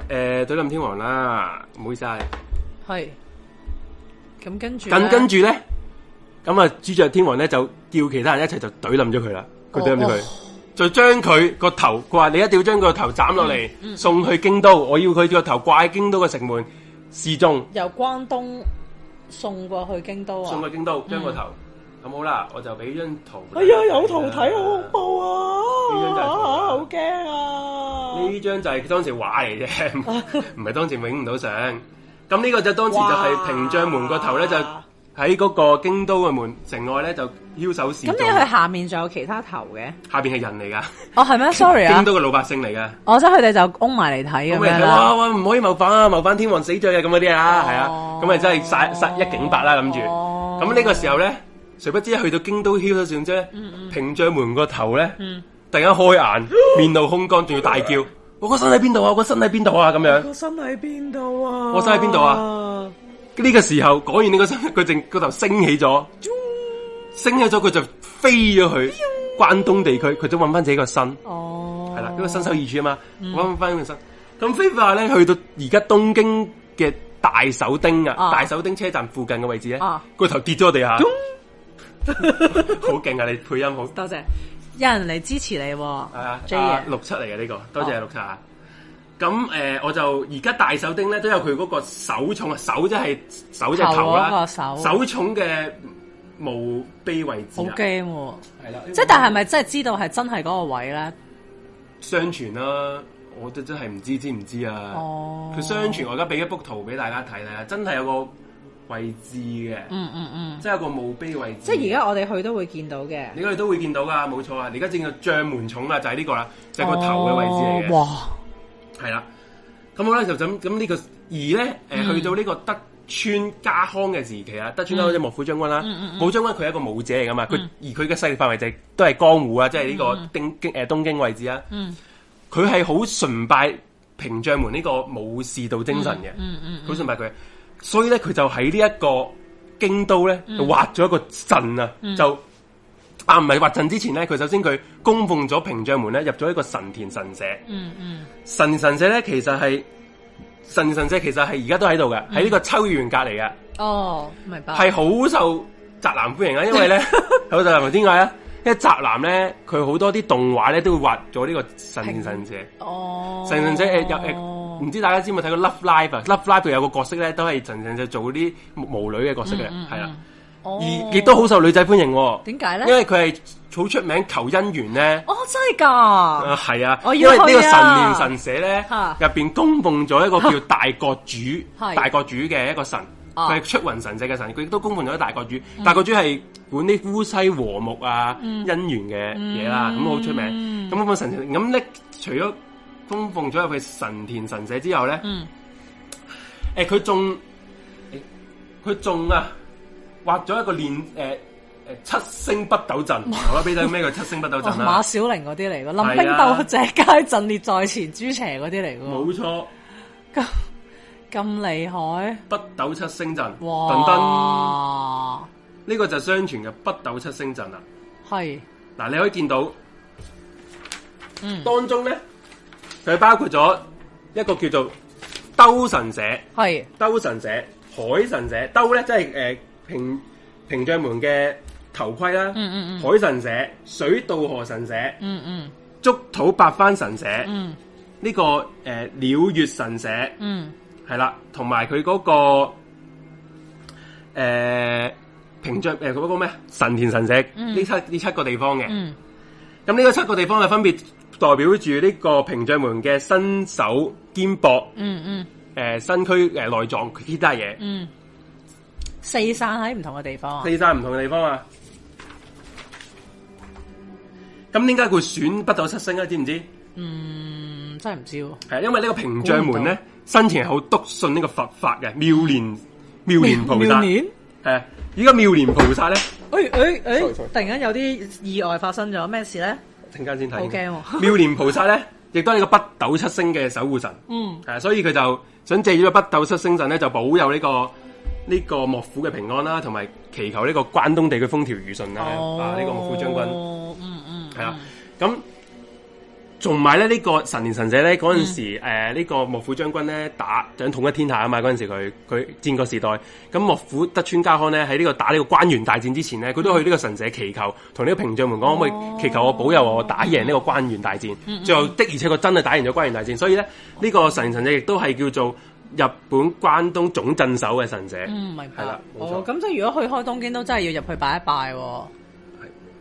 Speaker 1: 誒懟冧天皇啦，唔好意思啊。
Speaker 2: 係。咁跟住呢，
Speaker 1: 咁跟住咧，咁啊朱雀天王咧就叫其他人一齊就懟冧咗佢啦，佢懟冧咗佢，
Speaker 2: 哦
Speaker 1: 就將佢個頭，佢話你一定要將佢個頭斬落嚟，送去京都，我要佢個頭掛喺京都嘅城門示眾，
Speaker 2: 由關東送過去京都
Speaker 1: 送
Speaker 2: 啊
Speaker 1: 去。京都將個頭。咁好啦，我就俾張圖。
Speaker 3: 哎呀，有圖睇好恐！怖啊！
Speaker 1: 呢張就係圖啊
Speaker 3: 好驚啊！
Speaker 1: 呢張就係當時畫嚟啫，
Speaker 2: 哦
Speaker 1: 唔係當時影唔到相。咁呢個就當時就係
Speaker 3: 哇
Speaker 1: 屏障門個頭咧，就喺嗰個京都嘅門城外咧就枭首示
Speaker 2: 咁
Speaker 1: 眾。
Speaker 2: 你佢下面仲有其他頭嘅？
Speaker 1: 下邊係人嚟噶。
Speaker 2: 哦， 係咩？Sorry 啊
Speaker 1: 京，都嘅老百姓嚟嘅，
Speaker 2: 我即係佢哋就拱埋嚟睇
Speaker 1: 咁
Speaker 2: 咁
Speaker 1: 咪
Speaker 2: 樣
Speaker 1: 睇哇
Speaker 2: 啦。
Speaker 1: 哇唔可以謀反啊，謀反天王死罪啊咁嗰啲啊，係啊，咁咪真係殺
Speaker 2: 哦
Speaker 1: 殺一儆百啦諗住。
Speaker 2: 哦
Speaker 1: 咁呢個時候咧，誰不知去到京都囂咗算啫，
Speaker 2: 嗯
Speaker 1: 屏障門個頭咧，突然間開眼，面露兇光，仲要大 叫：我個身喺邊度啊！我個身喺邊度啊！咁樣。
Speaker 3: 個身喺邊度啊？
Speaker 1: 我身喺邊度
Speaker 3: 啊？
Speaker 1: 呢個時候講完呢個身， 佢淨個頭升起咗，升起咗佢就飛咗去關東地區，佢都揾翻自己個身。
Speaker 2: 哦，
Speaker 1: 係啦，因為身首異處啊嘛，揾翻佢身。咁飛化咧，去到而家東京嘅大手町啊，
Speaker 2: 啊
Speaker 1: 大手町車站附近嘅位置咧
Speaker 2: 啊，
Speaker 1: 個頭跌咗地下， 好勁啊！你配音好，
Speaker 2: 多謝，有人嚟支持你喎
Speaker 1: 係啊，
Speaker 2: ，J
Speaker 1: 啊
Speaker 2: 爺
Speaker 1: 六七嚟嘅呢個，多謝
Speaker 2: 哦
Speaker 1: 六七啊。咁誒，我就而家大手町咧都有佢嗰個手重啊，手即係手隻頭
Speaker 2: 頭嗰
Speaker 1: 啦，
Speaker 2: 個手
Speaker 1: 重嘅無卑位置
Speaker 2: 好
Speaker 1: 啊，啊
Speaker 2: 驚喎！
Speaker 1: 係啦，
Speaker 2: 即係但係咪真係知道係真係嗰個位咧？
Speaker 1: 相傳啦，我都真係唔知知唔知啊。
Speaker 2: 哦，
Speaker 1: 佢相傳，我而家俾一幅圖俾大家睇睇，真係有個位置嘅，
Speaker 2: 嗯嗯嗯，
Speaker 1: 即係有個墓碑位置。
Speaker 3: 即係而家我哋去都會見到嘅。
Speaker 1: 你嗰度都會見到噶，冇錯啊！你而家正個將門重啦，就係、呢個啦，就係、個頭嘅位置嚟
Speaker 2: 哦
Speaker 1: 嘅，
Speaker 2: 哇！
Speaker 1: 係啦。咁好啦，就咁咁呢個而咧，誒、
Speaker 2: 嗯
Speaker 1: 去到呢個德川家康嘅時期啊，德川家康即係幕府將軍啦，
Speaker 2: 嗯
Speaker 1: 武將軍佢係一個武者嚟噶嘛，佢、而佢嘅勢力範圍就係都係江湖啊，即係呢個丁京誒東京位置啊。
Speaker 2: 嗯
Speaker 1: 佢係好崇拜屏障門呢個武士道精神嘅，好、
Speaker 2: 嗯嗯
Speaker 1: 崇拜佢。所以咧佢就喺呢一個京都咧
Speaker 2: 嗯
Speaker 1: 就畫咗一個陣啊，就啊唔係畫陣之前咧，佢首先佢供奉咗屏障門咧入咗一個神田神社，
Speaker 2: 嗯嗯
Speaker 1: 神神社咧其實係神神社其實係而家都喺度嘅，
Speaker 2: 嗯
Speaker 1: 喺呢個秋葉原隔離嘅。
Speaker 2: 哦，明白。
Speaker 1: 係好受宅男歡迎啊，因 為咧好受宅男點解咧？因為宅男咧，佢好多啲動畫咧都會畫咗呢個神神神社，
Speaker 2: 哦，
Speaker 1: 神神社誒有誒，嗯唔、知大家知冇睇過 Love Live 啊？Love Live 佢有個角色咧，都係神神社做啲無女嘅角色嘅，係、
Speaker 2: 嗯嗯
Speaker 1: 啦，
Speaker 2: 哦
Speaker 1: 而亦都好受女仔歡迎、喎，
Speaker 2: 點解咧
Speaker 1: 因為佢係好出名求姻緣咧。
Speaker 2: 哦，真係㗎，
Speaker 1: 啊，係啊，
Speaker 2: 我
Speaker 1: 因
Speaker 2: 要
Speaker 1: 為呢個
Speaker 2: 去
Speaker 1: 神
Speaker 2: 啊
Speaker 1: 年神社咧
Speaker 2: 嚇，
Speaker 1: 入邊供奉咗一個叫大國主
Speaker 2: 係、
Speaker 1: 大國主嘅一個神，
Speaker 2: 啊嗯
Speaker 1: 佢係出雲神社嘅神，佢亦都供奉咗大國主。大國主係管啲烏西和睦啊、姻緣嘅嘢啦，咁好出
Speaker 2: 嗯
Speaker 1: 名。咁供奉神社，咁咧除咗供奉咗入去神田神社之後咧，
Speaker 2: 嗯
Speaker 1: 誒佢仲誒佢仲啊畫咗一個練誒誒七星北斗 陣，我話俾你聽咩叫七星北斗
Speaker 2: 哇，
Speaker 1: 陣啊啦
Speaker 2: 哦馬。小玲嗰啲嚟㗎，
Speaker 1: 啊
Speaker 2: 林冰鬥 謝佳陣列在前，朱邪嗰啲嚟㗎，
Speaker 1: 冇錯。
Speaker 2: 咁咁厲害，
Speaker 1: 北斗七星陣，噔噔，
Speaker 2: 哇，
Speaker 1: 呢個就係相傳嘅北斗七星陣啦。
Speaker 2: 係，
Speaker 1: 嗱，你可以見到
Speaker 2: 嗯，
Speaker 1: 當中咧，佢包括咗一個叫做兜神社、
Speaker 2: 係，
Speaker 1: 兜神社、海神社。兜咧即呃係誒屏屏障門嘅頭盔啦，
Speaker 2: 嗯嗯嗯
Speaker 1: 海神社、水渡河神社、
Speaker 2: 嗯嗯
Speaker 1: 竹土八番神社，呢、
Speaker 2: 嗯
Speaker 1: 個誒、呃、鳥月神社
Speaker 2: 嗯，
Speaker 1: 係啦，同埋佢嗰個誒、呃、屏障誒嗰個咩啊神田神社呢、
Speaker 2: 嗯
Speaker 1: 七呢七個地方嘅。
Speaker 2: 嗯
Speaker 1: 咁呢個七個地方係分別代表住呢個屏障門嘅身手、呃肩膊、
Speaker 2: 嗯嗯
Speaker 1: 誒、身軀、誒、內臟呢啲嘢，
Speaker 2: 嗯，四散喺唔同嘅地方啊，
Speaker 1: 四散唔同嘅地方啊。咁點解會選北斗七星咧？知唔知？
Speaker 2: 嗯，真係唔知喎。
Speaker 1: 係因為呢個屏障門
Speaker 2: 估唔
Speaker 1: 咧，生前係好篤信呢個佛法嘅妙蓮妙蓮菩
Speaker 2: 妙
Speaker 1: 薩。
Speaker 2: 年，
Speaker 1: 係依家妙蓮菩薩咧，
Speaker 2: 誒誒誒
Speaker 1: Sorry, sorry，
Speaker 2: 哎突然間有啲意外發生咗，咩事咧？
Speaker 1: 陣間先睇。
Speaker 2: 好驚喎
Speaker 1: 妙蓮菩薩咧，亦都係呢個北斗七星嘅守護神。
Speaker 2: 嗯，
Speaker 1: 係，所以佢就想借咗個北斗七星陣咧，就保佑呢、個呢、個幕府嘅平安啦，同埋祈求呢個關東地區風調雨順啦。啊，呢、個幕府將軍
Speaker 2: 哦，嗯嗯，
Speaker 1: 係啦，咁仲埋咧呢、個神年神社咧，嗰陣時誒呢、
Speaker 2: 嗯
Speaker 1: 個幕府將軍咧打想統一天下啊嘛，嗰陣時佢佢戰國時代，咁幕府德川家康咧喺呢個打呢個關原大戰之前咧，佢都去呢個神社祈求，同呢個屏障門講可唔可
Speaker 2: 哦
Speaker 1: 以祈求我保佑我打贏呢個關原大戰，
Speaker 2: 嗯
Speaker 1: 最後的而且確真係打贏咗關原大戰，所以咧呢、個神年神社亦都係叫做日本關東總鎮守嘅神社，
Speaker 2: 嗯，明白。
Speaker 1: 係啦冇錯
Speaker 2: 哦，咁即係如果去開東京都真係要入去拜一拜喎。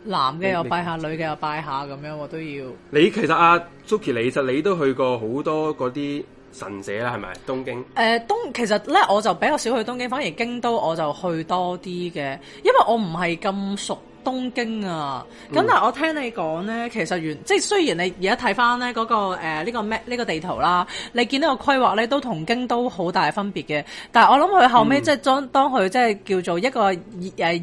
Speaker 2: 男嘅又拜下，女嘅又拜下，咁樣我都要。
Speaker 1: 你其實阿、Suki，你其實你都去過好多嗰啲神社啦，係咪東京？
Speaker 2: 誒、東呃其實咧我就比較少去東京，反而京都我就去多啲嘅，因為我唔係咁熟東京啊。咁、但係我聽你講咧，其實原即係雖然你而家睇翻咧嗰個誒呃呢、個咩呢、個地圖啦，你見到個規劃咧都同京都好大分別嘅，但係我諗佢後尾即係當當佢即係叫做一個呃誒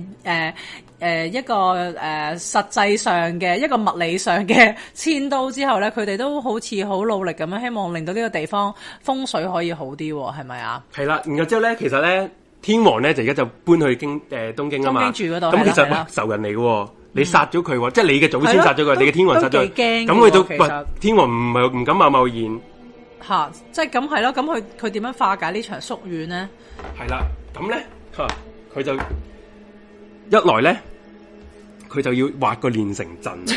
Speaker 2: 誒誒一個誒、呃、實際上嘅一個物理上嘅遷都之後咧，佢哋都好似好努力咁樣，希望令到呢個地方風水可以好啲喎，係咪啊？
Speaker 1: 係啦，然後之後咧，其實咧，天皇咧就而家就搬去京誒、呃、東京啊嘛。
Speaker 2: 東京住嗰度係
Speaker 1: 咁
Speaker 2: 啦
Speaker 1: 其實
Speaker 2: 係啦嗯
Speaker 1: 哇仇人嚟嘅喎，你殺咗佢喎，即係你嘅祖先
Speaker 2: 係咯
Speaker 1: 殺咗佢，
Speaker 2: 都
Speaker 1: 你嘅天皇殺咗
Speaker 2: 都
Speaker 1: 佢
Speaker 2: 幾。驚嘅
Speaker 1: 咁佢
Speaker 2: 喎其
Speaker 1: 都
Speaker 2: 實
Speaker 1: 喂天皇唔係唔敢貿貿
Speaker 2: 吓，即係咁係咯，咁佢佢點樣化解呢場宿怨咧？
Speaker 1: 然，係啦。咁咧，嚇佢就一來咧，佢就要畫個練成陣。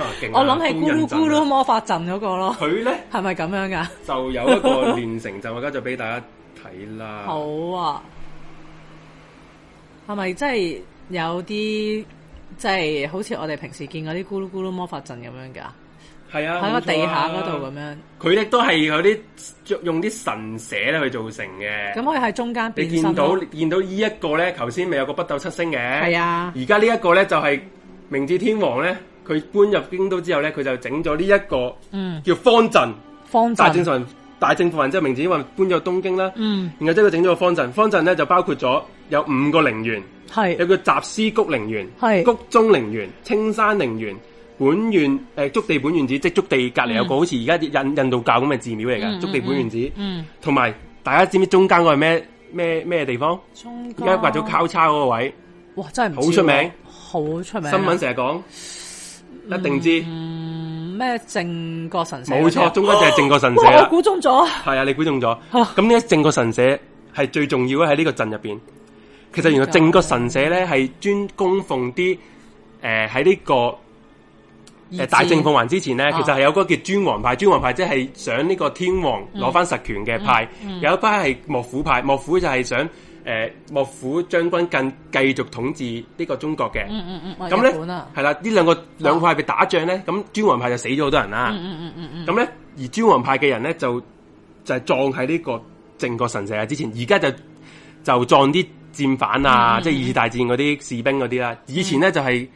Speaker 1: 嚇勁啊
Speaker 2: 我諗起
Speaker 1: 工
Speaker 2: 咕
Speaker 1: 人
Speaker 2: 嚕
Speaker 1: 陣
Speaker 2: 咕嚕
Speaker 1: 啊
Speaker 2: 魔法陣嗰個咯，
Speaker 1: 佢咧
Speaker 2: 係咪咁樣噶？
Speaker 1: 就有一個練成陣，我而家就俾大家睇啦。
Speaker 2: 好啊，係咪真係有啲即係好似我哋平時見嗰啲咕嚕咕嚕魔法陣咁樣噶？
Speaker 1: 係啊，
Speaker 2: 喺個
Speaker 1: 冇錯
Speaker 2: 地下嗰
Speaker 1: 啊
Speaker 2: 度咁樣，
Speaker 1: 佢亦都係有啲用啲神社咧去做成嘅。
Speaker 2: 咁可以喺中間
Speaker 1: 啊你
Speaker 2: 變身
Speaker 1: 見到
Speaker 2: 咯
Speaker 1: 你見到呢一個咧，頭先咪有個北斗七星嘅，
Speaker 2: 係啊
Speaker 1: 而家呢一個咧就係、明治天皇咧，佢搬入京都之後咧，佢就整咗呢一個
Speaker 2: 嗯
Speaker 1: 叫方陣，
Speaker 2: 方
Speaker 1: 大正
Speaker 2: 陣，
Speaker 1: 神大正復人之後，明治天皇搬咗東京啦，
Speaker 2: 嗯
Speaker 1: 然後之後佢整咗個方陣，方陣咧就包括咗有五個陵園，有
Speaker 2: 係
Speaker 1: 個集思谷陵園、
Speaker 2: 係
Speaker 1: 谷中陵園、青山陵園。本願誒、呃築地本願寺，即係築地隔離有個好似而家印印度教咁嘅寺廟嚟
Speaker 2: 嗯
Speaker 1: 嘅，築地本願寺。
Speaker 2: 嗯
Speaker 1: 同埋大家知唔知中間嗰個係咩咩咩地方？
Speaker 2: 中
Speaker 1: 而
Speaker 2: 江
Speaker 1: 家畫咗交叉嗰個位，
Speaker 2: 哇，真係唔
Speaker 1: 好出名
Speaker 2: 出名，好出名啊。
Speaker 1: 新聞成日講，一定知。
Speaker 2: 嗯咩正覺神社嗰
Speaker 1: 冇
Speaker 2: 啲啊？
Speaker 1: 錯，
Speaker 2: 哦
Speaker 1: 中間就係正國神社啊
Speaker 2: 哇，我
Speaker 1: 啦。
Speaker 2: 估中咗，
Speaker 1: 係啊，你估中咗。咁呢正國神社係最重要咧，喺呢個鎮入邊。其實原來正國神社咧係專供奉啲誒喺呢個誒呃大正鳳凰之前咧，
Speaker 2: 啊
Speaker 1: 其實係有個叫尊王派，尊王派即係想呢個天皇攞翻實權嘅派，有一班係幕府派，幕府就係想誒、呃幕府將軍更繼續統治呢個中國嘅。
Speaker 2: 嗯嗯嗯嗯，
Speaker 1: 咁
Speaker 2: 日
Speaker 1: 咧
Speaker 2: 本啊，
Speaker 1: 係啦，呢兩個兩個派被打仗咧，咁尊王派就死咗好多人啦。
Speaker 2: 嗯嗯嗯嗯
Speaker 1: 咁咧，而尊王派嘅人咧就就係葬喺呢個靖國神社啊之前，而家就就葬啲戰犯啊，
Speaker 2: 嗯
Speaker 1: 即係二次大戰嗰啲士兵嗰啲啦。以前咧就係、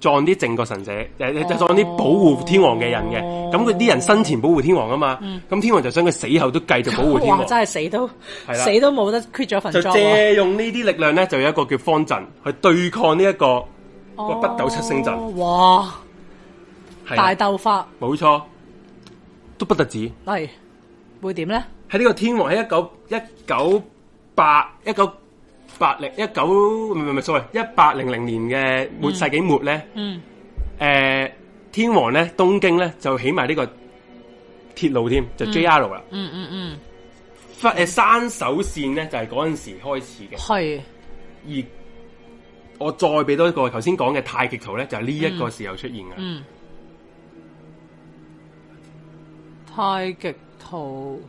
Speaker 1: 撞啲靖國神社，誒、就撞啲保護天皇嘅人嘅，
Speaker 2: 哦
Speaker 1: 咁佢啲人生前保護天皇啊嘛，
Speaker 2: 嗯
Speaker 1: 咁、天皇就想佢死後都繼續保護天
Speaker 2: 哇，
Speaker 1: 皇，
Speaker 2: 真係死都
Speaker 1: 係啦
Speaker 2: 死都冇得 quit 咗份
Speaker 1: 就
Speaker 2: job 啊
Speaker 1: 借用呢啲力量咧，就有一個叫方陣去對抗呢、一個個
Speaker 2: 哦
Speaker 1: 北斗七星陣，
Speaker 2: 哇，
Speaker 1: 係
Speaker 2: 大
Speaker 1: 啦
Speaker 2: 鬥法
Speaker 1: 冇錯，都不得止。
Speaker 2: 嚟會點咧？
Speaker 1: 喺呢個天皇喺一九一九八一九八零一九唔係唔係，sorry，一八零零年嘅末世紀末咧，
Speaker 2: 嗯，
Speaker 1: 诶、天皇咧東京咧就起埋呢個鐵路添，就 J R 啦。
Speaker 2: 嗯嗯嗯，
Speaker 1: 忽诶山手線咧就係嗰阵时开始嘅，
Speaker 2: 係
Speaker 1: 而我再俾多一個頭先講嘅太極圖咧，就係呢一個時候出現嘅。
Speaker 2: 嗯，太極圖。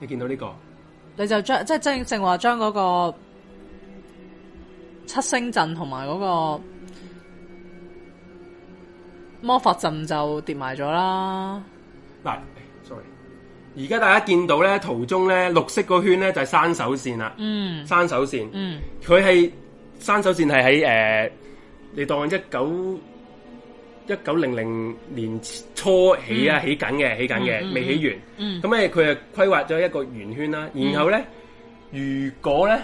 Speaker 1: 你見到呢、個
Speaker 2: 你就將即係正正話將嗰個七星陣同埋嗰個魔法陣就疊埋咗啦。
Speaker 1: 嗱，sorry，而家大家見到咧圖中咧綠色嗰圈咧就係山手線啦，
Speaker 2: 嗯
Speaker 1: 山手線。
Speaker 2: 嗯
Speaker 1: 佢係山手線係喺誒，你當一九一九零零年初起啊，起緊嘅，起緊
Speaker 2: 嗯嗯
Speaker 1: 嘅，未起完。
Speaker 2: 嗯，
Speaker 1: 咁咧，呃佢係規劃咗一個圓圈啦。然後咧，如果咧，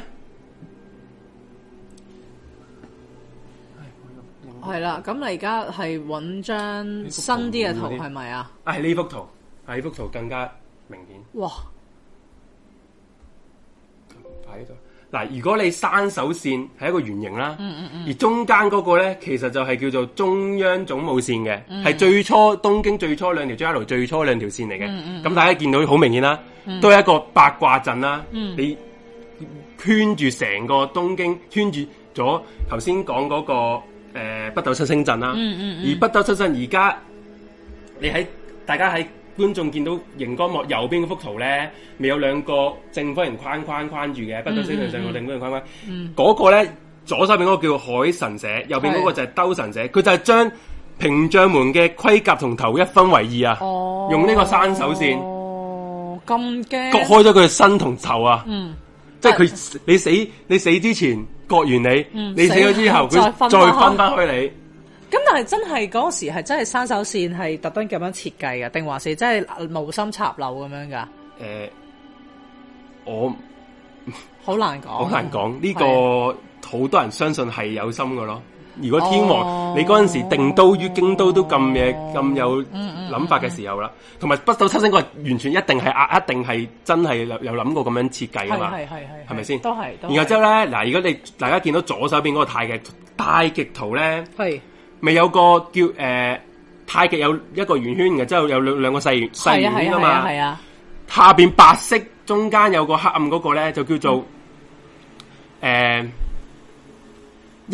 Speaker 2: 係啦。咁你而家係揾張新啲嘅圖係咪啊？
Speaker 1: 啊，係呢幅圖，係呢幅圖更加明顯。
Speaker 2: 哇！
Speaker 1: 喺度嗱，如果你山手線係一個圓形啦，
Speaker 2: 嗯嗯嗯
Speaker 1: 而中間嗰個咧，其實就係叫做中央總務線嘅，係、
Speaker 2: 嗯
Speaker 1: 最初東京最初兩條 JR 最初兩條線嚟嘅。咁、
Speaker 2: 嗯
Speaker 1: 大家見到好明顯啦，都係一個八卦陣啦。
Speaker 2: 嗯
Speaker 1: 你圈住成個東京，圈住咗頭先講嗰個、呃、北斗七星陣啦。
Speaker 2: 嗯嗯
Speaker 1: 而北斗七星而家你喺大家喺觀眾見到熒光幕右邊嗰幅圖咧，咪有兩個正方形框框框住嘅，北斗七星上個正方形框框。
Speaker 2: 嗯
Speaker 1: 嗰個咧左手邊嗰個叫海神社，右邊嗰
Speaker 2: 哦
Speaker 1: 個就係兜神社，佢就係將屏障門嘅盔甲同頭一分為二啊，
Speaker 2: 哦，
Speaker 1: 用呢個山手線
Speaker 2: 哦，咁驚
Speaker 1: 割開咗佢嘅身同頭啊，
Speaker 2: 嗯
Speaker 1: 即係佢你死你死之前割完你，
Speaker 2: 嗯
Speaker 1: 你死咗之後
Speaker 2: 死後
Speaker 1: 佢
Speaker 2: 再
Speaker 1: 再
Speaker 2: 分開
Speaker 1: 分翻開你。
Speaker 2: 咁但係真係嗰時係真係山手線係特登咁樣設計嘅，定還是真係無心插柳咁樣㗎？
Speaker 1: 誒、呃我
Speaker 2: 好難講，
Speaker 1: 好難講呢
Speaker 2: 哦係啊
Speaker 1: 個，好多人相信係有心嘅咯。如果天皇、
Speaker 2: 哦
Speaker 1: 你嗰陣時定都於京都都咁嘢咁有
Speaker 2: 嗯嗯
Speaker 1: 諗法嘅時候啦，同埋北斗七星嗰個完全一定係啊，一定係真係有有諗過咁樣設計啊嘛。
Speaker 2: 係係係係，
Speaker 1: 係咪先
Speaker 2: 都係。都係
Speaker 1: 然後之後咧，嗱，如果你大家見到左手邊嗰個太極太極圖咧，
Speaker 2: 係
Speaker 1: 咪有個叫誒、呃太極有一個圓圈，然後之後有兩兩個細圓細
Speaker 2: 係
Speaker 1: 圓
Speaker 2: 啊係
Speaker 1: 圈啊
Speaker 2: 啊係
Speaker 1: 嘛
Speaker 2: 啊。係啊，
Speaker 1: 下邊白色中間有個黑暗嗰個咧，就叫做呃诶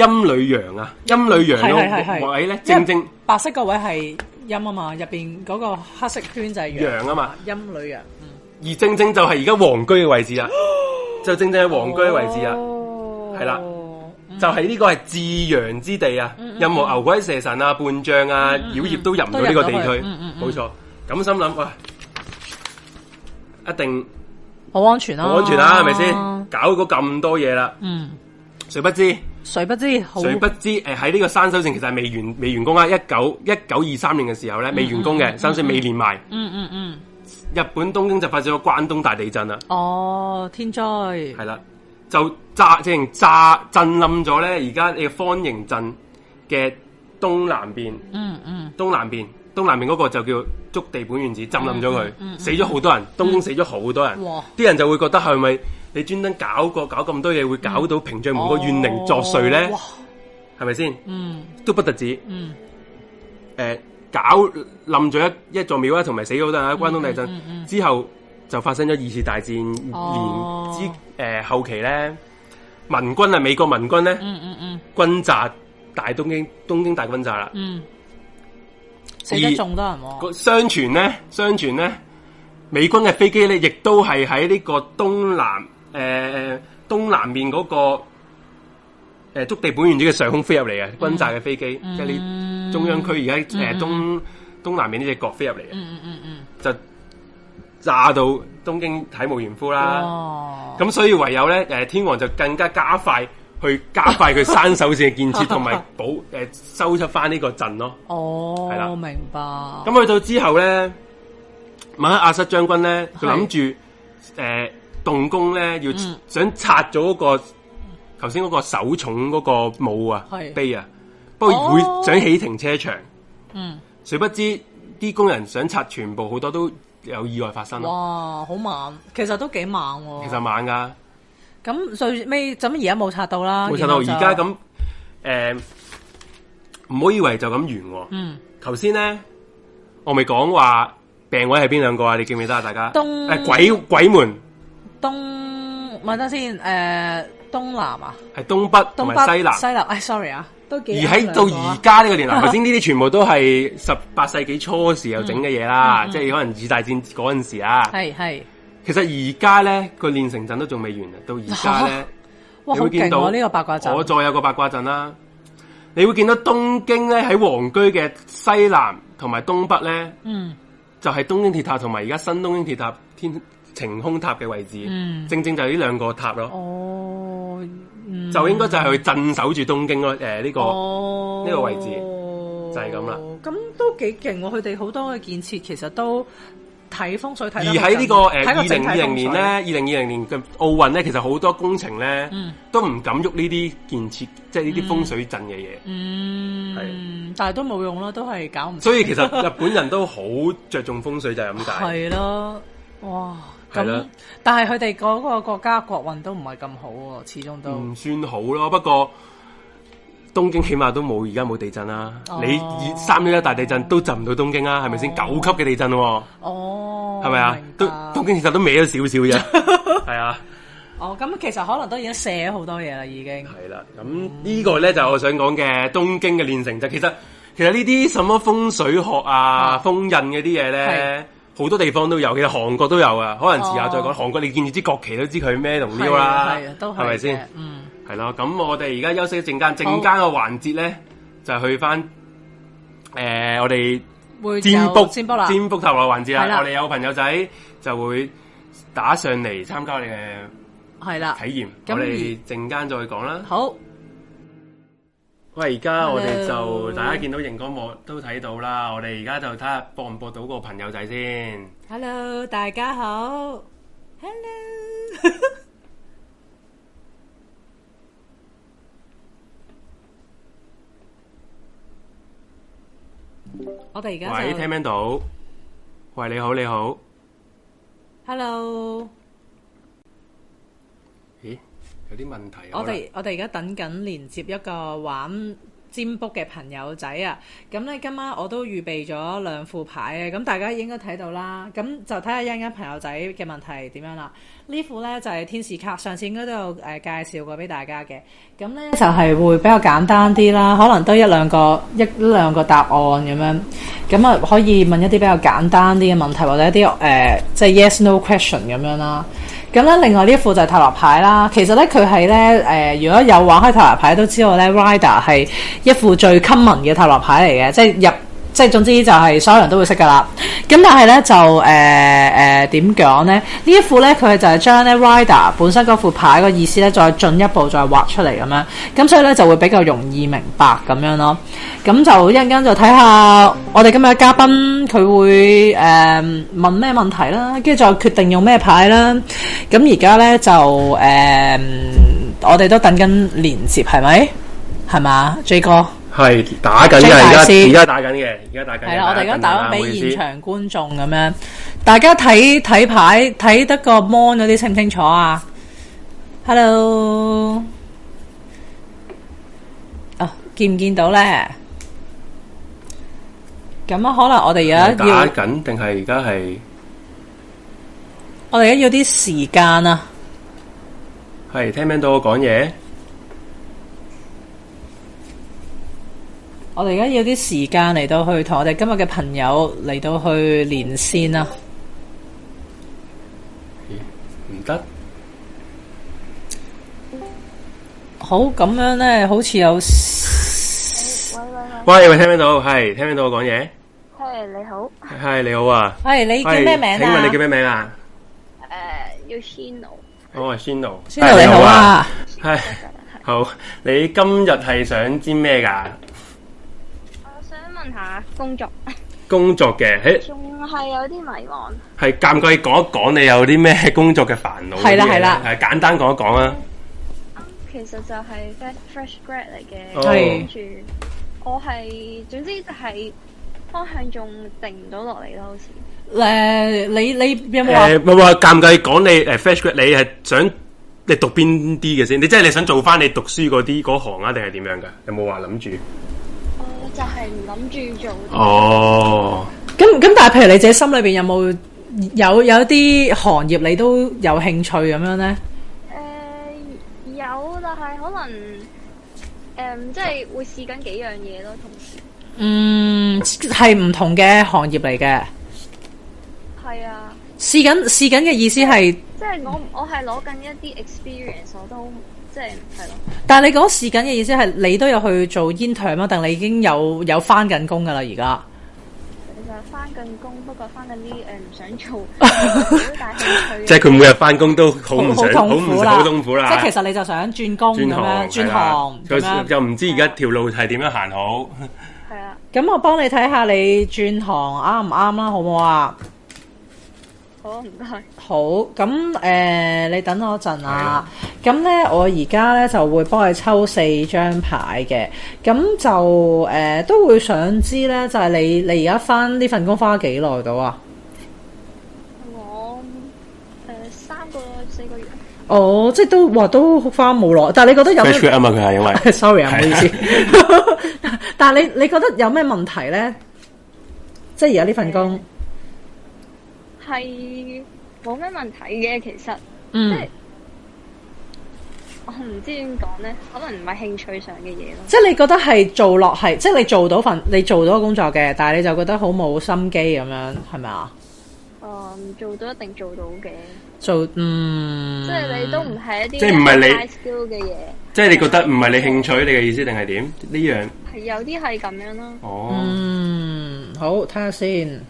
Speaker 1: 陰女陽啊，陰女陽
Speaker 2: 係
Speaker 1: 嗰
Speaker 2: 係係係
Speaker 1: 個位咧，正正
Speaker 2: 白色個位係陰啊嘛，入邊嗰個黑色圈就係陽
Speaker 1: 陽啊嘛，
Speaker 2: 陰女陽，嗯
Speaker 1: 而正正就係而家皇居嘅位 置啦，就正正係皇居嘅位置啊，
Speaker 2: 哦
Speaker 1: 係啦
Speaker 2: 嗯
Speaker 1: 就係呢個係至陽之地啊，任何牛鬼蛇神啊、半將啊、妖孽都入唔到呢個地
Speaker 2: 嗯都入唔到
Speaker 1: 區
Speaker 2: 去嗯嗯，嗯
Speaker 1: 冇錯。咁心諗哇，一定
Speaker 2: 好安全啦，
Speaker 1: 好安全啦，係咪先？搞咗咁多嘢啦，
Speaker 2: 嗯，
Speaker 1: 誰不知？
Speaker 2: 誰不知好
Speaker 1: 誰不知誒喺呢個山手線其實係未完未完工啊啦，一九一九二三年嘅時候咧未完工嘅，山手線未連埋，
Speaker 2: 嗯嗯嗯，
Speaker 1: 日本東京就發生咗關東大地震啦，
Speaker 2: 哦天災
Speaker 1: 係啦，就炸即係炸震冧咗咧，而家你嘅方形鎮嘅東南邊，
Speaker 2: 嗯嗯
Speaker 1: 東南邊，東南邊嗰個就叫
Speaker 2: 嗯
Speaker 1: 築地本願寺，浸冧咗佢，死咗好多人，東京死咗好多人
Speaker 2: 哇，
Speaker 1: 啲人就會覺得係咪你專登搞過搞咁多嘢，會搞到屏障門個怨靈作祟咧
Speaker 2: 嗯哦哇，，
Speaker 1: 係咪先？
Speaker 2: 嗯
Speaker 1: 都不特止，
Speaker 2: 嗯，
Speaker 1: 诶、呃搞冧咗一一座廟啦，同埋死咗好多人啦，關東地震、
Speaker 2: 嗯嗯
Speaker 1: 之後就發生咗二次大戰，
Speaker 2: 哦
Speaker 1: 連之诶、後期咧，民軍啊美國民軍咧、
Speaker 2: 嗯嗯嗯
Speaker 1: 軍炸大東京，東京大軍炸啦。
Speaker 2: 嗯，死得仲多人喎，
Speaker 1: 個相傳咧，相傳咧，美軍嘅飛機咧，亦都係喺呢個東南诶、呃、東南面嗰、個诶、呃、築地本願寺嘅上空飛入嚟嘅軍炸嘅飛機，即係呢
Speaker 2: 嗯
Speaker 1: 中央區而家诶東東南面呢只角飛入嚟嘅。
Speaker 2: 嗯嗯嗯
Speaker 1: 就炸到東京體無完膚
Speaker 2: 嗯，
Speaker 1: 啦。
Speaker 2: 哦，
Speaker 1: 咁所以唯有咧，誒天皇就更加加快去加快佢山手線嘅建設，同埋 保誒收出翻呢個鎮咯。係啦
Speaker 2: 哦，明白，咁
Speaker 1: 咁去到之後咧，馬克阿瑟將軍咧，佢諗住誒動工咧，要
Speaker 2: 嗯
Speaker 1: 想拆咗嗰個頭先嗰個首重嗰個墓啊
Speaker 2: 係
Speaker 1: 碑啊，不過會
Speaker 2: 哦
Speaker 1: 想起停車場，
Speaker 2: 嗯，
Speaker 1: 誰不知啲工人想拆全部，好多都有意外發生咯。
Speaker 2: 哇，好猛，其實都幾猛喎，
Speaker 1: 其實猛㗎。
Speaker 2: 咁最尾咁而家冇刷到啦，
Speaker 1: 冇錯到而
Speaker 2: 然
Speaker 1: 家，
Speaker 2: 後就
Speaker 1: 咁誒，唔好以為就咁完喎。
Speaker 2: 嗯，
Speaker 1: 頭先咧，我咪講話病位係邊兩個啊？你記唔記得啊？大家
Speaker 2: 東
Speaker 1: 誒鬼鬼門
Speaker 2: 東問得先，誒東南啊，
Speaker 1: 係東北同
Speaker 2: 東
Speaker 1: 埋
Speaker 2: 北
Speaker 1: 西南，
Speaker 2: 西南，哎，sorry 啊，
Speaker 3: 都
Speaker 1: 而
Speaker 3: 幾
Speaker 1: 喺到而家呢個 年代，頭先呢啲全部都係十八世紀初時候整嘅嘢啦，即係可能二大戰嗰陣時啊。
Speaker 2: 嗯係係，
Speaker 1: 其實而家咧個練成陣都仲未完啊，到而家 咧。
Speaker 2: 哇，
Speaker 1: 你
Speaker 2: 好
Speaker 1: 會
Speaker 2: 勁
Speaker 1: 見
Speaker 2: 喎
Speaker 1: 到
Speaker 2: 呢個八卦陣，
Speaker 1: 我再有個八卦陣啦。你會見到東京咧喺皇居嘅西南同埋東北咧，
Speaker 2: 嗯
Speaker 1: 就係、東京鐵塔同埋而家新東京鐵塔天晴空塔嘅位置，
Speaker 2: 嗯
Speaker 1: 正正就係呢兩個塔咯，
Speaker 2: 哦，嗯
Speaker 1: 就應該就係去鎮守住東京咯。誒、呃呢、個
Speaker 2: 哦
Speaker 1: 呢個位置就係咁啦。
Speaker 2: 咁都幾勁喎，佢哋好多嘅建設其實都睇風水睇
Speaker 1: 而
Speaker 2: 得好
Speaker 1: 喺呢
Speaker 2: 緊
Speaker 1: 個誒
Speaker 2: 睇個
Speaker 1: 二零
Speaker 2: 整
Speaker 1: 二
Speaker 2: 體
Speaker 1: 零年
Speaker 2: 風水
Speaker 1: 咧，二零二零年嘅奧運咧，其實好多工程咧、
Speaker 2: 嗯
Speaker 1: 都唔敢喐呢啲建設，即係呢啲風水陣嘅嘢。
Speaker 2: 嗯，但係都冇用啦，都係搞唔
Speaker 1: 所以其實日本人都好着重風水，就係咁解。
Speaker 2: 係咯，哇！
Speaker 1: 係啦
Speaker 2: 咁但係佢哋嗰個國家國運都唔係咁好喎，始終都。
Speaker 1: 唔嗯算好咯，不過東京起碼都冇而家冇地震啦。
Speaker 2: 哦
Speaker 1: 你二三一一大地震都震唔到東京啊啦，係咪先？九級嘅地震喎，
Speaker 2: 哦，
Speaker 1: 係咪啊？都
Speaker 2: 明白
Speaker 1: 東京其實都歪咗少少啫， 係啊，
Speaker 2: 哦，咁其實可能都已經卸咗好多嘢啦，已經。
Speaker 1: 係啦。咁呢個咧就係我想講嘅東京嘅練成就其實其實呢啲什麼風水學啊、
Speaker 2: 啊
Speaker 1: 封印嗰啲嘢咧。好多地方都有，其實韓國都有啊。可能遲下再講，
Speaker 2: 哦
Speaker 1: 韓國你見住支國旗都知佢咩同
Speaker 2: 係
Speaker 1: 料啦，
Speaker 2: 係啊，都係
Speaker 1: 係咪先
Speaker 2: 嘅？嗯，
Speaker 1: 系咯，咁我哋而家休息一陣間，陣間個環節咧就去翻诶、呃我哋
Speaker 2: 會
Speaker 1: 占卜
Speaker 2: 占卜啦，
Speaker 1: 占卜塔羅環節
Speaker 2: 係啦
Speaker 1: 啦。我哋有朋友仔就會打上嚟參加我哋嘅
Speaker 2: 係啦。
Speaker 1: 體驗，
Speaker 2: 咁
Speaker 1: 我哋陣間再講啦。
Speaker 2: 好，
Speaker 1: 喂，而家我哋就
Speaker 2: Hello
Speaker 1: 大家見到熒光幕都睇到啦，我哋而家就睇下博唔博到個朋友仔先。
Speaker 2: Hello，大家好，Hello，我哋而家
Speaker 1: 喂，
Speaker 2: 就
Speaker 1: 聽唔聽到？喂，你好，你好。
Speaker 2: Hello，
Speaker 1: 咦，有啲問題啊。
Speaker 2: 我
Speaker 1: 可能
Speaker 2: 哋我哋而家等緊連接一個玩占卜嘅朋友仔啊！咁咧今晚我都預備咗兩副牌嘅，咁大家應該睇到啦。咁就睇下一陣間朋友仔嘅問題點樣啦。呢副咧就係、天使卡，上次應該都有誒、呃介紹過俾大家嘅。咁咧就係會比較簡單啲啦，可能都一兩個一一兩個答案咁樣。咁啊可以問一啲比較簡單啲嘅問題，或者一啲誒、呃即係 yes no question 咁樣啦。咁咧另外呢副就係塔羅牌啦。其實咧佢係咧誒，如果有玩開塔羅牌都知道咧，Rider 係一副最 common 嘅塔羅牌嚟嘅，即係入。即係總之就係所有人都會識噶啦。咁但係咧就誒誒點講咧？呢一副咧佢就係將咧 Rider 本身嗰副牌個意思咧再進一步再畫出嚟咁樣，咁所以咧就會比較容易明白咁樣咯。咁就一陣間就睇下我哋今日嘅嘉賓佢會誒、呃、問咩問題啦，跟住再決定用咩牌啦。咁而家咧就誒、呃我哋都等緊連接係咪？係嘛，J 哥？
Speaker 1: 係打緊嘅，
Speaker 2: J 大
Speaker 1: 而家
Speaker 2: 師
Speaker 1: 而家打緊嘅，而家打緊嘅。
Speaker 2: 係啦，我哋而家打
Speaker 1: 緊啊嘅唔
Speaker 2: 翻
Speaker 1: 好
Speaker 2: 俾
Speaker 1: 意思
Speaker 2: 現場觀眾咁樣，大家睇睇牌睇得個 mon 嗰啲清唔清楚啊？ Hello，啊，見唔見到咧？咁啊，可能我哋而家
Speaker 1: 打
Speaker 2: 要，
Speaker 1: 緊定係而家係
Speaker 2: 我哋而家要啲時間啊。
Speaker 1: 係聽唔聽到我講嘢？
Speaker 2: 我哋而家要啲時間嚟到去同我哋今日嘅朋友嚟到去連線啊。
Speaker 1: 唔得，
Speaker 2: 好，咁樣咧，好似有
Speaker 4: 喂
Speaker 1: 喂
Speaker 4: 喂喂，
Speaker 1: 喂，聽唔聽到？係聽唔聽到我講嘢？
Speaker 4: 嘿你好，
Speaker 1: 係你好啊，
Speaker 2: 係哎你叫
Speaker 1: 喂
Speaker 2: 咩名
Speaker 1: 請問你叫
Speaker 2: 啊
Speaker 1: 咩名啊？
Speaker 4: 诶、呃要 Hino，
Speaker 1: 我係 Shino，
Speaker 2: 先頭你好，
Speaker 1: à?
Speaker 2: 啊，
Speaker 1: 係好，你今日係想知咩㗎？
Speaker 4: 我想問下工作
Speaker 1: 工作嘅，誒
Speaker 4: 仲係有啲迷茫，
Speaker 1: 係尷尬講一講你有啲咩工作嘅煩惱嗰啲嘢？
Speaker 2: 係啦係啦
Speaker 1: 係簡單講一講啊。
Speaker 4: 其實就係 fresh fresh grad 嚟嘅，
Speaker 1: 哦
Speaker 2: 係
Speaker 4: 跟住我係總之就係方向仲定唔到落嚟咯，好似
Speaker 2: 誒，呃你你有冇話
Speaker 1: 誒，唔係話尷尬講你誒 fresh grad，你係想你讀邊啲嘅先？你即係你想做翻你讀書嗰啲嗰行啊，定係點樣㗎？有冇話諗住？
Speaker 4: 我就係唔諗住做，
Speaker 1: 哦，
Speaker 2: 咁咁？但係譬如你自己心裏邊有冇有有啲行業你都有興趣咁樣咧？
Speaker 4: 诶、呃有但係可能诶、誒即係會試緊幾樣嘢咯，同時
Speaker 2: 嗯，係唔同嘅行業嚟嘅。
Speaker 4: 係啊，
Speaker 2: 試緊試緊嘅意思係，
Speaker 4: 即係我我係攞緊一啲 experience，我都即係係咯。
Speaker 2: 但係你講試緊嘅意思係你都有去做 intern 啊？定你已經有有翻緊工㗎啦？而家
Speaker 4: 其實翻緊工，不過翻緊啲誒唔想做，好大興趣。啊
Speaker 1: 即係佢每日翻工都好唔想，好
Speaker 2: 痛
Speaker 1: 唔
Speaker 2: 苦啦，
Speaker 1: 好痛苦啦。
Speaker 2: 即係其實你就想轉工咁
Speaker 1: 轉
Speaker 2: 樣，
Speaker 1: 行
Speaker 2: 轉行咁
Speaker 1: 係啊啦
Speaker 2: 樣。
Speaker 1: 又又唔知而家條路係點樣行好。
Speaker 4: 係啊，
Speaker 2: 咁我幫你睇下你轉行啱唔啱啦，好唔好啊？
Speaker 4: 好啊唔該。
Speaker 2: 好，咁誒、呃你等我一陣啊。咁咧，我而家咧就會幫你抽四張牌嘅。咁就誒、呃都會想知咧，就係、你你而家翻呢份工翻咗幾耐到啊？
Speaker 4: 我誒三個四個月，
Speaker 2: 哦，即係都哇，都翻冇耐。但係你覺得有
Speaker 1: fresh
Speaker 2: 咩
Speaker 1: grad 啊嘛，佢係因為
Speaker 2: ？sorry 啊，唔好意思
Speaker 1: 係。
Speaker 2: 但係你你覺得有咩問題咧？即係而家呢份工，
Speaker 4: 係冇咩問題嘅。其實
Speaker 2: 嗯，
Speaker 4: 我唔知點講咧，可能唔係興趣上嘅嘢咯。
Speaker 2: 即係你覺得係做落係，即係你做到份你做到工作嘅，但係你就覺得好冇心機咁樣，係咪啊？
Speaker 4: 誒、嗯做到一定做到嘅，
Speaker 2: 做嗯，
Speaker 4: 即係你都唔係一啲
Speaker 1: 即係唔係你
Speaker 4: high skill 嘅嘢，
Speaker 1: 即係你覺得唔係你興趣，你嘅意思定係點？呢樣
Speaker 4: 係有啲係咁樣咯。
Speaker 1: 哦，
Speaker 2: 嗯，好睇下先。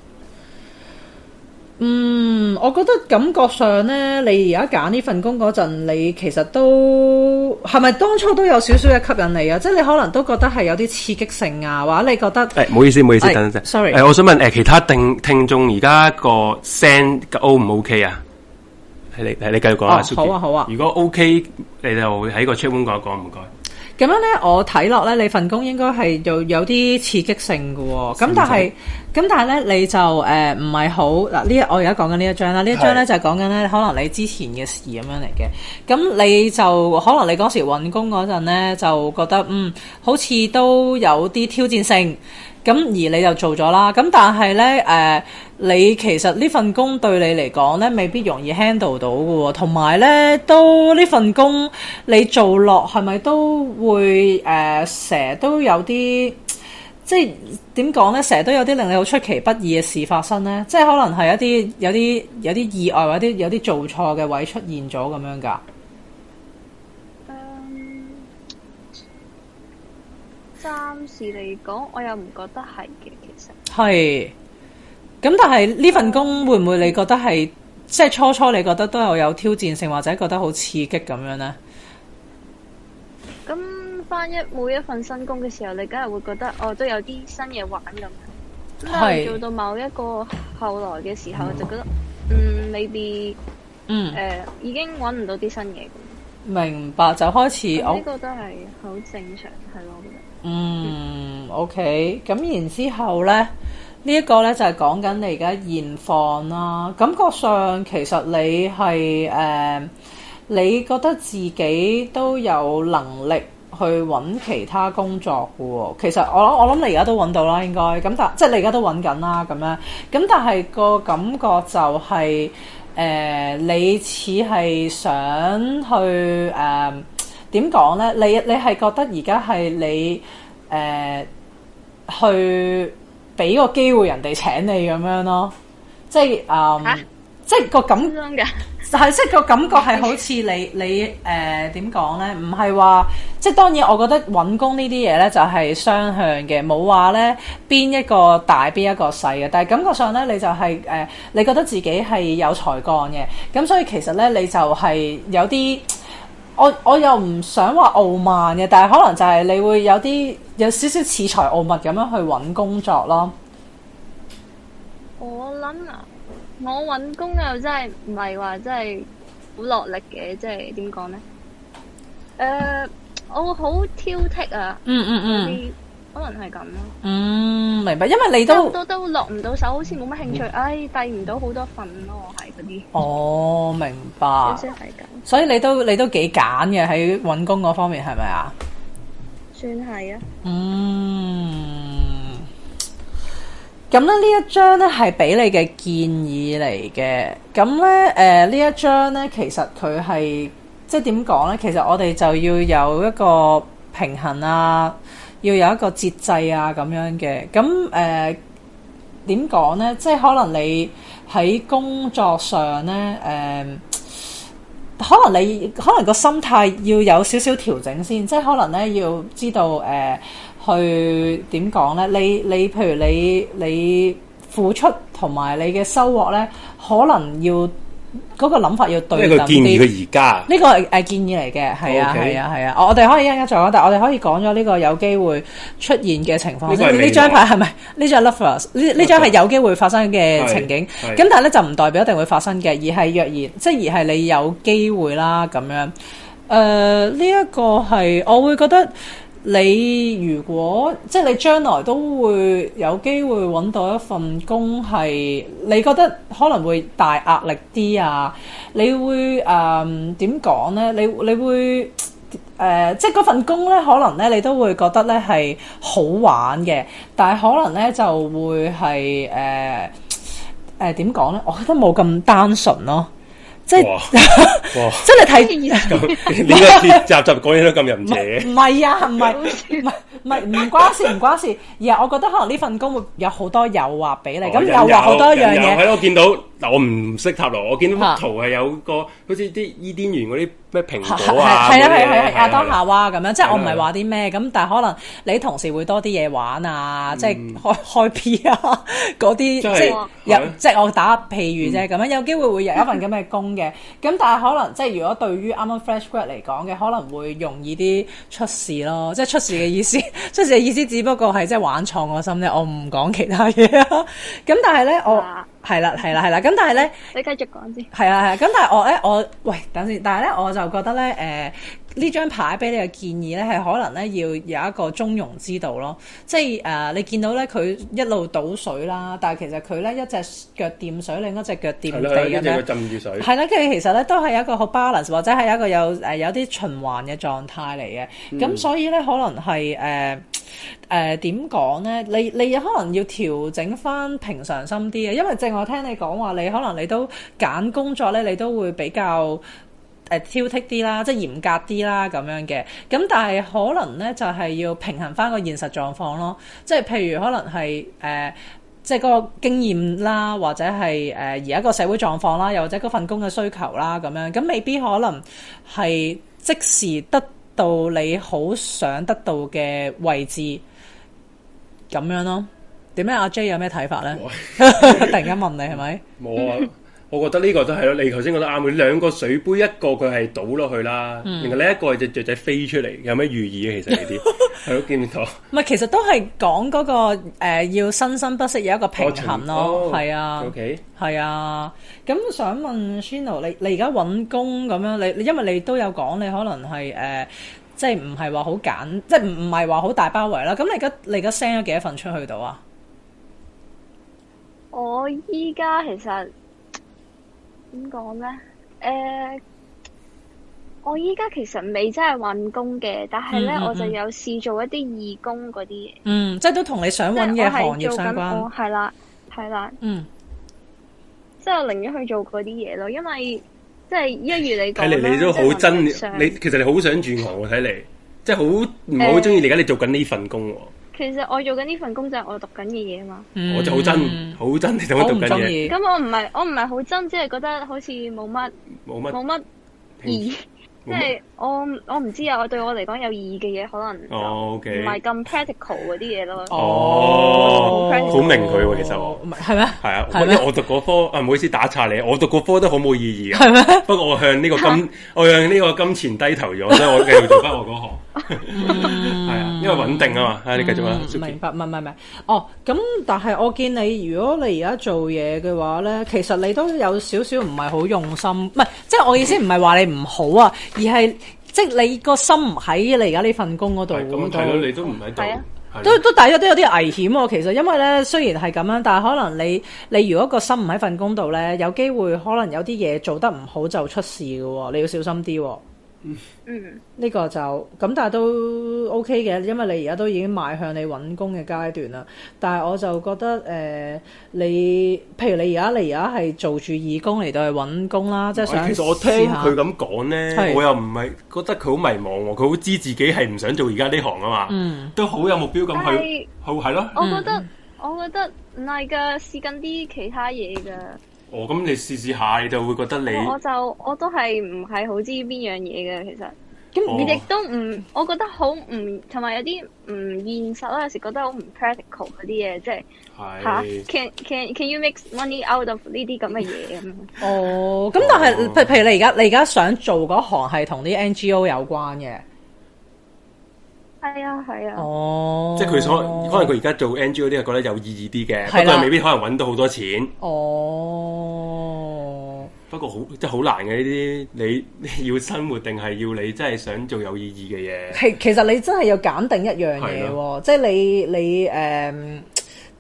Speaker 2: 嗯，我覺得感覺上呢，你而家揀呢份工嗰陣，你其實都係咪當初都有少少嘅吸引力啊？即係你可能都覺得係有啲刺激性啊，或者你覺得
Speaker 1: 誒唔好意思，唔好意思，
Speaker 2: 係
Speaker 1: 等等
Speaker 2: sorry
Speaker 1: 誒，我想問誒其他聽聽眾而家個聲 O 唔 OK 啊？係你係你繼續講啊
Speaker 2: 哦
Speaker 1: Suki
Speaker 2: 好啊好啊
Speaker 1: 如果 OK，你就喺個 chat room 講一講，唔該。
Speaker 2: 咁樣呢，我睇落呢，你份工應該係有有啲刺激性嘅喎、咁但係，咁但係呢，你就誒唔係好嗱呢一？我而家講緊呢一張啦，呢一張呢，
Speaker 1: 係
Speaker 2: 就係講緊呢，可能你之前嘅事咁樣嚟嘅。咁你就可能你嗰時揾工嗰陣呢，就覺得嗯，好似都有啲挑戰性。咁而你就做咗啦。咁但係呢，誒、你其實呢份工對你嚟講呢，未必容易 handle 到嘅喎。同埋呢，都呢份工你做落係咪都會誒成日都有啲？即係點講呢？成日都有啲令你好出其不意嘅事發生呢。即係可能係一啲有啲有啲意外或者有啲做錯嘅位出現咗咁樣㗎。
Speaker 4: 嗯，暫時嚟講，我又唔覺得係嘅，其實。
Speaker 2: 係。咁但係呢份工會唔會你覺得係即係初初你覺得都有有挑戰性或者覺得好刺激咁樣呢？
Speaker 4: 咁翻一每一份新工嘅時候，你梗係會覺得哦，都有啲新嘢玩咁。咁但
Speaker 2: 係
Speaker 4: 係做到某一個後來嘅時候，就覺得嗯未必
Speaker 2: 嗯，
Speaker 4: 誒已經揾唔到啲新嘢。
Speaker 2: 明白就開始哦
Speaker 4: 咁
Speaker 2: 我
Speaker 4: 呢個都係好正常，係咯，我覺得。
Speaker 2: 嗯 OK，咁然之後呢，呢、一個呢就係講緊你而家現況啦。感覺上其實你係誒、呃你覺得自己都有能力去揾其他工作嘅喎、其實我諗我諗你而家都揾到啦，應該咁但即係你而家都揾緊啦咁樣，咁但係個感覺就係、誒、你似係想去誒點講呢？你你係覺得而家係你誒、呃去俾個機會人哋請你咁樣咯，即係誒、嗯
Speaker 4: 嚇
Speaker 2: 即係個感
Speaker 4: 真㗎，
Speaker 2: 就係即係個感覺係好似 你你誒點講咧？唔係話即係當然，我覺得揾工呢啲嘢咧就係雙向嘅，冇話咧邊一個大邊一個細嘅。但係感覺上咧，你就係、誒、你覺得自己係有才幹嘅，咁所以其實咧你就係有 啲。我我又唔想話傲慢嘅，但係可能就係你會有啲有少少恃才傲物咁樣去揾工作咯。
Speaker 4: 我諗啊，我揾工又真係唔係話真係好落力嘅，即係點講咧？诶、我好挑剔啊，
Speaker 2: 嗯嗯嗯
Speaker 4: 你可能係咁咯，
Speaker 2: 嗯，明白，因為你
Speaker 4: 即係
Speaker 2: 都
Speaker 4: 好。多都落唔到手，好似冇乜興趣，唉、遞唔到好多份咯，我係嗰啲，
Speaker 2: 哦，明白。
Speaker 4: 好似係咁，
Speaker 2: 所以你都你都幾揀嘅喺揾工嗰方面係咪啊？
Speaker 4: 算係啊。
Speaker 2: 嗯，咁咧呢一張咧係俾你嘅建議嚟嘅。咁咧誒呢一張咧，其實佢係即係點講咧？其實我哋就要有一個平衡啊，要有一個節制啊咁樣嘅。咁誒點講咧？即係可能你喺工作上咧誒。可能你可能個心態要有少少調整先，即係可能咧要知道誒、呃去點講咧？你你譬如你你付出同埋你嘅收穫咧，可能要嗰、個諗法要對
Speaker 5: 因為佢
Speaker 2: 等啲。
Speaker 5: 建議佢而家
Speaker 2: 呢個係誒建議嚟嘅，係啊
Speaker 5: 啊 OK
Speaker 2: 係啊係啊，我我哋可以一陣間再講，但係我哋可以講咗呢個有機會出現嘅情況
Speaker 5: 呢個係
Speaker 2: 先。呢
Speaker 5: 未
Speaker 2: 張
Speaker 5: 來
Speaker 2: 牌係咪？呢張 lovers 呢呢張係有機會發生嘅
Speaker 5: 係
Speaker 2: 情景，
Speaker 5: 係
Speaker 2: 咁但係咧就唔代表一定會發生嘅，而係若然即係而係你有機會啦咁樣。誒呢一個係我會覺得你如果即係你將來都會有機會揾到一份工係你覺得可能會大壓力啲啊，你會誒點講呢？你你會。誒、呃即係嗰份工咧，可能咧你都會覺得咧係好玩嘅，但係可能咧就會係誒誒點講咧？我覺得冇咁單純咯，即係
Speaker 5: 哇 哇，
Speaker 2: 即 係
Speaker 5: 你
Speaker 2: 你睇
Speaker 5: 個節集集講嘢都咁淫邪，
Speaker 2: 唔係啊，唔係唔係唔係唔關事唔關事，而係我覺得可能呢份工會有好多誘惑俾你，
Speaker 5: 哦
Speaker 2: 咁
Speaker 5: 人
Speaker 2: 誘惑好多樣
Speaker 5: 人有係
Speaker 2: 嘢，
Speaker 5: 咯，我見到嗱，我唔識塔羅，我見
Speaker 2: 嚇
Speaker 5: 到幅圖係有個好似啲伊甸園嗰啲咩
Speaker 2: 係
Speaker 5: 蘋
Speaker 2: 係
Speaker 5: 果啊，
Speaker 2: 係
Speaker 5: 嗰啲
Speaker 2: 啊係
Speaker 5: 嘢
Speaker 2: 係亞當夏娃咁樣，即係
Speaker 5: 係啊
Speaker 2: 我唔係話啲咩咁，但係可能你同事會多啲嘢玩啊，即係開 開 P 啊 嗰啲，即
Speaker 5: 嗯係嗯
Speaker 2: 係有
Speaker 5: 係啊
Speaker 2: 即係我打譬如啫咁樣，有機會 會有一份咁嘅工嘅，咁但係可能即係如果對於啱啱 fresh grad 嚟講嘅，可能會容易啲出事咯，即係出事嘅意思， 出事嘅意思只不過係即係玩創我心啫，我唔講其他嘢啊，咁但係咧我
Speaker 4: 啊
Speaker 2: 係啦係啦係啦，咁但係咧。
Speaker 4: 你繼續講先。
Speaker 2: 係啊係啊，咁但係我咧，我喂等先，但係咧我就覺得咧，誒、呢張牌俾你嘅建議咧，係可能咧要有一個中庸之道咯，即係誒、呃你見到咧佢一路倒水啦，但係其實佢咧一隻腳掂水，另一隻腳掂
Speaker 5: 係
Speaker 2: 地
Speaker 5: 啦，
Speaker 2: 咁
Speaker 5: 一隻
Speaker 2: 樣
Speaker 5: 佢。浸住水，
Speaker 2: 係啦，跟住其實咧都係一個好 balance，或者係一個有誒、呃有啲循環嘅狀態嚟嘅。咁、所以咧，可能係誒誒點講咧？你你可能要調整翻平常心啲嘅，因為正我聽你講話，你可能你都揀工作咧，你都會比較。誒、挑剔啲啦，即係嚴格啲啦咁樣嘅，咁但係可能咧就係、要平衡翻個現實狀況咯，即係譬如可能係誒、呃即係嗰個經驗啦，或者係誒呃而家個社會狀況啦，又或者嗰份工嘅需求啦咁樣，咁未必可能係即時得到你好想得到嘅位置咁樣咯。點咧？阿 J 有咩睇法咧？ 突然間問你係咪？
Speaker 5: 冇啊！我覺得呢個都係咯，你頭先覺得啱嘅，兩個水杯，一個佢係倒落去啦，另外呢一個係只雀仔飛出嚟，有咩寓意啊？其實呢啲係咯，見唔到
Speaker 2: 唔係，其實都係講嗰個、呃、要生生不息有一個平衡
Speaker 1: 哦
Speaker 2: 咯，係、啊。
Speaker 5: ，OK，
Speaker 2: 係啊，咁想問 Shino，你你而家揾工咁樣，你你因為你都有講，你可能係誒、呃即係唔係話好簡，即係唔唔係話好大包圍啦。咁你而家你而家 send 咗幾多份出去到啊？
Speaker 4: 我依家其實點講咧？誒、呃我依家其實未真係揾工嘅，但係咧
Speaker 2: 嗯嗯嗯
Speaker 4: 我就有試做一啲義工嗰啲嘢，
Speaker 2: 嗯，即係都同你想揾
Speaker 4: 即
Speaker 2: 嘅
Speaker 4: 係我
Speaker 2: 行
Speaker 4: 係
Speaker 2: 業
Speaker 4: 做
Speaker 2: 相
Speaker 4: 緊
Speaker 2: 關
Speaker 4: 我。係啦係啦，
Speaker 2: 嗯，
Speaker 4: 即係我寧願去做嗰啲嘢咯，因為即係一如你講
Speaker 1: 睇嚟你
Speaker 4: 啦
Speaker 1: 都
Speaker 4: 即
Speaker 1: 好
Speaker 4: 係
Speaker 1: 真，
Speaker 4: 能
Speaker 1: 你
Speaker 4: 力上
Speaker 1: 其實你好想轉行喎，睇嚟即係好唔係好中意你而家你做緊呢份工喎，
Speaker 4: 其實我做緊呢份工就係我讀緊嘅嘢嘛。
Speaker 2: 嗯
Speaker 1: 我就好真好真，你同我
Speaker 2: 我
Speaker 1: 讀
Speaker 2: 唔
Speaker 1: 緊
Speaker 2: 中
Speaker 1: 嘢，
Speaker 2: 意。
Speaker 4: 咁我唔係我唔係好真，只係覺得好似冇乜
Speaker 1: 冇乜
Speaker 4: 冇乜 意義，即
Speaker 1: 冇乜
Speaker 4: 係我我唔知啊。我對我嚟講有意義嘅嘢，可能就唔
Speaker 1: 哦，OK，
Speaker 4: 係咁 practical 嗰啲嘢咯。
Speaker 1: 哦
Speaker 4: 好
Speaker 1: 明佢喎其實我
Speaker 2: 哦唔係係咩？
Speaker 1: 係啊，我
Speaker 2: 係
Speaker 1: 因
Speaker 2: 咩
Speaker 1: 為我讀嗰科啊，唔好意思打岔你，我讀嗰科都好冇意義嘅。啊
Speaker 2: 係咩？
Speaker 1: 不過我向呢個 金，我向呢個金錢低頭咗，所以我繼續做翻我嗰行。 係啊，因為穩定啊嘛。啊，你繼續啊
Speaker 2: 嗯明
Speaker 1: ，Suki。
Speaker 2: 白，唔係唔係唔係，哦，咁但係我見你，如果你而家做嘢嘅話咧，其實你都有少少唔係好用心，唔係，即係我意思唔係話你唔好啊，而係即係你個心唔喺你而家呢份工嗰度
Speaker 1: 係咁
Speaker 2: 嗰度
Speaker 1: 係咯，你都唔喺度
Speaker 4: 係啊，
Speaker 1: 係
Speaker 2: 都
Speaker 1: 咯
Speaker 2: 都大約都有啲危險喎、其實因為咧，雖然係咁樣，但係可能你你如果個心唔喺份工度咧，有機會可能有啲嘢做得唔好就出事嘅喎、你要小心啲喎、
Speaker 4: 嗯，
Speaker 2: 呢個就咁，但係都 OK 嘅，因為你而家都已經邁向你揾工嘅階段啦。但係我就覺得誒、呃你譬如你而家你而家係做住義工嚟到去揾工啦，即係想
Speaker 1: 嗯哎其實我聽
Speaker 2: 試下
Speaker 1: 佢咁講咧，
Speaker 2: 係
Speaker 1: 我又唔係覺得佢好迷茫喎，佢好知自己係唔想做而家呢行啊嘛，
Speaker 2: 嗯
Speaker 1: 都好有目標
Speaker 4: 但
Speaker 1: 咁去，
Speaker 4: 係
Speaker 1: 好係咯。
Speaker 4: 我覺得我覺得唔係㗎，試緊啲其他嘢㗎。
Speaker 1: 哦，咁你試試下，你就會覺得你
Speaker 4: 我就我都係唔係好知邊樣嘢嘅，其實
Speaker 1: 哦
Speaker 4: 亦都唔，我覺得好唔同埋有啲唔現實啦。有時覺得好唔 practical 嗰啲嘢，即係吓
Speaker 1: 係
Speaker 4: can can can you make money out of 呢啲咁嘅 嘢咁樣。
Speaker 2: 哦，咁但係
Speaker 1: 哦
Speaker 2: 譬譬如你而家你而家想做嗰行係同啲 NGO 有關嘅，
Speaker 4: 係啊係啊，
Speaker 2: 哦，
Speaker 1: 即係佢所可能佢而家做 NGO 啲係覺得有意義啲嘅，
Speaker 2: 係
Speaker 1: 不
Speaker 2: 啦
Speaker 1: 過未必可能揾到好多錢。
Speaker 2: 哦，
Speaker 1: 不過好即係好難嘅呢啲，你 要生活定係要你真係想做有意義嘅嘢？
Speaker 2: 其其實你真係要揀定一樣嘢
Speaker 1: 係
Speaker 2: 喎，即係你你誒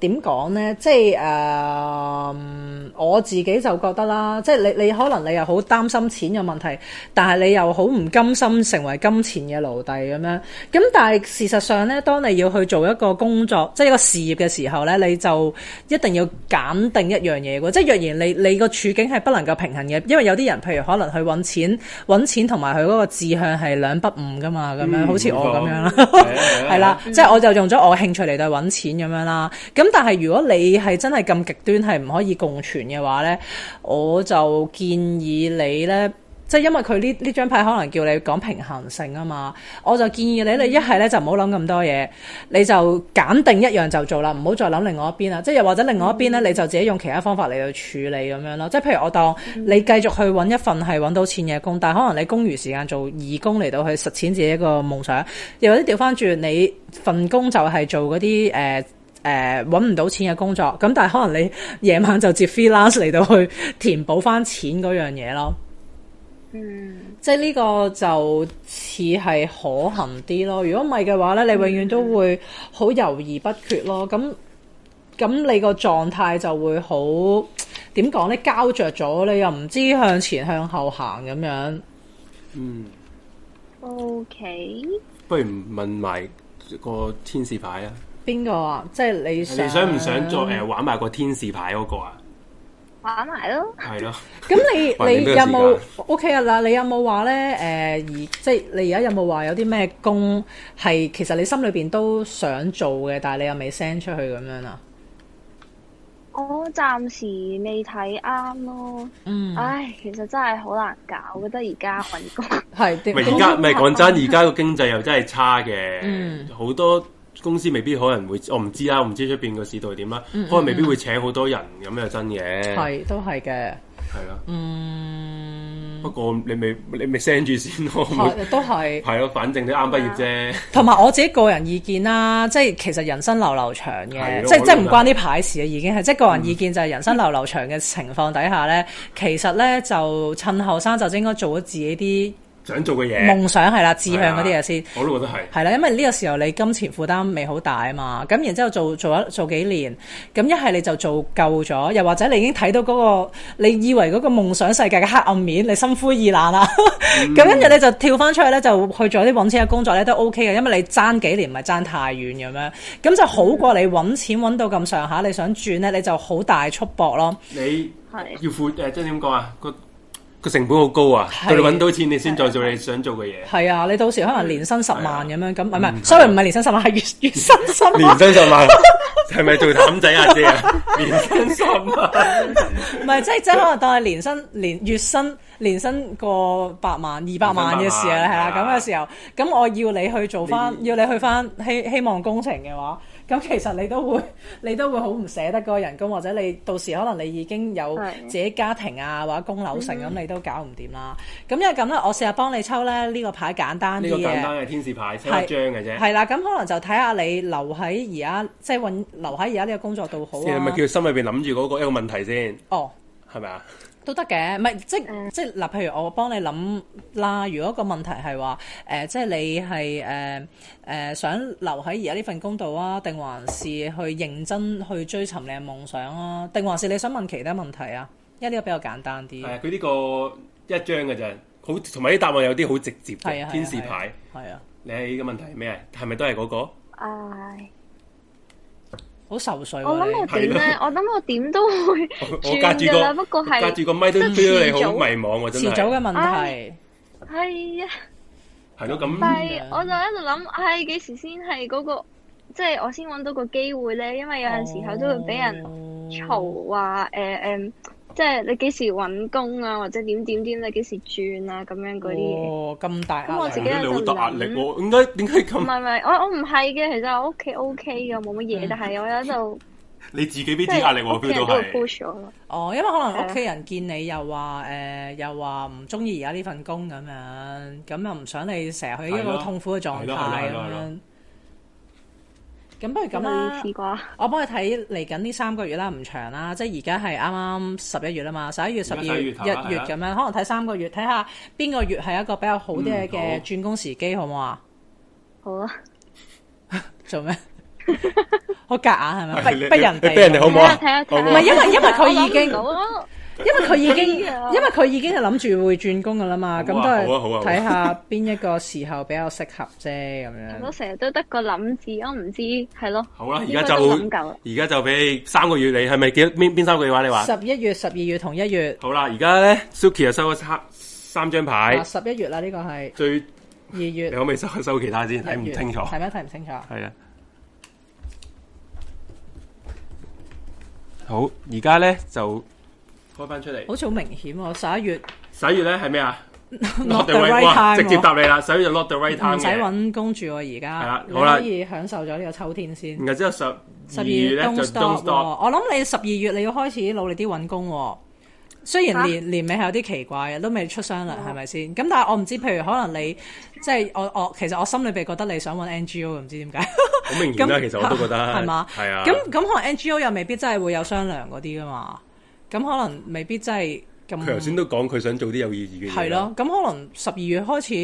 Speaker 2: 點講呢？即係誒、嗯我自己就覺得啦，即係你你可能你又好擔心錢嘅問題，但係你又好唔甘心成為金錢嘅奴隸咁樣。咁但係事實上呢，當你要去做一個工作，即係一個事業嘅時候呢，你就一定要揀定一樣嘢喎。即係若然你你個處境係不能夠平衡嘅，因為有啲人譬如可能去揾錢揾錢同埋佢嗰個志向係兩不誤噶嘛，咁樣好似我咁樣啦。 係
Speaker 1: 係
Speaker 2: 啦，，即係我就用咗我興趣嚟到揾錢咁樣啦。咁但係如果你係真係咁極端，係唔可以共存嘅話呢，我就建議你呢，即係因為佢呢呢張牌可能叫你講平衡性啊嘛，我就建議你你一係呢就唔好諗咁多嘢，你就揀定一樣就做啦，唔好再諗另外一邊啦。即係又或者另外一邊呢，你就自己用其他方法嚟到處理咁樣咯。即係譬如我當你繼續去揾一份係揾到錢嘅工，但係可能你公餘時間做義工嚟到去實踐自己一個夢想。又或者調翻轉，你份工就係做嗰啲誒誒揾唔到錢嘅工作，咁但係可能你夜晚就接 freelance 嚟到去填補翻錢嗰樣嘢咯。
Speaker 4: 嗯，
Speaker 2: 即係呢個就似係可行啲咯。如果唔係嘅話咧，
Speaker 1: 嗯
Speaker 2: 你永遠都會好猶豫不決咯。咁咁你個狀態就會好點講咧？膠着咗，你又唔知向前向後行咁樣。
Speaker 1: 嗯，
Speaker 4: OK，
Speaker 1: 不如唔問埋個天使牌啊？
Speaker 2: 邊個啊？即係你
Speaker 1: 你想唔想再誒玩埋個天使牌嗰個啊？
Speaker 4: 玩埋咯。
Speaker 1: 係 咯，
Speaker 2: 咁你
Speaker 1: 哇
Speaker 2: 你
Speaker 1: 你都
Speaker 2: 有
Speaker 1: 有
Speaker 2: 冇
Speaker 1: 時
Speaker 2: OK 啊？嗱，你有冇話咧？誒、而即係你而家有冇話有啲咩工係其實你心裏邊都想做嘅，但係你又未 send 出去咁樣啊？
Speaker 4: 我暫時未睇啱咯。
Speaker 2: 嗯，
Speaker 4: 唉，其實真係好難搞，覺得而家揾 工。
Speaker 2: 係點
Speaker 1: 咪而家咪講真，而家個經濟又真係差嘅
Speaker 2: 嗯，
Speaker 1: 好多公司未必可能會，我唔知啦，我唔知出邊個市道係點啦，可能未必會請好多人咁又真嘅，係
Speaker 2: 嗯係都係嘅，
Speaker 1: 啦。
Speaker 2: 嗯，
Speaker 1: 不過你咪你咪 send 住先咯，唔好
Speaker 2: 係都係。
Speaker 1: 係咯，反正你啱畢業啫。
Speaker 2: 同埋我自己個人意見啦，即係其實人生流流長
Speaker 1: 係
Speaker 2: 嘅，
Speaker 1: 咯
Speaker 2: 即
Speaker 1: 我
Speaker 2: 係
Speaker 1: 都
Speaker 2: 即係
Speaker 1: 覺
Speaker 2: 唔
Speaker 1: 得
Speaker 2: 關啲牌事啊嘅，已經係即係個人意見就係人生流
Speaker 1: 嗯
Speaker 2: 流長嘅情況底下咧，其實咧就趁後生就應該做咗自己啲
Speaker 1: 想做嘅嘢，
Speaker 2: 夢想係啦，志向嗰啲嘢先。
Speaker 1: 係啊我都覺得係。
Speaker 2: 係啦，因為呢個時候你金錢負擔未好大啊嘛，咁然之後做做一做幾年，咁一係你就做夠咗，又或者你已經睇到嗰、個你以為嗰個夢想世界嘅黑暗面，你心灰意冷啦，咁跟住你就跳翻出去咧，就去做啲揾錢嘅工作咧都 OK 嘅，因為你爭幾年唔係爭太遠咁樣，咁就好過你揾錢揾到咁上下，你想轉咧你就好大束縛咯。
Speaker 1: 你
Speaker 4: 係
Speaker 1: 要付誒，即係點講啊？個個成本好高啊！
Speaker 2: 係
Speaker 1: 到你揾到錢，你先再做你想做嘅嘢。
Speaker 2: 係啊，你到時可能年薪十萬咁樣，咁唔係唔
Speaker 1: 嗯
Speaker 2: 係，sorry 唔係年薪十萬，係月月薪十萬。
Speaker 5: 年薪十萬，係咪做淡仔啊姐啊？ 年薪十萬，
Speaker 2: 唔係，即係即係可能當係年薪、年月薪、年薪過百萬、二百萬嘅時
Speaker 1: 年薪百
Speaker 2: 候，
Speaker 1: 萬
Speaker 2: 係啦，
Speaker 1: 係啊
Speaker 2: 咁嘅時候，咁我要你去做翻，
Speaker 1: 你
Speaker 2: 要你去翻希希望工程嘅話，咁其實你都會， 你都會好唔捨得嗰個人工，或者你到時可能你已經有
Speaker 4: 係
Speaker 2: 自己家庭啊，或者供樓成，咁你都搞唔掂啦。咁因為咁咧，我試下幫你抽咧呢個牌簡單
Speaker 1: 呢
Speaker 2: 啲
Speaker 1: 個簡
Speaker 2: 嘅
Speaker 1: 單。嘅天使牌，抽一張
Speaker 2: 係
Speaker 1: 嘅啫。
Speaker 2: 係啦，咁可能就睇下你留喺而家，即係揾留喺而家呢個工作度好
Speaker 5: 你係咪
Speaker 2: 啊
Speaker 5: 叫。佢心裏邊諗住嗰個一個問題先？
Speaker 2: 哦。
Speaker 5: 係咪啊？
Speaker 2: 都得嘅，唔係即
Speaker 4: 嗯
Speaker 2: 即嗱，譬如我幫你諗啦。如果個問題係話誒，即係你係誒誒想留喺而家呢份工度啊，定還是去認真去追尋你嘅夢想啊？定還是你想問其他問題啊？因為呢個比較簡單啲，
Speaker 1: 係佢呢個一張嘅啫，好同埋啲答案有啲好直接
Speaker 2: 係啊係
Speaker 1: 嘅
Speaker 2: 啊
Speaker 1: 天使牌。
Speaker 2: 係啊，
Speaker 1: 你嘅問題係咩啊？係咪都係嗰個？
Speaker 4: 唉，
Speaker 2: 好愁緒
Speaker 4: 我
Speaker 2: 喎
Speaker 4: 諗我
Speaker 2: 你。
Speaker 4: 點咧？我諗我點 都會
Speaker 1: 我我隔
Speaker 4: 轉
Speaker 1: 住
Speaker 4: 噶啦，不
Speaker 1: 個
Speaker 4: 過
Speaker 1: 隔住
Speaker 4: 係
Speaker 1: 個咪都
Speaker 4: 即係
Speaker 1: feel 到你好
Speaker 4: 遲早
Speaker 1: 迷茫喎，真
Speaker 2: 遲早
Speaker 1: 係
Speaker 2: 嘅問題
Speaker 4: 唉係啊。
Speaker 1: 係咯
Speaker 4: 但
Speaker 1: 咁。
Speaker 4: 係我就喺度諗，唉、幾時先係嗰個，即係我先揾到個機會咧？因為有陣時候都會俾
Speaker 1: 哦
Speaker 2: 哦
Speaker 4: 人嘈話，誒、誒，即係你幾時揾工啊，或者點點點，你幾時轉啊，咁樣嗰啲嘢。
Speaker 2: 哦，咁大
Speaker 4: 咁我
Speaker 2: 壓
Speaker 4: 自
Speaker 2: 力
Speaker 4: 己
Speaker 2: 啊。
Speaker 1: 你好大壓力
Speaker 4: 就
Speaker 1: 喎，點解點解
Speaker 4: 唔
Speaker 1: 咁？
Speaker 4: 係唔係，我我唔係嘅，其實我屋企 OK 嘅，冇乜嘢，但係我喺度
Speaker 1: 嗯你自己俾
Speaker 4: 即
Speaker 1: 啲壓力
Speaker 4: 係
Speaker 1: 喎
Speaker 4: 屋企人
Speaker 1: ，feel
Speaker 4: 都
Speaker 1: 到
Speaker 4: 會
Speaker 1: 係。
Speaker 4: push 我咯。
Speaker 2: 哦，因為可
Speaker 1: 啊
Speaker 2: 能屋企人見你又話誒、又話唔中意而家呢份工咁樣，咁又唔想你成日去一
Speaker 1: 係
Speaker 2: 個
Speaker 1: 咯
Speaker 2: 痛苦嘅狀
Speaker 1: 係咯係
Speaker 2: 態咁
Speaker 1: 咯係咯
Speaker 2: 樣。咁不如咁啊啦
Speaker 4: 類，似啩？
Speaker 2: 我幫你睇嚟緊呢三個月啦，唔長啦，即係而家係啱啱十一月啦嘛，十一月、十二
Speaker 1: 而家
Speaker 2: 月、
Speaker 1: 11
Speaker 2: 一
Speaker 1: 月
Speaker 2: 月
Speaker 1: 頭啦係啊啦
Speaker 2: 咁樣，可能睇三個月，睇下邊個月係一個比較好啲
Speaker 1: 嗯
Speaker 2: 嘅嘅
Speaker 1: 好
Speaker 2: 轉工時機，好唔好啊？
Speaker 4: 好啊啦，
Speaker 2: 做咩？好夾硬係咪？
Speaker 5: 係你
Speaker 2: 逼逼人
Speaker 5: 你逼人哋好
Speaker 2: 哋
Speaker 5: 唔好
Speaker 4: 睇下
Speaker 5: 啊？好
Speaker 4: 睇下
Speaker 5: 唔好
Speaker 4: 睇下。
Speaker 5: 啊
Speaker 2: 唔係因為因為佢已經
Speaker 4: 我諗唔到啊
Speaker 2: 因為佢已經，
Speaker 4: 哎呀
Speaker 2: 因為佢已經係諗住會轉工噶啦嘛，咁
Speaker 5: 好
Speaker 2: 都
Speaker 5: 啊好啊好啊好
Speaker 2: 係
Speaker 5: 啊
Speaker 2: 睇下邊一個時候比較適合啫，咁樣
Speaker 4: 我。成日都得個諗字，我唔知係咯。
Speaker 1: 嗯好啦，而
Speaker 4: 應該
Speaker 1: 家就
Speaker 4: 都諗夠啦
Speaker 1: 而家就俾你三個月你係咪幾邊邊三個月話你話？
Speaker 2: 十一月、十二月同一月，
Speaker 1: 好啦，而家咧，Suki 又收咗三三張牌
Speaker 2: 啊，十一月啦，呢個係
Speaker 1: 最你
Speaker 2: 二月
Speaker 1: 可。唔可以收收其他先？睇唔
Speaker 2: 一月
Speaker 1: 清楚，
Speaker 2: 係咩睇唔清楚？
Speaker 1: 係啊。好，而家咧就開翻出嚟。
Speaker 2: 好似好明顯喎，十一月
Speaker 1: 十一月咧係咩啊
Speaker 2: not the
Speaker 1: right- 哇
Speaker 2: right
Speaker 1: 直接
Speaker 2: time
Speaker 1: 答
Speaker 2: 喎。
Speaker 1: 你啦。十一月就 not the right time
Speaker 2: 唔使
Speaker 1: 嘅
Speaker 2: 揾公住喎，而
Speaker 1: 係
Speaker 2: 家
Speaker 1: 啦
Speaker 2: 你
Speaker 1: 好啦
Speaker 2: 可以享受咗呢個秋天先。
Speaker 1: 然後之後十
Speaker 2: 十
Speaker 1: 二
Speaker 2: 二
Speaker 1: 月
Speaker 2: 月
Speaker 1: 咧
Speaker 2: don't
Speaker 1: 就 don't
Speaker 2: stop，喎
Speaker 1: stop。
Speaker 2: 我諗你十二月你要開始努力啲揾工喎。雖然年年尾係有啲奇怪嘅，都未出商量，係咪先？咁但係我唔知，譬如可能你即係我我其實我心裏邊覺得你想揾 NGO，唔知點解。
Speaker 5: 好明顯啦，
Speaker 2: 咁
Speaker 5: 其實我都覺得
Speaker 2: 係嘛？
Speaker 5: 係啊。
Speaker 2: 咁咁可能 NGO 又未必真係會有商量嗰啲噶嘛，咁可能未必真係咁。
Speaker 5: 佢頭先都講佢想做啲有意義嘅嘢。
Speaker 2: 係咯，咁可能十二月開始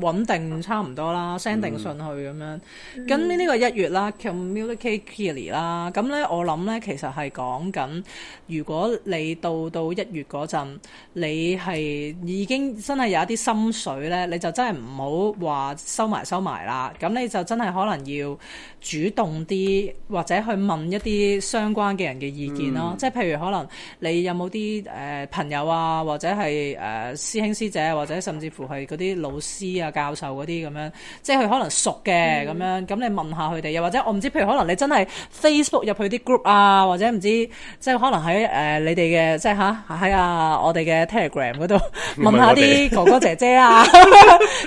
Speaker 2: 穩定差唔多啦，send 定信去咁樣。咁呢呢個一月啦，communicate clearly 啦。咁咧我諗咧，其實係講緊，如果你到到一月嗰陣，你係已經真係有一啲心水咧，你就真係唔好話收埋收埋啦。咁你就真係可能要主動啲，或者去問一啲相關嘅人嘅意見咯。即係譬如可能你有冇啲誒朋友啊，或者係誒、呃、師兄師姐，或者甚至乎係嗰啲老師啊、教授嗰啲咁樣，即係佢可能熟嘅咁、樣，咁你問下佢哋，又或者我唔知，譬如可能你真係 Facebook 入去啲 group 啊，或者唔知即係可能喺誒、呃你哋嘅即係吓喺啊我哋嘅 Telegram 嗰度問下啲哥哥姐 姐啊，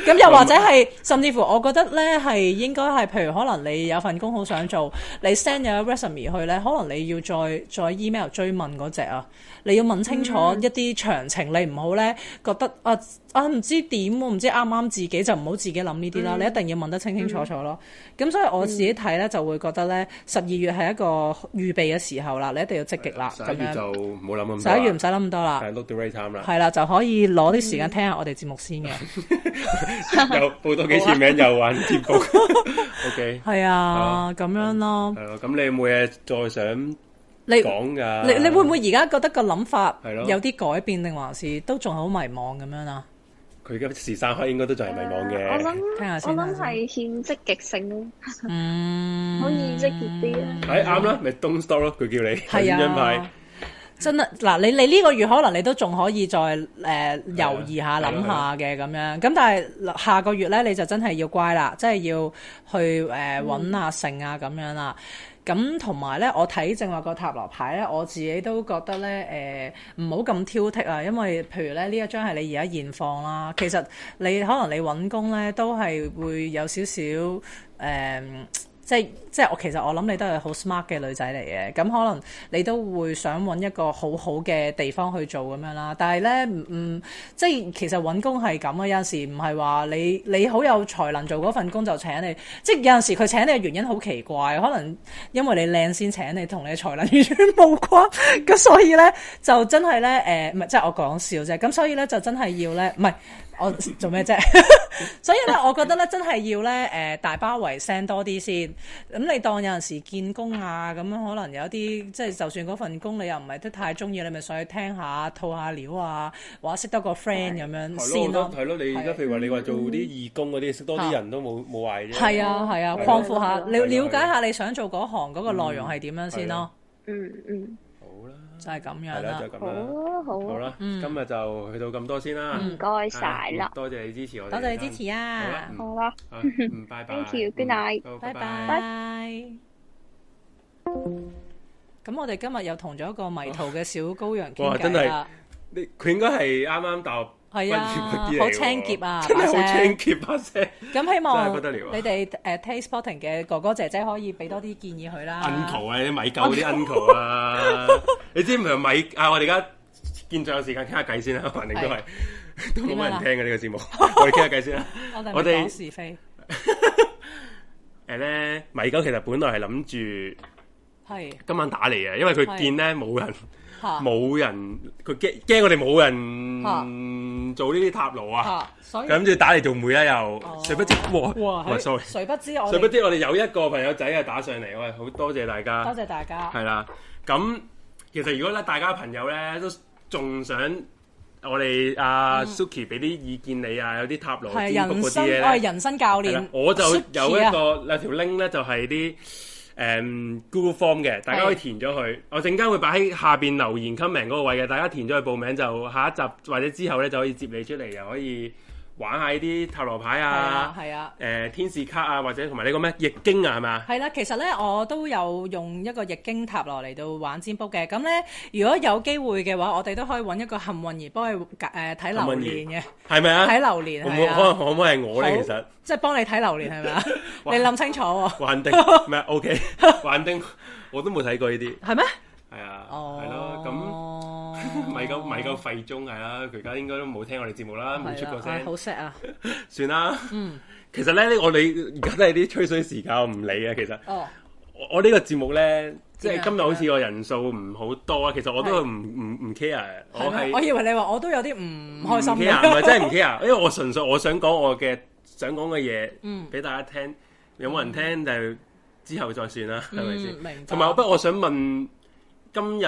Speaker 2: 咁又或者係甚至乎，我覺得咧係應該係譬如可能你有份工好想做，你 send 咗 resume 去咧，可能你要再再 email 追問嗰只啊。你要問清楚
Speaker 5: 嗯
Speaker 2: 一啲詳情，你唔好咧覺得啊啊唔知點喎，唔知啱唔啱自己就唔好自己諗呢啲
Speaker 5: 嗯
Speaker 2: 啦，你一定要問得清清楚楚咯。咁所以我自己睇咧就會覺得咧，十二月係一個預備嘅時候啦，你一定要積極啦，
Speaker 5: 十
Speaker 2: 咁
Speaker 5: 一月
Speaker 2: 樣
Speaker 5: 就唔好諗咁多啦。
Speaker 2: 十一月唔使諗咁多啦，
Speaker 5: 係 look the right time 啦。
Speaker 2: 係啦就可以努攞啲時
Speaker 5: 嗯
Speaker 2: 間聽下我哋節目先嘅。
Speaker 1: 又報多幾次名又玩 節目。OK，
Speaker 2: 係啊，咁樣咯。
Speaker 1: 係咯，咁你有冇嘢再想
Speaker 2: 你
Speaker 1: 嗯講㗎？
Speaker 2: 你你會唔會而家覺得個諗法
Speaker 1: 係咯
Speaker 2: 有啲改變，定還是都仲係好迷茫咁樣啊？
Speaker 1: 佢而家時三刻應該都仲係迷茫
Speaker 4: 我諗
Speaker 1: 嘅。
Speaker 2: 聽下
Speaker 4: 我
Speaker 2: 先
Speaker 4: 諗係欠積極性咯，
Speaker 2: 嗯，
Speaker 4: 可以積極啲啊。
Speaker 1: 係啱啦，咪 Don't Stop 咯，佢叫你
Speaker 2: 係
Speaker 1: 頭先張
Speaker 2: 啊
Speaker 1: 牌。，
Speaker 2: 真係嗱，你你呢個月可能你都仲可以再誒、呃、猶豫下
Speaker 1: 係啊
Speaker 2: 諗下嘅咁樣，咁但係下個月咧你就真係要乖啦，真係要去誒
Speaker 1: 嗯
Speaker 2: 揾啊剩啊咁樣啦。咁同埋咧，我睇正話個塔羅牌咧，我自己都覺得咧誒唔好咁挑剔啊，因為譬如咧呢一張係你而家現況啦，其實你可能你揾工咧都係會有少少誒。嗯即係即係我其實我諗你都係好 smart 嘅女仔嚟嘅，咁可能你都會想揾一個好好嘅地方去做咁樣啦。但係呢，唔、唔即係其實揾工係咁啊，有陣時唔係話你你好有才能做嗰份工就請你，即係有陣時佢請你嘅原因好奇怪，可能因為你靚先請你，同你嘅才能完全冇關。咁所以呢，就真係呢，誒、唔係即係我講笑啫。咁所以呢，就真係要呢，唔係我做咩啫？ 所以咧，我覺得咧，真係要咧，誒、大包圍 send 多啲先。咁你當有陣時見工啊，咁樣可能有啲即係，就算嗰份工你又唔係得太中意，你咪上去聽下、吐下料啊，或者識多個 friend 咁樣
Speaker 1: 係
Speaker 2: 先
Speaker 1: 咯，我
Speaker 2: 咯
Speaker 1: 覺。得係咯，你而家譬如話你話做啲義工嗰啲，識多啲人都冇冇壞啫。
Speaker 2: 係啊，係啊，
Speaker 1: 係
Speaker 2: 擴
Speaker 1: 咯
Speaker 2: 闊下，你
Speaker 1: 係咯啊嗯
Speaker 2: 了解下你想做嗰行嗰個內容係點樣先咯，
Speaker 4: 嗯嗯，
Speaker 1: 好啦，
Speaker 2: 就係咁樣
Speaker 1: 係啦，
Speaker 2: 啦
Speaker 1: 就。咁
Speaker 4: 好
Speaker 1: 啦，
Speaker 4: 啊好
Speaker 1: 好
Speaker 4: 啊，
Speaker 1: 啦，今日就去到咁多先啦。
Speaker 4: 唔該晒啦，
Speaker 1: 多謝你支持我哋。
Speaker 2: 多謝你支持啊
Speaker 1: 好啦嗯
Speaker 4: 好啦，
Speaker 1: 好嗯，拜拜。
Speaker 4: Thank you, good night
Speaker 1: 嗯好
Speaker 2: 拜拜。咁我哋今日又同咗一個迷途嘅小羔羊
Speaker 1: 哇
Speaker 2: 傾
Speaker 1: 真
Speaker 2: 偈
Speaker 1: 係
Speaker 2: 啦。
Speaker 1: 你佢應該係啱啱大學畢
Speaker 2: 係啊
Speaker 1: 業嗰啲嚟喎
Speaker 2: 好青澀啊
Speaker 1: 真係
Speaker 2: 把
Speaker 1: 好青
Speaker 2: 聲
Speaker 1: 澀把聲。
Speaker 2: 咁希望
Speaker 1: 真係不得了啊
Speaker 2: 你哋誒 Taste Potting 嘅哥哥姐姐可以俾多啲建議佢啦。
Speaker 1: uncle 啊，啲米狗
Speaker 2: 哦
Speaker 1: 嗰啲 uncle 啊，你知唔係米啊？我哋而家見仲有時間傾下偈先啦，反正都係都冇乜人聽啊嘅呢個節目，我哋傾下偈先啦。
Speaker 2: 啊 我哋
Speaker 1: 我
Speaker 2: 我
Speaker 1: 哋
Speaker 2: 哋是非
Speaker 1: 誒咧，米狗其實本來係諗住
Speaker 2: 係
Speaker 1: 今晚打嚟嘅，因為佢
Speaker 2: 係啊
Speaker 1: 見咧冇人
Speaker 2: 嚇
Speaker 1: 冇人，佢驚驚我哋冇人
Speaker 2: 嚇
Speaker 1: 做呢啲塔羅啊，
Speaker 2: 嚇，所以
Speaker 1: 咁就打嚟做妹啦又，誰不知哇
Speaker 2: 哦哇
Speaker 1: 喂，sorry，
Speaker 2: 誰不知我
Speaker 1: 誰不
Speaker 2: 哋
Speaker 1: 知我哋有一個朋友仔啊打上嚟，我係好多謝大家，
Speaker 2: 多謝大家
Speaker 1: 系啦，咁其實如果咧，大家朋友咧都仲想我哋阿 Suki 俾啲意見你啊，有啲塔羅
Speaker 2: 嗯係
Speaker 1: 占卜
Speaker 2: 人
Speaker 1: 嗰啲
Speaker 2: 生我
Speaker 1: 嘢
Speaker 2: 係
Speaker 1: 咧，
Speaker 2: 人生教
Speaker 1: 係啦
Speaker 2: 練，
Speaker 1: 我就有一
Speaker 2: Suki 啊
Speaker 1: 個有條 link 咧，就係啲誒 Google Form 嘅，大家可以填咗佢。我陣間會擺喺下邊留言 comment 嗰個位嘅，大家填咗去報名就下一集或者之後咧就可以接你出嚟，又可以玩下呢啲塔羅牌
Speaker 2: 係啊
Speaker 1: 啊，
Speaker 2: 係啊。
Speaker 1: 誒天使卡啊，或者同埋呢個咩易經啊，係咪啊？
Speaker 2: 係啦，其實咧我都有用一個易經塔羅嚟到玩占卜嘅。咁咧，如果有機會嘅話，我哋都可以揾一個幸運兒幫佢誒睇
Speaker 1: 幸運
Speaker 2: 流
Speaker 1: 兒
Speaker 2: 年嘅，
Speaker 1: 係咪啊？
Speaker 2: 睇流年
Speaker 1: 可唔
Speaker 2: 係
Speaker 1: 可可能
Speaker 2: 啊，
Speaker 1: 可唔可以係我咧？
Speaker 2: 好
Speaker 1: 其實
Speaker 2: 即係幫你睇流年係咪啊？你
Speaker 1: 哇
Speaker 2: 諗清楚喎，
Speaker 1: 幻丁唔係 OK，幻丁我都冇睇過呢啲，
Speaker 2: 係咩？
Speaker 1: 係啊，
Speaker 2: 哦，
Speaker 1: 係咯， 咁米狗米狗廢中係啦，佢而家應該都冇聽我哋節目啦，冇出過
Speaker 2: 係啦唉好嗯
Speaker 1: 聲，
Speaker 2: sad 啊！
Speaker 1: 算啦。其實咧，呢我哋而家都係啲吹水時間，我唔理啊。其實
Speaker 2: 哦，
Speaker 1: 我我呢個節目咧，即
Speaker 2: 點
Speaker 1: 係
Speaker 2: 啊
Speaker 1: 今日好似個人數唔好多啊。其實我都
Speaker 2: 係
Speaker 1: 唔唔唔 care，我啊
Speaker 2: 係咩我
Speaker 1: 係
Speaker 2: 以為你話我都有啲唔開心
Speaker 1: 唔 care，唔係真係唔 care，因為啊我純粹我想講我嘅想講嘅
Speaker 2: 嗯
Speaker 1: 嘢，俾大家聽。有冇人聽就之後再算啦，係咪先？
Speaker 2: 嗯明白
Speaker 1: 同埋，不過我想問，今日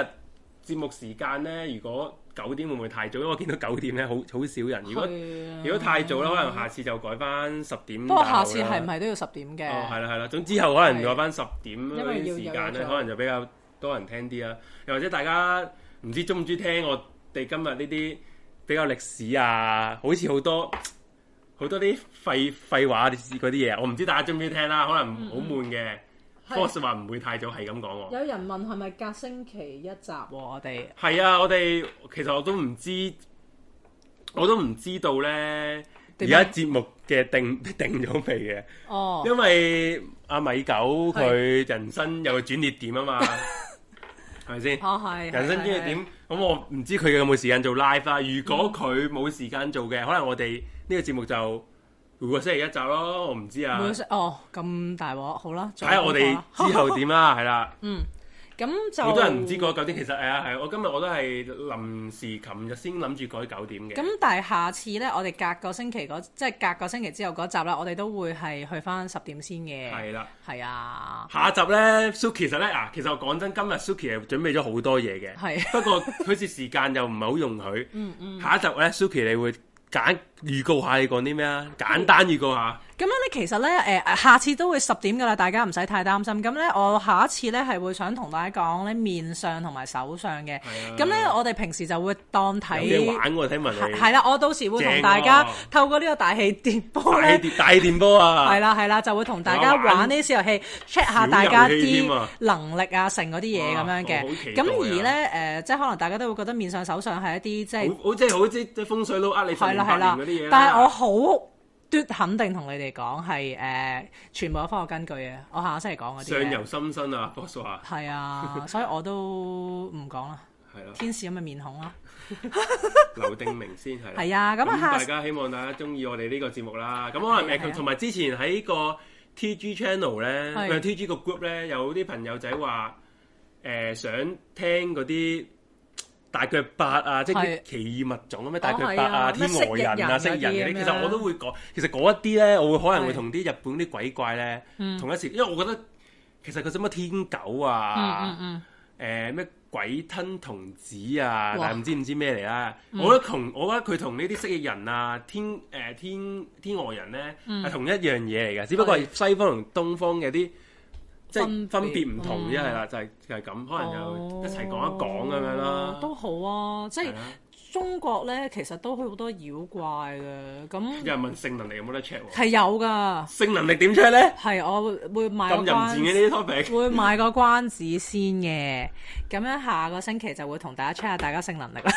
Speaker 1: 節目時間咧，如果九點會唔會太早？因為我見到九點咧，好好少人。如果如果太早咧，可能下次就改翻十點。
Speaker 2: 啊不過下次係唔？係都要十點嘅？
Speaker 1: 哦，係啦係啦，總之後可能
Speaker 2: 係
Speaker 1: 改翻十點嗰
Speaker 2: 因為
Speaker 1: 啲
Speaker 2: 要
Speaker 1: 時間
Speaker 2: 有
Speaker 1: 咧，
Speaker 2: 咗
Speaker 1: 可能就比較多人聽啲啦。又或者大家唔知中唔中意聽我哋今日呢啲比較歷史啊，好似好多好多啲廢廢話嗰啲嘢，我唔知大家中唔中意聽啦，可能好悶嘅。
Speaker 2: 嗯係
Speaker 1: Force 話唔會太早，係咁講喎。
Speaker 2: 有人問係咪隔星期一集喎？我哋
Speaker 1: 係啊，我哋其實我都唔知，我都唔知道咧。而
Speaker 2: 點啊
Speaker 1: 家節目嘅定 定咗未嘅？
Speaker 2: 哦，
Speaker 1: 因為阿米九佢人生有個轉捩點啊嘛， 係咪先？
Speaker 2: 哦係嗯
Speaker 1: 人生轉捩點，咁我唔知佢有冇時間做 live 啦。如果佢冇時間做嘅，可能我哋呢個節目就每個星期一集咯，我唔知啊。
Speaker 2: 每個星哦咁大鑊，好啦，
Speaker 1: 啊睇下我哋之後點啦，係啦。
Speaker 2: 咁就
Speaker 1: 好多人唔知改九點，其實係啊係啊，我今日我都係臨時琴日先諗住改九點嘅。
Speaker 2: 咁但係下次咧，我哋隔個星期嗰即係隔個星期之後嗰集啦，我哋都會係去翻十點先嘅。
Speaker 1: 係啦，
Speaker 2: 係啊，
Speaker 1: 下集咧，Suki 其實咧啊，其實我講真，今日 Suki 係準備咗好多嘢嘅，
Speaker 2: 係
Speaker 1: 不過好似時間又唔係好容許。嗯嗯，下一集咧，Suki 你會簡預告下你講啲咩啊？簡單預告下，
Speaker 2: 咁樣咧，其實咧，誒、下次都會十點噶啦，大家唔使太擔心。咁咧，我下一次咧係會想同大家講咧面相同埋手相嘅。
Speaker 1: 啊
Speaker 2: 咁咧，我哋平時就會當
Speaker 1: 有
Speaker 2: 睇
Speaker 1: 嘢玩喎，聽聞
Speaker 2: 係
Speaker 1: 你
Speaker 2: 係啦，我到時會
Speaker 1: 正
Speaker 2: 同
Speaker 1: 喎
Speaker 2: 大家透過呢個大氣電波
Speaker 1: 大
Speaker 2: 咧。
Speaker 1: 電大電波啊！
Speaker 2: 係啦係啦，就會同大家玩呢啲小遊戲，check 下大家啲能力啊、成嗰啲嘢咁樣
Speaker 1: 哇好期
Speaker 2: 嘅。
Speaker 1: 待啊
Speaker 2: 咁而咧誒、即係可能大家都會覺得面上手上係一啲即係
Speaker 1: 好好即係好即即風水佬呃你十
Speaker 2: 係
Speaker 1: 年
Speaker 2: 啦
Speaker 1: 八
Speaker 2: 係
Speaker 1: 年
Speaker 2: 啦
Speaker 1: 嗰啲嘢，
Speaker 2: 但係我好。嘟肯定同你哋講係誒，全部有科學根據嘅。我下星期講嗰啲
Speaker 1: 上
Speaker 2: 嘢
Speaker 1: 游心生啊，boss 話
Speaker 2: 係 啊，所以我都唔講啦。
Speaker 1: 係啦，
Speaker 2: 天使咁嘅面 孔啦，
Speaker 1: 劉定明先係啦。
Speaker 2: 係啊。咁
Speaker 1: 咁
Speaker 2: 啊
Speaker 1: 大
Speaker 2: 下
Speaker 1: 家希望大家中意我哋呢個節目啦。咁可能
Speaker 2: 係啊係啊
Speaker 1: 誒，同埋之前喺個 T G channel 咧，
Speaker 2: 係
Speaker 1: 唔係 T G 個 group 咧，有啲朋友仔話誒想聽嗰啲大腳八啊，即係
Speaker 2: 係
Speaker 1: 啲奇異物種咁樣大腳
Speaker 2: 哦
Speaker 1: 八
Speaker 2: 係啊
Speaker 1: 啊、天鵝人啊、
Speaker 2: 咩
Speaker 1: 蜥
Speaker 2: 蜥蜴人嗰啲
Speaker 1: 蜴人嗰啲，其
Speaker 2: 咁樣
Speaker 1: 實我都會講。其實嗰一啲咧，我會可能會
Speaker 2: 係嗯
Speaker 1: 同啲日本啲鬼怪咧同一時，因為我覺得其實佢使乜天狗啊
Speaker 2: 嗯。嗯
Speaker 1: 誒咩鬼吞童子啊，
Speaker 2: 哇嗯
Speaker 1: 但係唔知唔知咩嚟啦。我覺得同我覺得佢同呢啲蜥蜴人啊、天誒、呃天天鵝人咧係、
Speaker 2: 嗯
Speaker 1: 同一樣嘢嚟嘅，只不過係西方同東方有啲即係
Speaker 2: 分別嗯
Speaker 1: 分別唔同啫，係啦、就係就係咁，可能
Speaker 2: 哦
Speaker 1: 就一齊講一講咁樣啦。
Speaker 2: 都好啊，即
Speaker 1: 係
Speaker 2: 係
Speaker 1: 啦
Speaker 2: 中國咧，其實都好多妖怪嘅，咁
Speaker 1: 有人問性能力有冇得 check 喎？
Speaker 2: 係有噶，
Speaker 1: 性能力點 check 咧？
Speaker 2: 係啊我會會買
Speaker 1: 咁
Speaker 2: 個
Speaker 1: 淫
Speaker 2: 關
Speaker 1: 賤
Speaker 2: 子，
Speaker 1: 嘅呢啲 topic，
Speaker 2: 會買個關子先嘅，咁樣下個星期就會同大家 check 下大家性能力啦。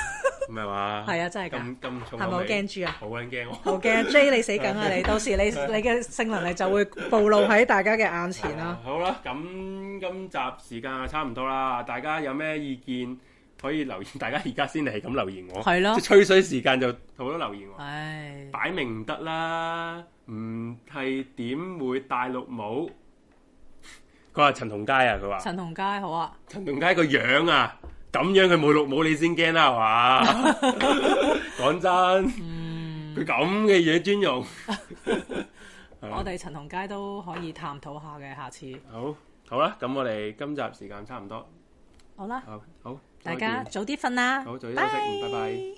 Speaker 1: 唔係話
Speaker 2: 係啊真係㗎
Speaker 1: 咁咁重
Speaker 2: 係咪
Speaker 1: 口
Speaker 2: 好
Speaker 1: 味
Speaker 2: 驚住啊
Speaker 1: 好撚驚我。
Speaker 2: 好嘅，J 你死梗 啊你，到時你你嘅性能力就會暴露喺大家嘅眼前啦。
Speaker 1: 好啦，咁今集時間差唔多啦，大家有咩意見可以留言，大家而家先嚟咁留言我，
Speaker 2: 係咯
Speaker 1: 即係吹水時間就好多留言我，
Speaker 2: 唉，
Speaker 1: 擺明唔得啦，唔係點會戴綠帽？佢話陳同佳啊，佢話
Speaker 2: 陳同佳好啊，
Speaker 1: 陳同佳個樣啊，咁樣佢冇綠帽你先驚 啦，係嘛？講真，佢咁嘅嘢專用，係
Speaker 2: 我哋陳同佳都可以探討下嘅，下次
Speaker 1: 好好啦，咁我哋今集時間差唔多，
Speaker 2: 好啦，
Speaker 1: 好好，再
Speaker 2: 大
Speaker 1: 見
Speaker 2: 家早啲瞓啦，
Speaker 1: 好，早啲休息，嗯拜拜。